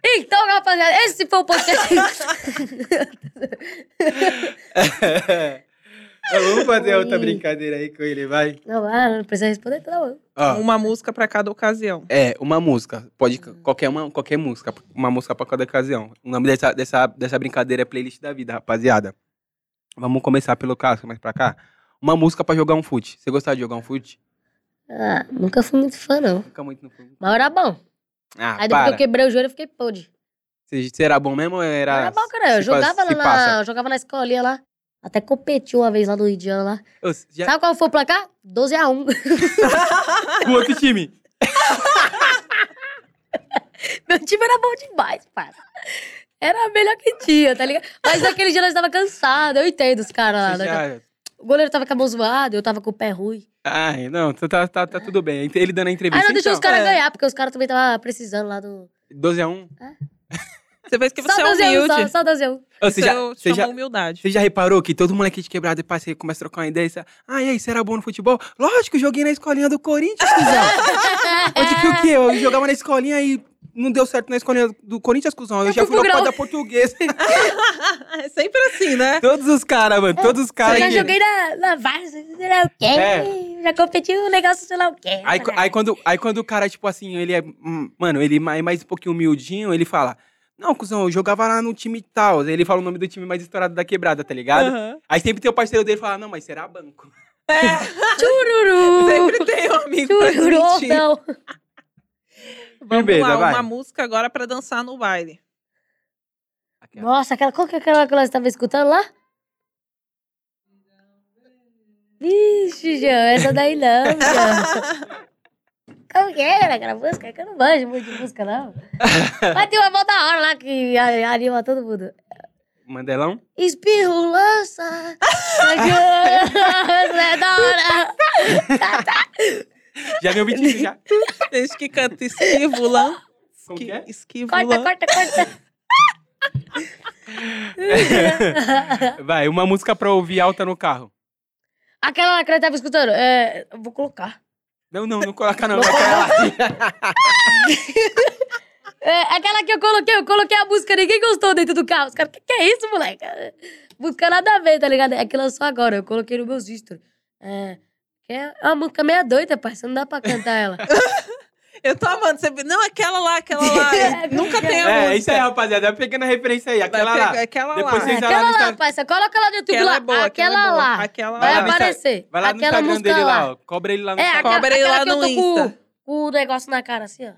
Então, rapaziada, esse foi o podcast. Vamos fazer outra Ui. brincadeira aí com ele, vai. não, ah, não precisa responder toda hora. Ó, Uma música pra cada ocasião. É, uma música. Pode Uhum. qualquer uma, qualquer música, uma música pra cada ocasião. O nome dessa, dessa, dessa brincadeira é playlist da vida, rapaziada. Vamos começar pelo caso, mais pra cá. Uma música pra jogar um fute. Você gostar de jogar um fute? Ah, nunca fui muito fã, não. Fica muito no fundo. Mas era bom. Ah, Aí depois que para. eu quebrei o joelho, eu fiquei podre. Você, você era bom mesmo ou era? Era bom, cara. Eu se pa- jogava, se lá passa? na, eu jogava na escolinha lá. Até competi uma vez lá no Rio de Janeiro lá. Ô, você já- Sabe qual foi o placar? 12 a 1 O outro time. Meu time era bom demais, para. Era melhor que tinha, tá ligado? Mas naquele dia nós tava cansado, eu entendo os caras lá. Você né, cara? já- O goleiro tava com a mão zoada, eu tava com o pé ruim. Ai, não, tá, tá, tá- tá tudo bem. Ele dando a Aí entrevista. não deixou os então. caras É. ganhar, porque os caras também tava precisando lá do. 12 a 1. Você fez que você só 12 é a um, humilde. só, só 12 a 1. Ô, Isso Você já, eu você chamo já, humildade. Você já reparou que todo moleque de quebrada depois você começa a trocar uma ideia e você, ah, e aí, você era bom no futebol? Lógico, joguei na escolinha do Corinthians, cuzão. Onde que o quê? Eu jogava na escolinha e não deu certo na escolinha do Corinthians, cuzão. Eu, Eu já fui fui pro na grau. da portuguesa. É sempre assim, né? todos os caras, mano, todos os Eu caras. já que- joguei na, na Várzea, sei lá o quê. É. Já competi um negócio, sei lá o quê. tá Aí, aí quando, aí quando o cara, tipo assim, ele é. hum, Mano, ele é mais mais um pouquinho humildinho, ele fala. Não, cuzão, eu jogava lá no time tal. Aí Ele fala o nome do time mais estourado da quebrada, tá ligado? Aham. Aí sempre tem o parceiro dele e fala, não, mas será banco. Chururu! Sempre tem um amigo pra Chururu, desmentir. não. Vamos Firmeza, lá, vai. uma música agora pra dançar no baile. Nossa, aquela, qual que é aquela que nós estávamos escutando lá? Vixe, Jean, essa daí não, Jean. Como que era aquela música? Que eu não manjo muito de música, não. Mas tem uma mão da hora lá que a- anima todo mundo. Mandelão? Espirro, lança, lança, é da hora. Já viu o vídeo já? Gente que canta esquivulan. Como que é? Corta, Esquivulan. corta, corta. Vai, uma música pra ouvir alta no carro. Aquela lá que eu tava escutando, é, eu vou colocar. Não, não, não coloca não. Aquela... É, aquela que eu coloquei, eu coloquei a música, ninguém gostou dentro do carro. Os caras, que que é isso, moleque? Música nada a ver, tá ligado? É que lançou agora, eu coloquei no meus stories. É, que é uma música meia doida, parça, não dá pra cantar ela. Eu tô amando. Você... Não, aquela lá, aquela lá. É, Nunca tem a É, música. isso aí, rapaziada. Vai pegando a referência aí. Vai Aquela pegar lá. Aquela Depois lá. vocês lá aquela no lá, Insta- parça, coloca lá no YouTube Aquela lá. é boa, aquela, aquela é boa. lá. Aquela vai lá. lá. aparecer. Vai lá no aquela Instagram música dele lá. lá, ó. Cobra ele lá no É, Instagram. aquela, Cobra ele aquela lá que eu no tô com, Insta. com o negócio na cara, assim, ó.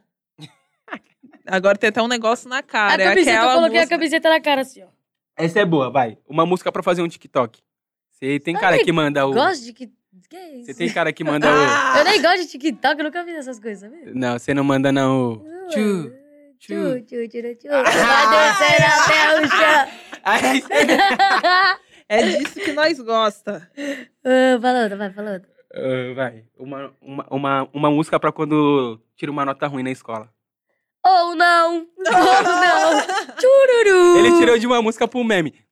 Agora tem até um negócio na cara. a É camiseta, eu aquela coloquei música. a camiseta na cara, assim, ó. Essa é boa, vai. Uma música pra fazer um TikTok. Você tem cara que manda o... Gosto de que... Que é isso? Você tem cara que manda o... Ah! Eu nem gosto de TikTok, eu nunca vi essas coisas, sabia? Não, você não manda não o... Tchu, Tchu, tchu. tchu, tchu, tchu. Vai descer até o chão. Aí você... É disso que nós gosta. Ah, Falando, vai, falando. Ah, vai. Uma, uma, uma, uma música pra quando tira uma nota ruim na escola. Ou não, ou não. Tchururu. Ele tirou de uma música pro meme.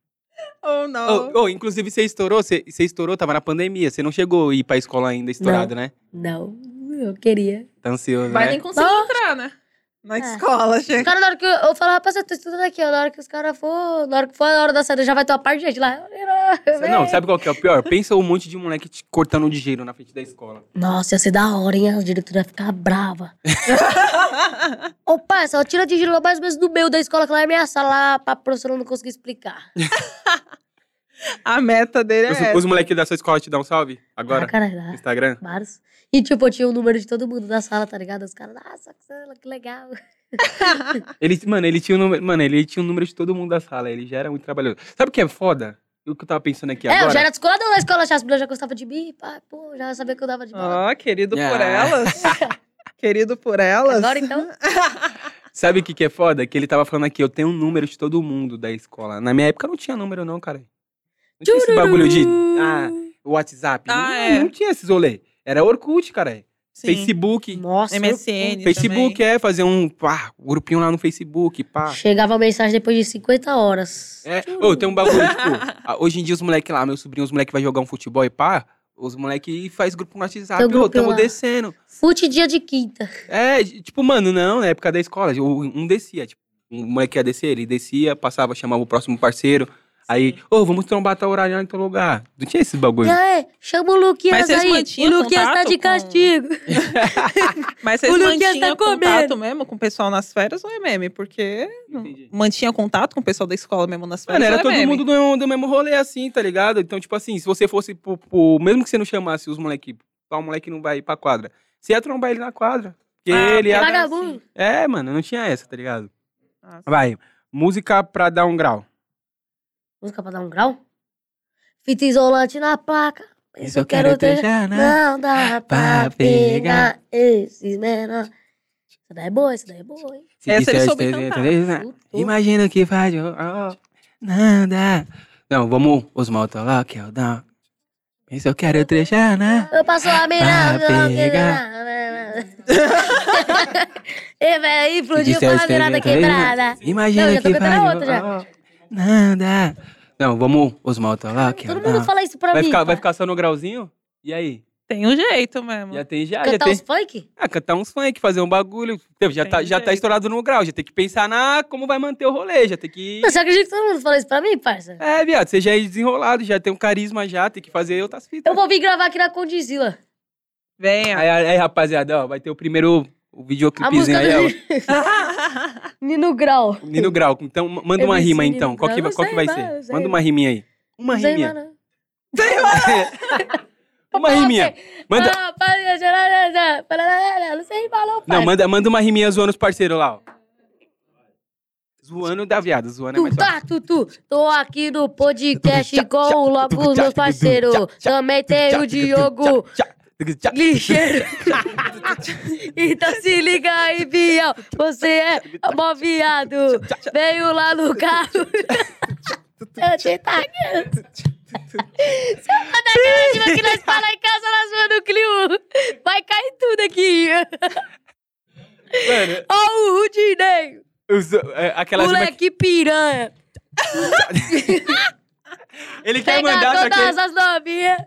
Ou não. Ô, ô, inclusive, você estourou, você, você estourou, tava na pandemia. Você não chegou a ir pra escola ainda estourado, né? Não, eu queria. Tá ansioso, Mas né? nem conseguiu entrar, né? Na escola, Os chega. caras, na hora que eu, eu falava, rapaz, eu tô estudando aqui, ó, na hora que os caras for, na hora que for a hora da saída, já vai ter uma parte de gente lá. Cê- Não, sabe qual que é o pior? Pensa um monte de moleque te cortando de giro na frente da escola. Nossa, ia ser da hora, hein? A diretora ia ficar brava. Ô, pai, ela tira de giro lá mais ou menos do meu da escola, que lá é minha sala, lá pra professora não conseguir explicar. A meta dele é Os, essa. os moleques da sua escola te dão um salve? Agora? Ah, caralho, ah. no Instagram? Vários. E, tipo, eu tinha o número de todo mundo da sala, tá ligado? Os caras, nossa, Roxana, que legal. Ele, mano, ele tinha o número. Mano, ele tinha o número de todo mundo da sala. Ele já era muito trabalhoso. Sabe o que é foda? E o que eu tava pensando aqui é, agora? eu já era descoladão na escola, já, as mulheres já gostava de mim, pá, pô, já sabia que eu dava de bola. Ó, querido por Ah. elas. querido por elas. Agora então, Sabe o que, que é foda? Que ele tava falando aqui, eu tenho um número de todo mundo da escola. Na minha época não tinha número, não, cara. Não tinha esse bagulho de ah, WhatsApp. Ah, não, é. não tinha esses rolê. Era Orkut, cara. Sim. Facebook. nossa, MSN. Facebook também. é fazer um pá, grupinho lá no Facebook, pá. Chegava a mensagem depois de 50 horas. Ah. É, ô, tem um bagulho, tipo, ah, hoje em dia os moleque lá, meu sobrinho, os moleque vai jogar um futebol e pá, os moleque faz grupo no WhatsApp, Tem ô, um grupo tamo lá. descendo. Fute dia de quinta. É, tipo, mano, não, na época da escola, o- um descia, tipo, um moleque ia descer, ele descia, passava, chamava o próximo parceiro, aí, ô, vamos trombar tal horário lá em teu lugar. Não tinha esses E bagulho. aí, é, chama o Luquinhas Mas vocês aí. mantinham O Luquinhas tá contato de com- castigo. Mas vocês O Luquinhas mantinham tá comendo. contato mesmo com o pessoal nas férias ou é meme? Porque Entendi. mantinha contato com o pessoal da escola mesmo nas férias. Mano, era ou é todo meme? mundo do mesmo, do mesmo rolê assim, tá ligado? Então, tipo assim, se você fosse pro, pro- Mesmo que você não chamasse os moleque, tal moleque não vai ir pra quadra. Você ia trombar ele na quadra. Porque Ah, ele ia. Piada, Vagabundo. É, mano, não tinha essa, tá ligado? Nossa. Vai. Música pra dar um grau. Música pra dar um grau? Fita isolante na placa. Isso eu quero ter. né? né? Não dá pra pra pegar. pegar esses menor. Essa daí é boa, essa daí é boa, hein? Se Essa ele quiser soube ter- cantar. ter- Tutu. Imagina o que faz. ó, ó, Não dá. Não, vamos. Os motolock, eu dá. Isso eu quero trejar, né? Eu passo a mirar. Pra pegar. E velho, explodiu "É com a virada né?" quebrada. Imagina Não, já tô que cantando faz. outra já. ó, ó, Não dá. Não, vamos. Os motolock, eu Todo dá. mundo fala isso pra Vai mim. ficar, vai cara. ficar só no grauzinho? E aí? Tem um jeito mesmo. Já tem, já, já Cantar tem. os funk? Ah, cantar uns funk, fazer um bagulho. Entendeu? Já Tem tá, já tá jeito. estourado no grau, já tem que pensar na como vai manter o rolê, já tem que. Não, Você acredita que todo mundo fala isso pra mim, parça? É, viado, você já é desenrolado, já tem um carisma já, tem que fazer outras fitas. Eu vou vir gravar aqui na Condizila. Venha. É. Aí, aí, rapaziada, ó, vai ter o primeiro o A música videoclipezinho aí, do ó. Ni- Nino Grau. Nino Grau. Então, ma- manda uma Eu rima aí, disse então. Nino Qual que, Grau, vai- qual eu que vai sei, vai, eu ser? sei. Manda uma riminha aí. Uma Não sei, riminha. mano. Uma riminha. Manda... Ah, para, já, já, já, para, já, já, Não sei, falou, Não, parça. manda, manda uma riminha zoando os parceiros lá, ó. Zoando da viada, zoando é mais Tu fácil. tá, tu, tu. Tô aqui no podcast com o Lobo, os meus parceiros. Também tem o Diogo Lixeiro. Então se liga aí, Biel. Você é mó viado. Veio lá no carro. Eu te taguei. é Se eu mandar aquela última que nós fala em casa, nós vamos no Clio. Vai cair tudo aqui. Mano, Ó o Rudinei. eu zo- é, aquelas rimas que- Moleque piranha. Ele quer Pega mandar, só que... todas as novinhas.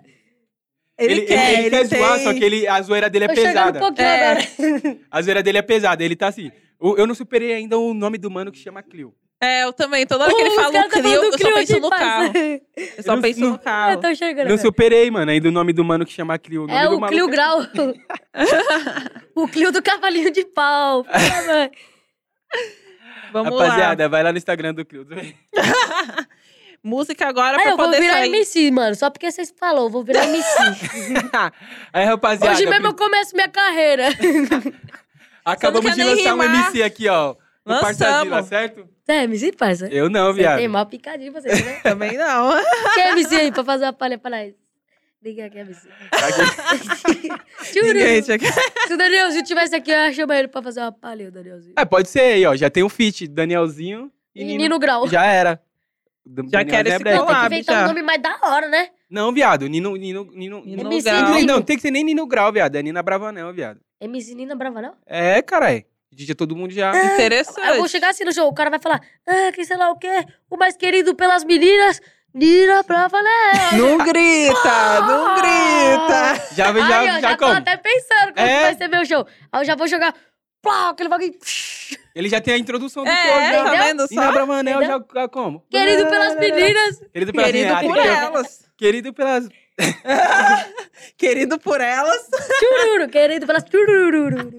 Ele, ele, ele quer zoar, tem- só que ele, a zoeira dele é Tô chegando pesada. um pouquinho É. agora. A zoeira dele é pesada, ele tá assim. o- Eu não superei ainda o nome do mano que chama Clio. É, eu também. Toda hora que ele Os fala caras o tão Clio, eu falando É, do só Clio penso aqui, no carro. parça. Eu só não- penso não- no carro. Eu tô chegando. Não superei, mano, ainda o nome do mano que chama Clio. nome É do o maluco Clio Grau. o Clio do cavalinho de pau. Puta, mãe. Vamos Rapaziada, vai lá no Instagram do Clio. lá. Música agora Aí pra Ah, eu vou poder virar sair. MC, mano. Só porque vocês falaram, eu vou virar MC. Aí, rapaziada, Hoje mesmo eu começo minha carreira. acabamos Você de não quer nem lançar um rimar. MC aqui, ó. No Lançamos. Parçazila, certo? Você é MC, parça? Eu não, Você tem viado. Tá mal picadinho pra vocês, né? Também não. Quem é MC aí pra fazer uma palha pra nós? Liga aqui, MC. Juro. Ah, Ninguém tinha que- Se o Danielzinho tivesse aqui, eu ia chamar ele pra fazer uma palha, o Danielzinho. É, pode ser aí, ó. Já tem o feat, Danielzinho e Menino, Nino. Grau. Já é era. Do- Já Daniel quero Zé esse Brega. Não, tem que collab, inventar já. um nome mais da hora, né? Não, viado. Nino, Nino, Nino, Nino Nino- MC Gal. Não, Nino. não, tem que ser nem Nino Grau, viado. É Nina Bravanel, viado. MC Nina Brava, não? É, caralho. DJ todo mundo já. Aí eu vou Interessante. chegar assim no show, o cara vai falar, ah, que sei lá o quê, o mais querido pelas meninas, Nina Brava, né? Não grita, Ah! não grita. Já, Aí já, eu já, já tô como? até pensando como É. que vai ser meu show. Aí eu já vou jogar, plá, aquele bagulho, Ele já tem a introdução do show, É, já. tá vendo Nina só? Bravanel já, Entendeu? já como? querido pelas meninas. Querido pelas Querido meninas. por elas. Querido pelas... Querido por elas. Tchururu, querido pelas tchururu.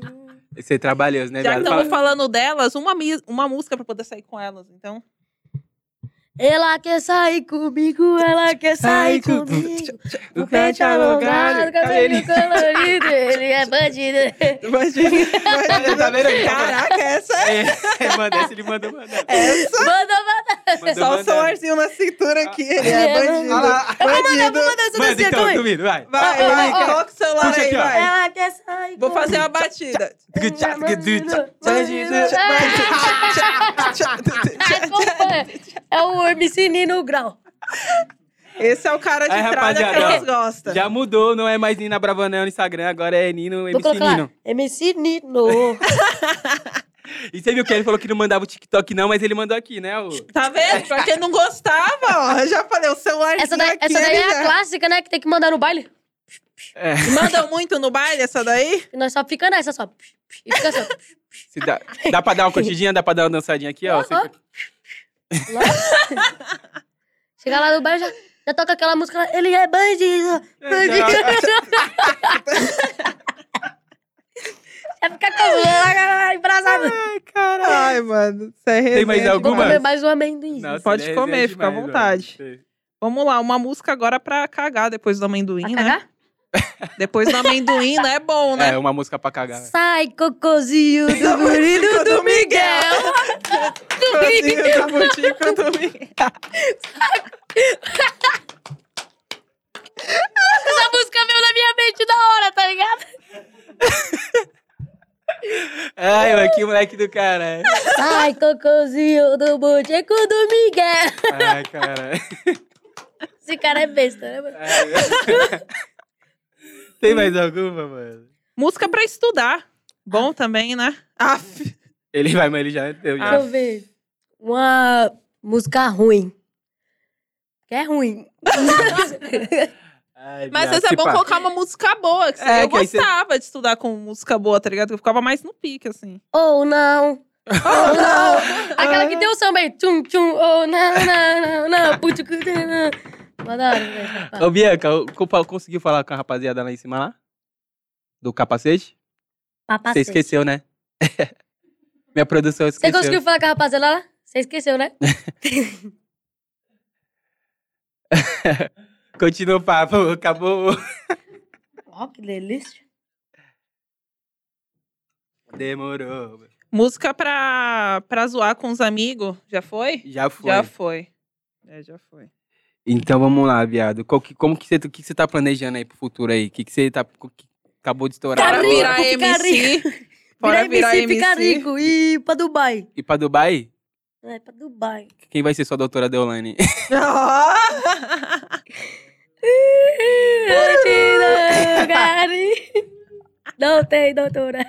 Você trabalhoso, né, Já que viado? estamos Fala- falando delas, uma, mi- uma música pra poder sair com elas, então. Ela quer sair comigo, ela quer Sai sair com- comigo. O é O pé tá alongado, o cabelo colorido, ele é bandido. Imagina. imagina. Tá vendo? Caraca, É, essa é. É, manda essa, ele manda, manda. Essa. é Manda, manda. Manda, Só o manda. celularzinho na cintura aqui. Ele É, é bandido. Ah lá. Bandido. Dança, Manda dança, então, calma aí. duvido, vai. Vai, Ó, ó, vai. ó, É, ó. Coloca o celular Puxa aí, aqui, ó. vai. Ela quer sair Vou comigo. fazer uma batida. Acompanha. É o MC Nino Grau. Esse é o cara de Aí, tralha que rapaziada, elas ó, gostam. Já mudou, não é mais Nina Bravanel no Instagram, agora é Nino Vou MC colocar lá, Nino. MC Nino. E você viu que ele falou que não mandava o TikTok não, mas ele mandou aqui, né? O... Tá vendo? Pra quem não gostava, ó. eu Já falei, o celularzinho Essa daí, aqui, essa daí ele é a já- clássica, né? Que tem que mandar no baile. É, Mandam muito no baile essa daí? E nós só fica nessa, só. E fica só. se dá, dá pra dar uma curtidinha, dá pra dar uma dançadinha aqui, Uhum. ó. Você- Aham. Lá. Chega lá no baile, já, já toca aquela música lá. Ele é bandido. Bandido. Já fica É com lá, galera, embrasada. Ai, caralho. Ai, mano. Isso é Tem mais resenha Vou alguma? demais. comer mais um amendoim. Nossa, Pode ele é comer, resenha fica à demais, vontade. mano. Vamos lá, uma música agora pra cagar depois do amendoim, Pra né? cagar? Depois do amendoim, né? É bom, né? É, uma música pra cagar. né? Sai, cocôzinho É. do burilo do Miguel. Cozinho da botica do Miguel. Essa música veio na minha mente da hora, tá ligado? Ai, mano, que moleque do caralho. Sai, cocôzinho do é boteco do Miguel. Ai, caralho. Esse cara é besta, né, mano? Tem mais alguma, mano? Música pra estudar. Bom também, né? Aff. Ele vai, mas ele já deu. Deixa Já. eu ver. Uma música ruim. Que é ruim. Ai, Mas viado, às vezes é se bom pá. colocar uma música boa. Que tipo, ah, É, eu que aí você- gostava de estudar com música boa, tá ligado? Que eu ficava mais no pique, assim. Ou não. Oh, não! Aquela que tem o samba aí. Tchum, tchum. Ou não, não, não, não. Puto, cu, não. Mó da hora, né, velho. Fala. Ô, Bianca, o- co- fa- conseguiu falar com a rapaziada lá em cima lá? Do capacete? Você Papacete. esqueceu, né? Minha produção Você esqueceu. conseguiu falar com a rapaziada lá? Você esqueceu, né? Continua o papo, acabou. Ó, que delícia. Demorou. Música pra, pra zoar com os amigos. Já foi? Já foi. Já foi. É, já foi. Então vamos lá, viado. Qual que- como que você, o que você tá planejando aí pro futuro aí? O que, que você tá, o que acabou de estourar? Tá Bora agora? rico, virar fica MC. Vira Bora virar MC, fica MC. rico. E pra Dubai. E pra Dubai? É, pra Dubai. Quem vai ser sua doutora Deolane? Curtindo, Gari. Não tem, doutora.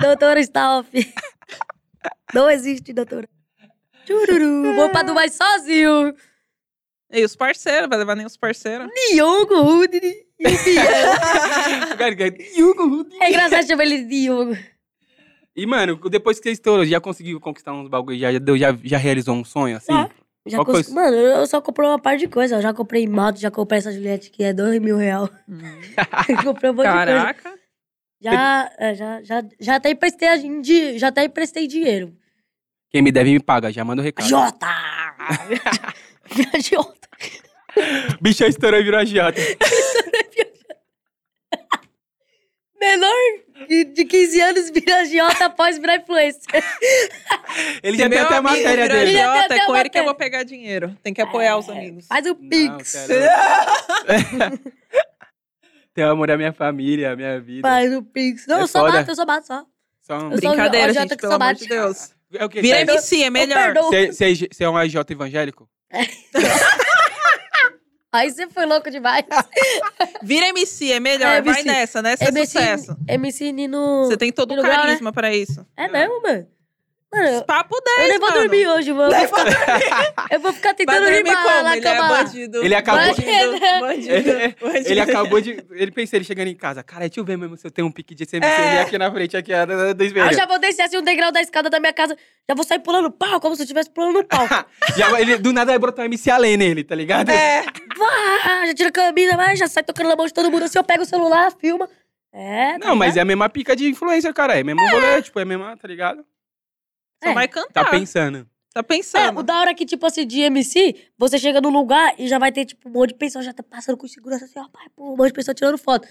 doutora está off. Não existe, doutora. Chururu. Vou pra Dubai sozinho. E os parceiros, vai levar nem os parceiros. Diogo Rudri. e o Biel. Hugo. É engraçado chamar ele de Diogo. E, mano, depois que você estourou, já conseguiu conquistar uns bagulho? Já, já, deu- já, já realizou um sonho, assim? Já. Já Qual cons- coisa? Mano, eu só comprei uma parte de coisa. Eu já comprei moto, já comprei essa Juliette que é dois mil real. comprei um monte de coisa. Caraca. Já, é, já, já, já até emprestei, a din- di- já até emprestei dinheiro. Quem me deve me paga, já manda o recado. Jota! Jota. Bicho estourou e virou agiota. Menor de, de 15 anos vira Jota após virar influencer. Ele já Se tem meu até a amigo matéria virar dele. Ele já tem idiota, até é com a ele que eu matéria. vou pegar dinheiro. Tem que apoiar os amigos. É, Faz o Não, Pix. cara. Teu amor é minha família, minha vida. Faz o Pix. Não, É eu só foda. bato, eu só bato, só. Só um... Eu sou Brincadeira, agiota gente, que pelo só amor bate. de Deus. É o quê? Vira Tá- MC, é melhor. perdoo. Você- Você você é um agiota evangélico? Aí você foi louco demais. Vira MC, é É, melhor. Vai MC. nessa, nessa é MC, sucesso. MC Nino... Você tem todo o Nino Brown, né? carisma pra isso. É mesmo, mano? Mano, eu, Papo 10, eu nem vou É mano. dormir hoje, mano. Eu vou ficar, eu vou ficar Vai tentando dormir rimar lá como? na Ele é cama lá. bandido. Ele acabou- É, Bandido, bandido, Ele- bandido. Ele acabou de. Ele pensa, ele chegando em casa. Cara, deixa eu ver mesmo se eu tenho um pique de CMC É. aqui na frente, aqui ó, do do Aí espelho. eu já vou descer assim um degrau da escada da minha casa, já vou sair pulando pau, como se eu estivesse pulando um pau. Já vai- ele- do nada vai brotar um MC além nele, tá ligado? É, Vá, Ah, já tira a camisa, vai, já sai tocando na mão de todo mundo. Assim eu pego o celular, filma. É. tá Não, mas ligado? é a mesma é pica de influencer, cara. É mesmo rolê, tipo, é a mesma, tá ligado? só É. vai cantar. Tá pensando. Tá É, pensando. o da hora que, tipo assim, de MC, você chega num lugar e já vai ter, tipo, um monte de pessoa já tá passando com segurança assim, ó, pai, pô, um monte de pessoa tirando foto.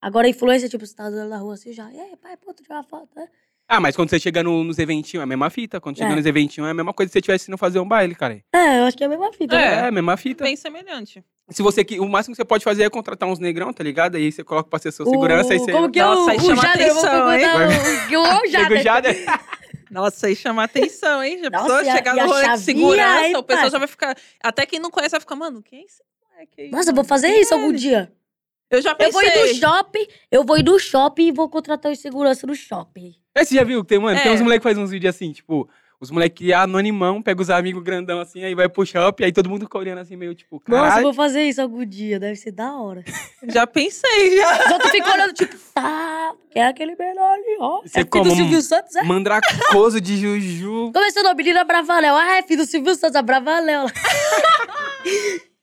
Agora, influência, tipo, você tá andando na rua assim já, e aí, pai, pô, tu tirou uma foto, né? Ah, mas quando você chega no- nos eventinhos, é a mesma fita. Quando chega É. nos eventinhos, é a mesma coisa que se você estivesse indo fazer um baile, cara. É, eu acho que é a mesma fita. É, né? É. a mesma fita. Bem semelhante. Se você, que- o máximo que você pode fazer é contratar uns negrão, tá ligado? Aí você coloca pra ser seu segurança, aí o, você... Como que é Nossa, o, aí o chama Jader? Eu vou atenção, perguntar hein? o, que o Chega o Jader. Jader. Nossa, aí chama atenção, hein? Já Nossa, pessoa e a- chegar e a no rolê de chavinha, segurança, hein, o pessoal pai? já vai ficar. Até quem não conhece vai ficar, mano, quem é esse moleque aí? Nossa, eu vou fazer Quem isso é algum ele? dia. Eu já Eu vou ir no pensei. shopping, eu vou ir no shopping e vou contratar o segurança no shopping. É, você já viu que tem, mano? Tem É. uns moleques que fazem uns vídeos assim, tipo, os moleques anonimão, pega os amigos grandão assim, aí vai pro shopping, aí todo mundo fica olhando assim, meio tipo, Nossa, eu caralho. vou fazer isso algum dia, deve ser da hora. Já pensei, já. Os outros ficam olhando, tipo, tá, é aquele menor ali, ó. Você é filho do como Silvio Santos, é? Mandracoso de Juju. Como é seu nome? Lina Bravaléu. Ah, é filho do Silvio Santos, a Bravaléu.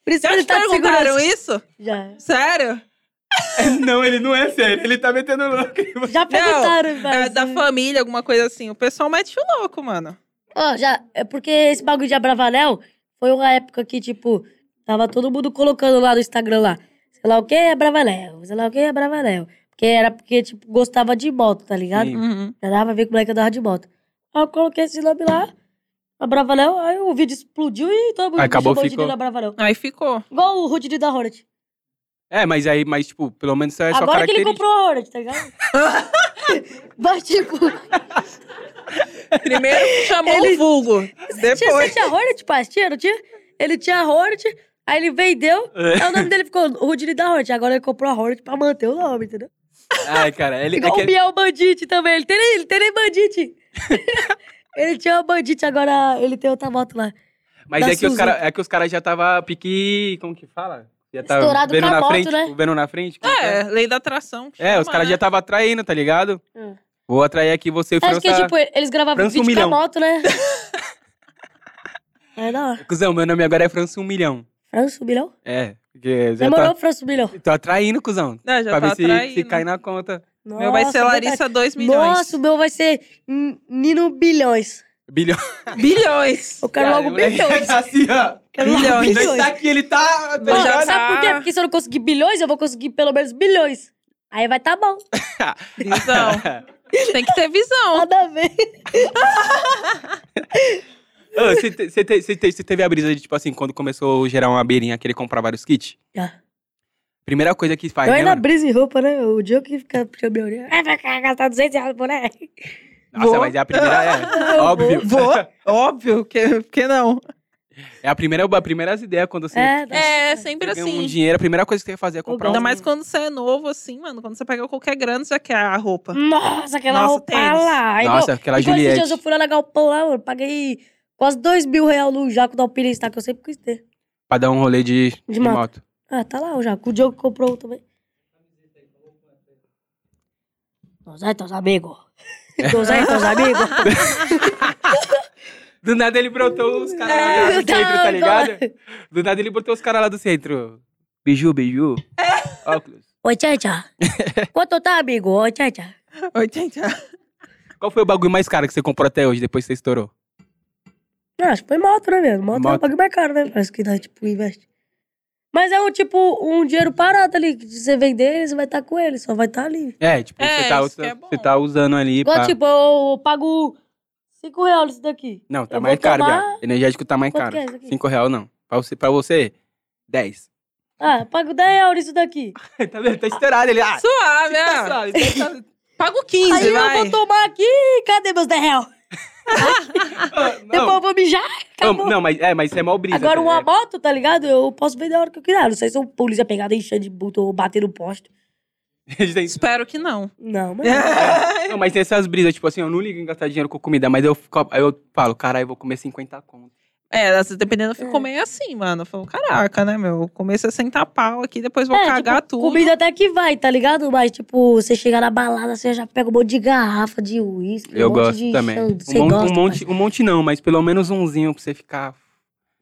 Por isso que Já ele te tá de segurança. perguntaram isso? Já. Sério? não, ele não é sério, ele tá metendo louco. em você. Já perguntaram, É, mas- da família, alguma coisa assim. O pessoal mete o louco, mano. Ó, já, é porque esse bagulho de Abravanel foi uma época que, tipo, tava todo mundo colocando lá no Instagram lá, sei lá o que é Abravanel, sei lá o que é Abravanel. Porque era porque, tipo, gostava de moto, tá ligado? Sim. Uhum. Já dava pra ver que o moleque andava de moto. Aí eu coloquei esse nome lá, Abravanel, aí o vídeo explodiu e todo mundo Aí acabou, chamou ficou. de Abravanel. Aí ficou. Igual o Rudinho da Hornet. É, mas aí, mas tipo, pelo menos isso é só Agora que ele característica. comprou a Hornet, tá ligado? Mas, tipo, Primeiro chamou Ele- o vulgo. tinha, você Depois. tinha Hornet, pai? Tinha, não tinha? Ele tinha a Hornet, aí ele vendeu, É. Aí o nome dele ficou Rudine da Hornet. Agora ele comprou a Hornet pra manter o nome, entendeu? Ai, cara, ele é Igual que o Biel Bandite também. Ele tem nem, ele tem nem Bandite. ele tinha uma Bandite, agora ele tem outra moto lá. Mas da é que, os Suzy. cara, é que os caras já tava pique. Como que fala? Já tava Estourado vendo com a na moto, frente, né? tipo, vendo na frente. como que É, lei da atração. né? É, os caras já estão. tava atraindo, tá ligado? Hum. Vou atrair aqui você e França. Acho que, tipo, eles gravavam França um vídeo com a milhão. moto, né? é da hora. Cusão, meu nome agora é França um milhão. França, um milhão? É, porque já tá... Demorou, França, um milhão. Tô atraindo, cuzão. Não, já pra tá ver se, se atraindo. cai na conta. Meu vai Nossa, ser verdade. Larissa 2 milhões. Nossa, o meu vai ser N- Nino Bilhões. Bilhão. Bilhões. Eu quero logo Cara, bilhões. Assim, ó. Quero logo bilhões. Ele bilhões. tá aqui, ele tá... tá Não, Mano, ligado? já sabe por quê? tá. Porque se eu não conseguir bilhões, eu vou conseguir pelo menos bilhões. Aí vai tá bom. Visão. Tem que ter visão. Nada a ver. Ô, Você te- você te- você te- você teve a brisa de, tipo assim, quando começou a gerar uma beirinha que ele comprar vários kits? Já. Primeira coisa que faz, eu né, ainda mano? brisa em roupa, né? O dia que fica puxando minha orelha. Ah, vai gastar 200 reais, né? boneco. Nossa, Vou. mas é a primeira, é. Eu óbvio. Vou. Óbvio, que, que não. É a primeira, a primeira ideia quando você... É, É, sempre você ganha um assim. dinheiro, a primeira coisa que você quer fazer é comprar Ainda um... mais quando você é novo, assim, mano. Quando você pega qualquer grana, você já quer a roupa. Nossa, aquela Nossa, roupa tênis. lá. Aí, Nossa, não, aquela igual esses Juliette. dias eu fui lá na Galpão lá, mano. Paguei quase 2 mil reais no Jaco da Alpinista, que eu sempre quis ter. Pra dar um rolê de, de, moto. moto. Ah, tá lá o Jaco. O Diogo comprou um também. Nos aí, teus amigos. Nos aí, teus amigos. Do nada ele brotou os caras É, lá do tá, centro, tá tá. ligado? Do nada ele botou os caras lá do centro. É. Biju, biju. Óculos. Oi, tchau, tchau. Quanto tá, amigo? Oi, tchau, tchau. 80. Qual foi o bagulho mais caro que você comprou até hoje, depois que você estourou? Não, acho que foi moto, né, mesmo? Moto, é um Moto. bagulho mais caro, né? Parece que dá, tipo, investe. Mas é um, tipo, um dinheiro parado ali. que Se você vender, você vai estar com ele. Só vai estar ali. É, tipo, É, você, tá, isso que é bom. você tá usando ali Igual, pra... tipo, eu pago 5 reais isso daqui. Não, tá eu mais vou caro, tomar- viado. Energético tá mais Quanto caro. que é isso aqui? Cinco real, não. Pra você, pra você dez. Ah, eu pago 10 reais isso daqui. tá vendo? Tá estourado ele. Ah, Suave, tá é. suave, tá- tá- Pago 15, Aí vai. eu vou tomar aqui. Cadê meus 10 reais? Ah, Depois eu não. vou mijar. Não, Acabou. não, mas, é, mas isso é mal brisa. Agora, tá uma ligado? moto, tá ligado? Eu posso vender a hora que eu quiser. Não sei se um polícia pegar, deixar de multa ou bater no poste. A gente tem- Espero que não. Não, É mas... É. Não, mas tem essas brisas, tipo assim, eu não ligo em gastar dinheiro com comida, mas eu, fico- aí eu falo, caralho, eu vou comer 50 conto. É, assim, dependendo, eu fico meio assim, mano. Eu falo, caraca, né, meu? Eu Comecei a sentar pau aqui, depois vou É, cagar tipo, tudo. Comida até que vai, tá ligado? Mas, tipo, você chega na balada, você já pega um monte de garrafa de uísque. Eu um monte gosto de também. chan- Um, Você mon- um gosta, monte, pai? um monte não, mas pelo menos umzinho pra você ficar.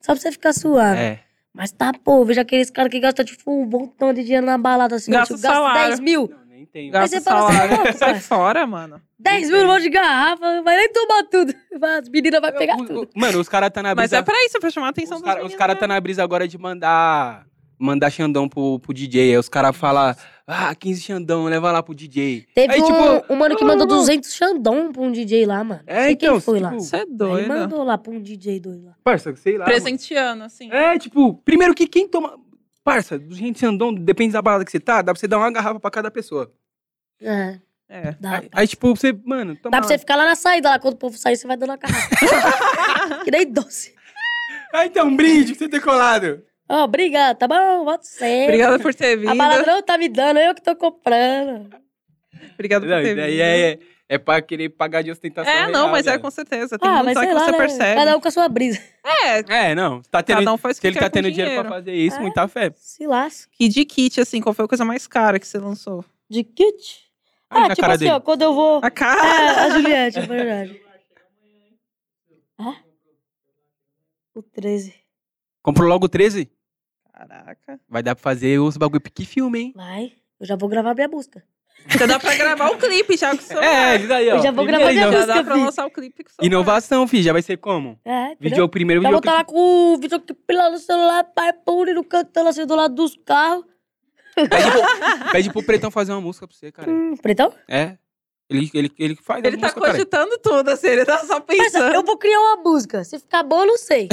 Só pra você ficar suave. É. Mas tá, pô, veja aqueles caras que gastam, tipo, um montão de dinheiro na balada, assim. Gasta tipo, gasta salário. 10 mil. Não, nem tenho. Mas Gasta você fala assim, salário. "Não, Sai pai." fora, mano. É, 10 mil mãos de garrafa, vai nem tomar tudo. As meninas vão pegar O- o- tudo. Mano, os caras tá na Mas brisa. é pra isso, pra chamar a atenção os dos né? caras tá né? na brisa agora de mandar. Mandar Xandão pro, pro DJ. Aí os caras falam, ah, 15 Xandão, leva lá pro DJ. Teve aí, um, tipo, um mano que não, mandou não. 200 Xandão pra um DJ lá, mano. Não É, sei então, Quem foi lá? tipo, Isso é Aí doido. mandou lá pra um DJ doido lá. Parça, sei lá. mano. Presenteando, assim. É, tipo, primeiro que quem toma. Parça, gente Xandão, depende da balada que você tá, dá pra você dar uma garrafa pra cada pessoa. É, É. dá. Aí, aí, tipo, você, mano, toma. Dá pra você ficar lá na saída, lá quando o povo sair, você vai dando a carrafa. que nem doce. Ah, então, um brinde que você tem colado. Ó, obrigado, tá bom, bota você. Obrigada por ter vindo. A balada não tá me dando, eu que tô comprando. Obrigada Não, por ter e vindo. daí é, Ah, é, é pra querer pagar de ostentação. É, não, real, mas é viado. com certeza. Tem Ah, mas muita sei que lá, você né? percebe. Cada um com a sua brisa. É, É, não. Tá tendo, cada um faz o se que ele quer tá com tendo dinheiro. dinheiro pra fazer isso, É. muita fé. Se lasca. E de kit, assim, qual foi a coisa mais cara que você lançou? De kit? Olha Ah, na tipo cara assim, dele. ó, quando eu vou... A cara. É, a Juliette, é verdade. Hã? O 13. Comprou logo 13? É. Caraca. Vai dar pra fazer os bagulho. Que filme, hein? Vai, eu já vou gravar minha música. Já dá pra gravar o clipe já com o seu. É, isso aí, ó. Então Eu já vou Primeira gravar minha inova- já é música, dá pra vi. lançar o clipe com o seu. Inovação, fi. Já vai ser como? É, entendeu? Vídeo o primeiro Já vídeo. vou estar lá com o videoclipe lá no celular, pai, pônei cantando assim do lado dos carros. Pede, pro, pede pro Pretão fazer uma música pra você, cara. Hum, pretão? É. Ele, ele, ele faz Ele as tá músicas, cara. cogitando tudo, assim, ele tá só Parça, pensando. né? eu vou criar uma música. Se ficar bom, eu não sei.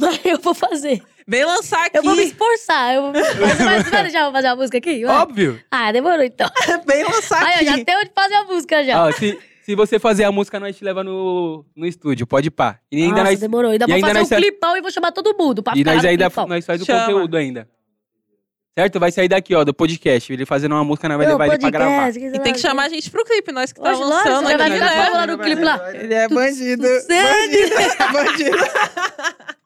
Mas eu vou fazer. Vem lançar aqui. Eu vou me esforçar. Eu vou... Mas, mas, mas já vou fazer uma música aqui? Vai. Óbvio. Tá Ah, demorou então. Vem lançar Aí, ó, aqui. já tem onde fazer a música já. Ó, se, se você fazer a música, nós te leva no, no estúdio. Pode pá. E ainda Nossa, nós, demorou. Ainda e vou ainda fazer um nós sa- clipão e vou chamar todo mundo pra e ficar lá nós no ainda clipão. nós faz o Chama. conteúdo ainda. Certo? Vai sair daqui, ó, do podcast. Ele fazendo uma música, nós vai Não, levar ele pra podcast, gravar. sei E lá. tem que chamar a gente pro clipe, nós que tá Hoje, Laura, lançando. você já vai ele virar é. pra falar no clipe lá. Ele é bandido. é Sangue! bandido.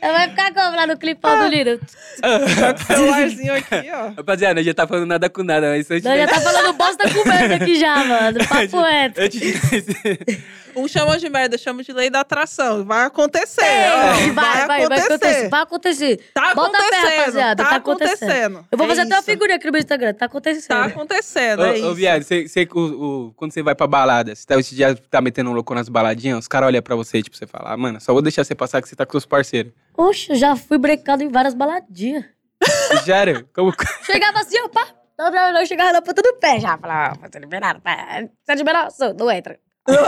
Ela vai ficar como lá no clipão Ah. do Lino? Tá com o celularzinho aqui, ó. Rapaziada, nós já tá falando nada com nada, mas antes, Nós já tá falando bosta conversa aqui já, mano. Papo reto. antes de- Um chama de merda, chama de lei da atração. Vai acontecer. Ei, ó, É, Vai, vai, vai acontecer. Vai acontecer. Tá Bota a fé, acontecendo. rapaziada, Tá tá acontecendo. acontecendo. Eu vou É fazer até uma isso. figurinha aqui no meu Instagram. Tá acontecendo. Tá acontecendo, é Ô, ô, isso. viado, cê- cê- o- o- quando você vai pra balada, você tá, você já tá metendo um louco nas baladinhas, os caras olham pra você, tipo, você fala, ah, mano, só vou deixar você passar que você tá com seus parceiros. Oxe, eu já fui brecado em várias baladinhas. Sério? Como... Chegava assim, ó, pá. Não, não, não, chegava na ponta do pé já. Falava, ó, você liberado, pá. Você é liberado, sou, não entra. Puta,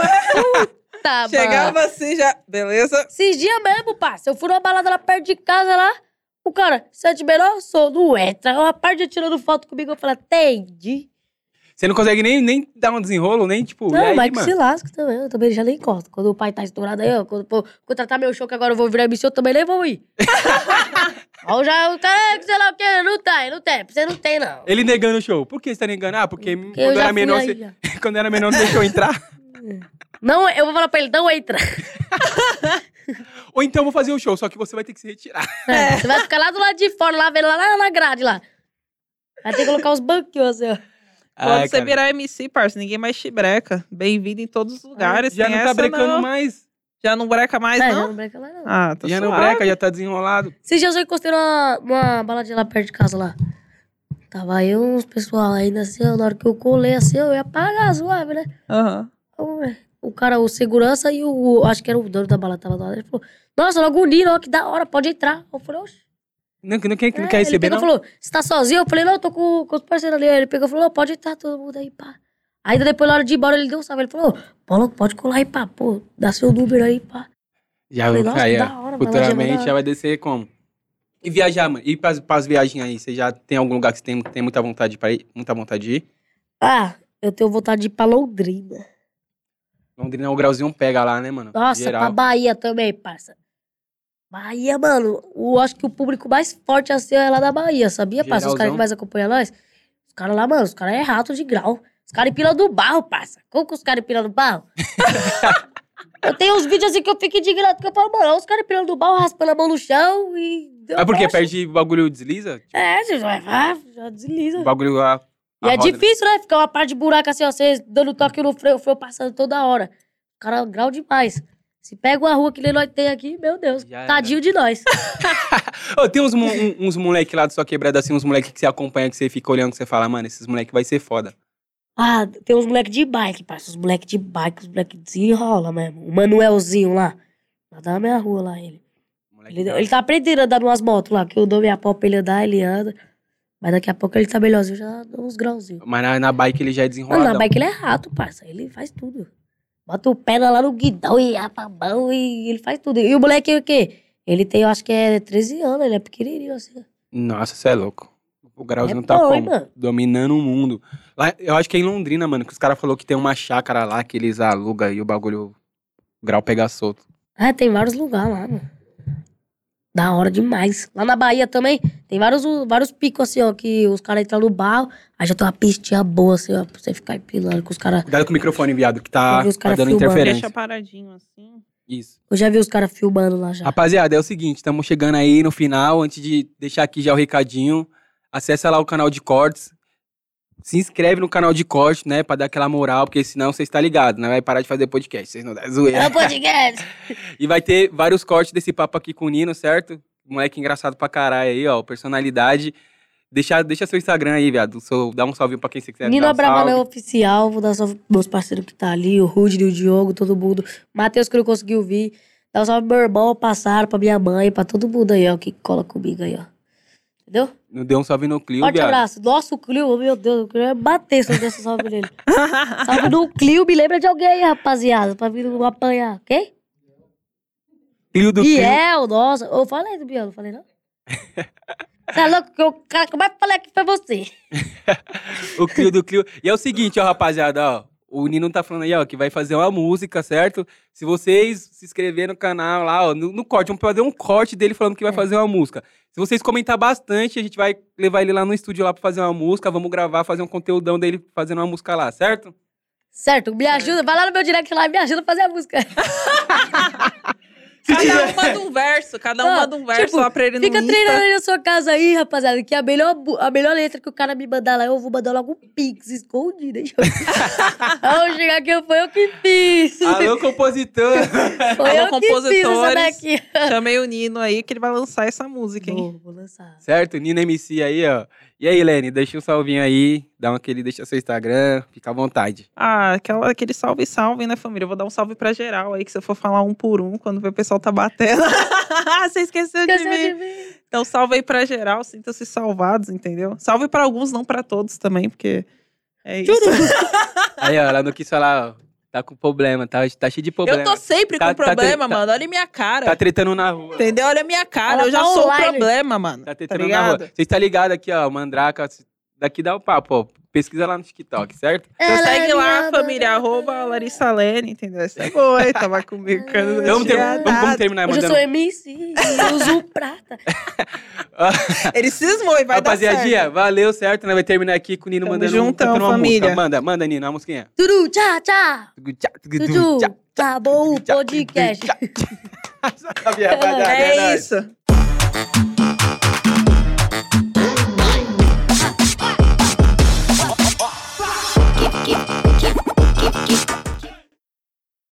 mano. Chegava assim já. Beleza? Esses dias mesmo, parça. Eu fui numa balada lá perto de casa lá. O cara, sete melhor sou, não entra. Uma parte tirando foto comigo, eu falei, entendi. Você não consegue nem, nem dar um desenrolo, nem, tipo, e Não, aí, mas que mano? se lasca também. Eu também já nem corto. Quando o pai tá estourado aí, ó, quando pô, contratar meu show que agora eu vou virar MC, eu também nem vou ir. Ou já, o cara, é, sei lá o quê, não tem, não tem. Você não tem, não. Ele negando o show. Por que você tá negando? Ah, porque Porque eu quando já era, fui menor, aí, você- já. quando era menor não deixou eu entrar. Não, eu vou falar pra ele, não entra. Ou então eu vou fazer o show, só que você vai ter que se retirar. É, Você vai ficar lá do lado de fora, lá vendo lá, lá na grade lá. Vai ter que colocar os banquinhos assim, ó. Quando Ai, você cara. virar MC, parça, ninguém mais te breca. Bem-vindo em todos os lugares. Já tem não tá essa, brecando não. mais. Já não breca mais, É, já não? não breca lá, não. Ah, tá já não suave. breca, já tá desenrolado. Esses dias eu encostei numa, numa baladinha lá perto de casa lá. Tava eu e uns pessoal ainda assim, ó, na hora que eu colei assim, eu ia pagar suave, né? Aham. Eu, né? O cara, o segurança e o. Acho que era o dono da balada, tava lá. Ele falou, nossa, logo o Nino, ó, que da hora, pode entrar. Eu falei, oxe. Não, não, quer, não É, quer receber, ele não? pegou e falou, você tá sozinho? Eu falei, não, eu tô com, com os parceiros ali. Aí Ele pegou e falou, não, pode entrar todo mundo aí, pá. Ainda depois, na hora de ir embora, ele deu um salve. Ele falou, Paulo, pode colar aí, pá, pô, dá seu número aí, pá. Já Falei, vou nossa, cair. que da é, hora, baladinha, Futuramente é já da hora. vai descer como? E viajar, mano. E pras, pras viagens aí, você já tem algum lugar que você tem, tem muita vontade pra ir? Muita vontade de ir? Ah, eu tenho vontade de ir pra Londrina. Londrina, o grauzinho pega lá, né, mano? Nossa, pra Geral. Bahia também, parça. Bahia, mano, eu acho que o público mais forte assim é lá da Bahia, sabia, parça? Os caras Geralzão. que mais acompanham nós. Os caras lá, mano, os caras é rato de grau. Os caras empilam do barro, parça. Como que os caras empilam do barro? eu tenho uns vídeos assim que eu fico indignado, que eu falo, mano, os caras empilam do barro, raspando a mão no chão e. Mas por quê? Oxe, Perde o bagulho desliza? É, você já, vai, já desliza. O bagulho a, E a é roda, difícil, né? Ficar uma parte de buraco assim, ó, você dando toque no freio, o freio passando toda hora. O cara grau demais. Se pega uma rua que nem nós tem aqui, meu Deus, Já era. tadinho de nós. Ô, tem uns, mo- um- uns moleque lá da sua quebrada, assim, uns moleque que você acompanha, que você fica olhando, que você fala, mano, esses moleque vai ser foda. Ah, tem uns moleques de bike, parça. Os moleques de bike, os moleques desenrola mesmo. O Manuelzinho lá. Lá da minha rua lá, ele. Moleque Ele, da- ele tá aprendendo a andar numas motos lá, que eu dou minha pau pra ele andar, ele anda. Mas daqui a pouco ele tá melhorzinho, já dá uns grauzinhos. Mas na, na bike ele já é Mano, desenroladão. na bike ele é rato, parça. Ele faz tudo. Bota o pé lá no guidão e a mão e ele faz tudo. E o moleque, é o quê? Ele tem, eu acho que é 13 anos, ele é pequenininho assim. Nossa, você é louco. O Grauzinho É tá bom, como? hein, mano? Dominando o mundo. Lá, eu acho que é em Londrina, mano, que os caras falaram que tem uma chácara lá que eles alugam e o bagulho. O grau pega solto. Ah, tem vários lugares lá, mano. Da hora demais. Lá na Bahia também, tem vários, vários picos assim, ó, que os caras entram no barro, aí já tem uma pistinha boa assim, ó, pra você ficar empilando com os caras. Cuidado com o microfone, viado, que tá, Eu vi os tá cara dando filmando. interferência. Deixa paradinho assim. Isso. Eu já vi os caras filmando lá já. Rapaziada, é o seguinte, estamos chegando aí no final. Antes de deixar aqui já o recadinho, acessa lá o canal de cortes. Se inscreve no canal de cortes, né? Pra dar aquela moral, porque senão você está ligado, né? Vai parar de fazer podcast, vocês não dão É zoeira. o podcast! E vai ter vários cortes desse papo aqui com o Nino, certo? Moleque engraçado pra caralho aí, ó. Personalidade. Deixa, deixa seu Instagram aí, viado. Seu- dá um salve pra quem você quiser. Nino dar um Abravanel salve. oficial, vou dar um salve pros meus parceiros que tá ali, o Rudy, o Diogo, todo mundo. Matheus que não conseguiu vir. Dá um salve pro meu irmão, passaram pra minha mãe, pra todo mundo aí, ó, que cola comigo aí, ó. Entendeu? Não deu um salve no Clio, Forte viado. abraço. Nossa, o Clio, oh, meu Deus, eu queria bater se eu desse um salve nele. Salve no Clio, me lembra de alguém aí, rapaziada, pra vir não apanhar, ok? Clio do Clio. Biel, nossa. Eu falei do Biel, não falei não? Você é louco? que O cara que eu mais falei aqui foi você. O Clio do Clio. E é o seguinte, ó, rapaziada, ó. O Nino tá falando aí, ó, que vai fazer uma música, certo? Se vocês se inscreverem no canal lá, ó, no, no corte, vamos fazer um corte dele falando que vai É. fazer uma música. Se vocês comentar bastante, a gente vai levar ele lá no estúdio lá pra fazer uma música, vamos gravar, fazer um conteúdão dele fazendo uma música lá, certo? Certo, É. me ajuda, vai lá no meu direct lá e me ajuda a fazer a música. Cada uma de um verso, cada Não, uma de um verso tipo, lá pra ele no Fica Insta. treinando aí na sua casa aí, rapaziada, que a melhor, bu- a melhor letra que o cara me mandar lá, eu vou mandar logo um pix escondido. hein? Vamos chegar aqui, foi eu que fiz. Alô, compositor! Foi Ah, Alô, eu que fiz essa compositores. daqui. Chamei o Nino aí que ele vai lançar essa música, hein? Vou, vou lançar. certo? Nino MC aí, ó. E aí, Lene, deixa um salvinho aí, dá um aquele, deixa seu Instagram, fica à vontade. Ah, aquela, aquele salve, salve, né, família? Eu vou dar um salve pra geral aí, que se eu for falar um por um, quando ver o pessoal tá batendo. Você esqueceu, Esqueceu de, mim. de mim. Então, salve aí pra geral, sintam-se salvados, entendeu? Salve pra alguns, não pra todos também, porque é isso. Aí, ó, ela não quis falar, ó. Tá com problema, tá, tá cheio de problema. Eu tô sempre Tá- com tá problema, tre- tá- mano. Olha minha cara. Tá tretando na rua. Entendeu? Olha a minha cara. Ela eu já tá sou o online. problema, mano. Tá Tá, tentando na rua. ligado? Vocês tá ligado aqui, ó, Mandraka. c- Daqui dá o papo, ó. Pesquisa lá no TikTok, certo? Então Ela segue é lá, minha família, né? dona. arroba Larissa Lene, entendeu? Essa é boa, hein? Tava comigo, cara. da Vamos, ter- um- tirada. vamos- vamos terminar Hoje eu mandando. sou MC, eu uso prata. Ele cismou e vai dar certo. um- Rapaziadinha, valeu, certo? Nós vai terminar aqui com o Nino Tamo mandando juntão, cantando uma família. música. Manda, manda, Nino, uma musiquinha. Tudu, tchá, tchá. Tudu, Tchau, acabou o podcast. Sabia, rapaziada. É nóis. isso.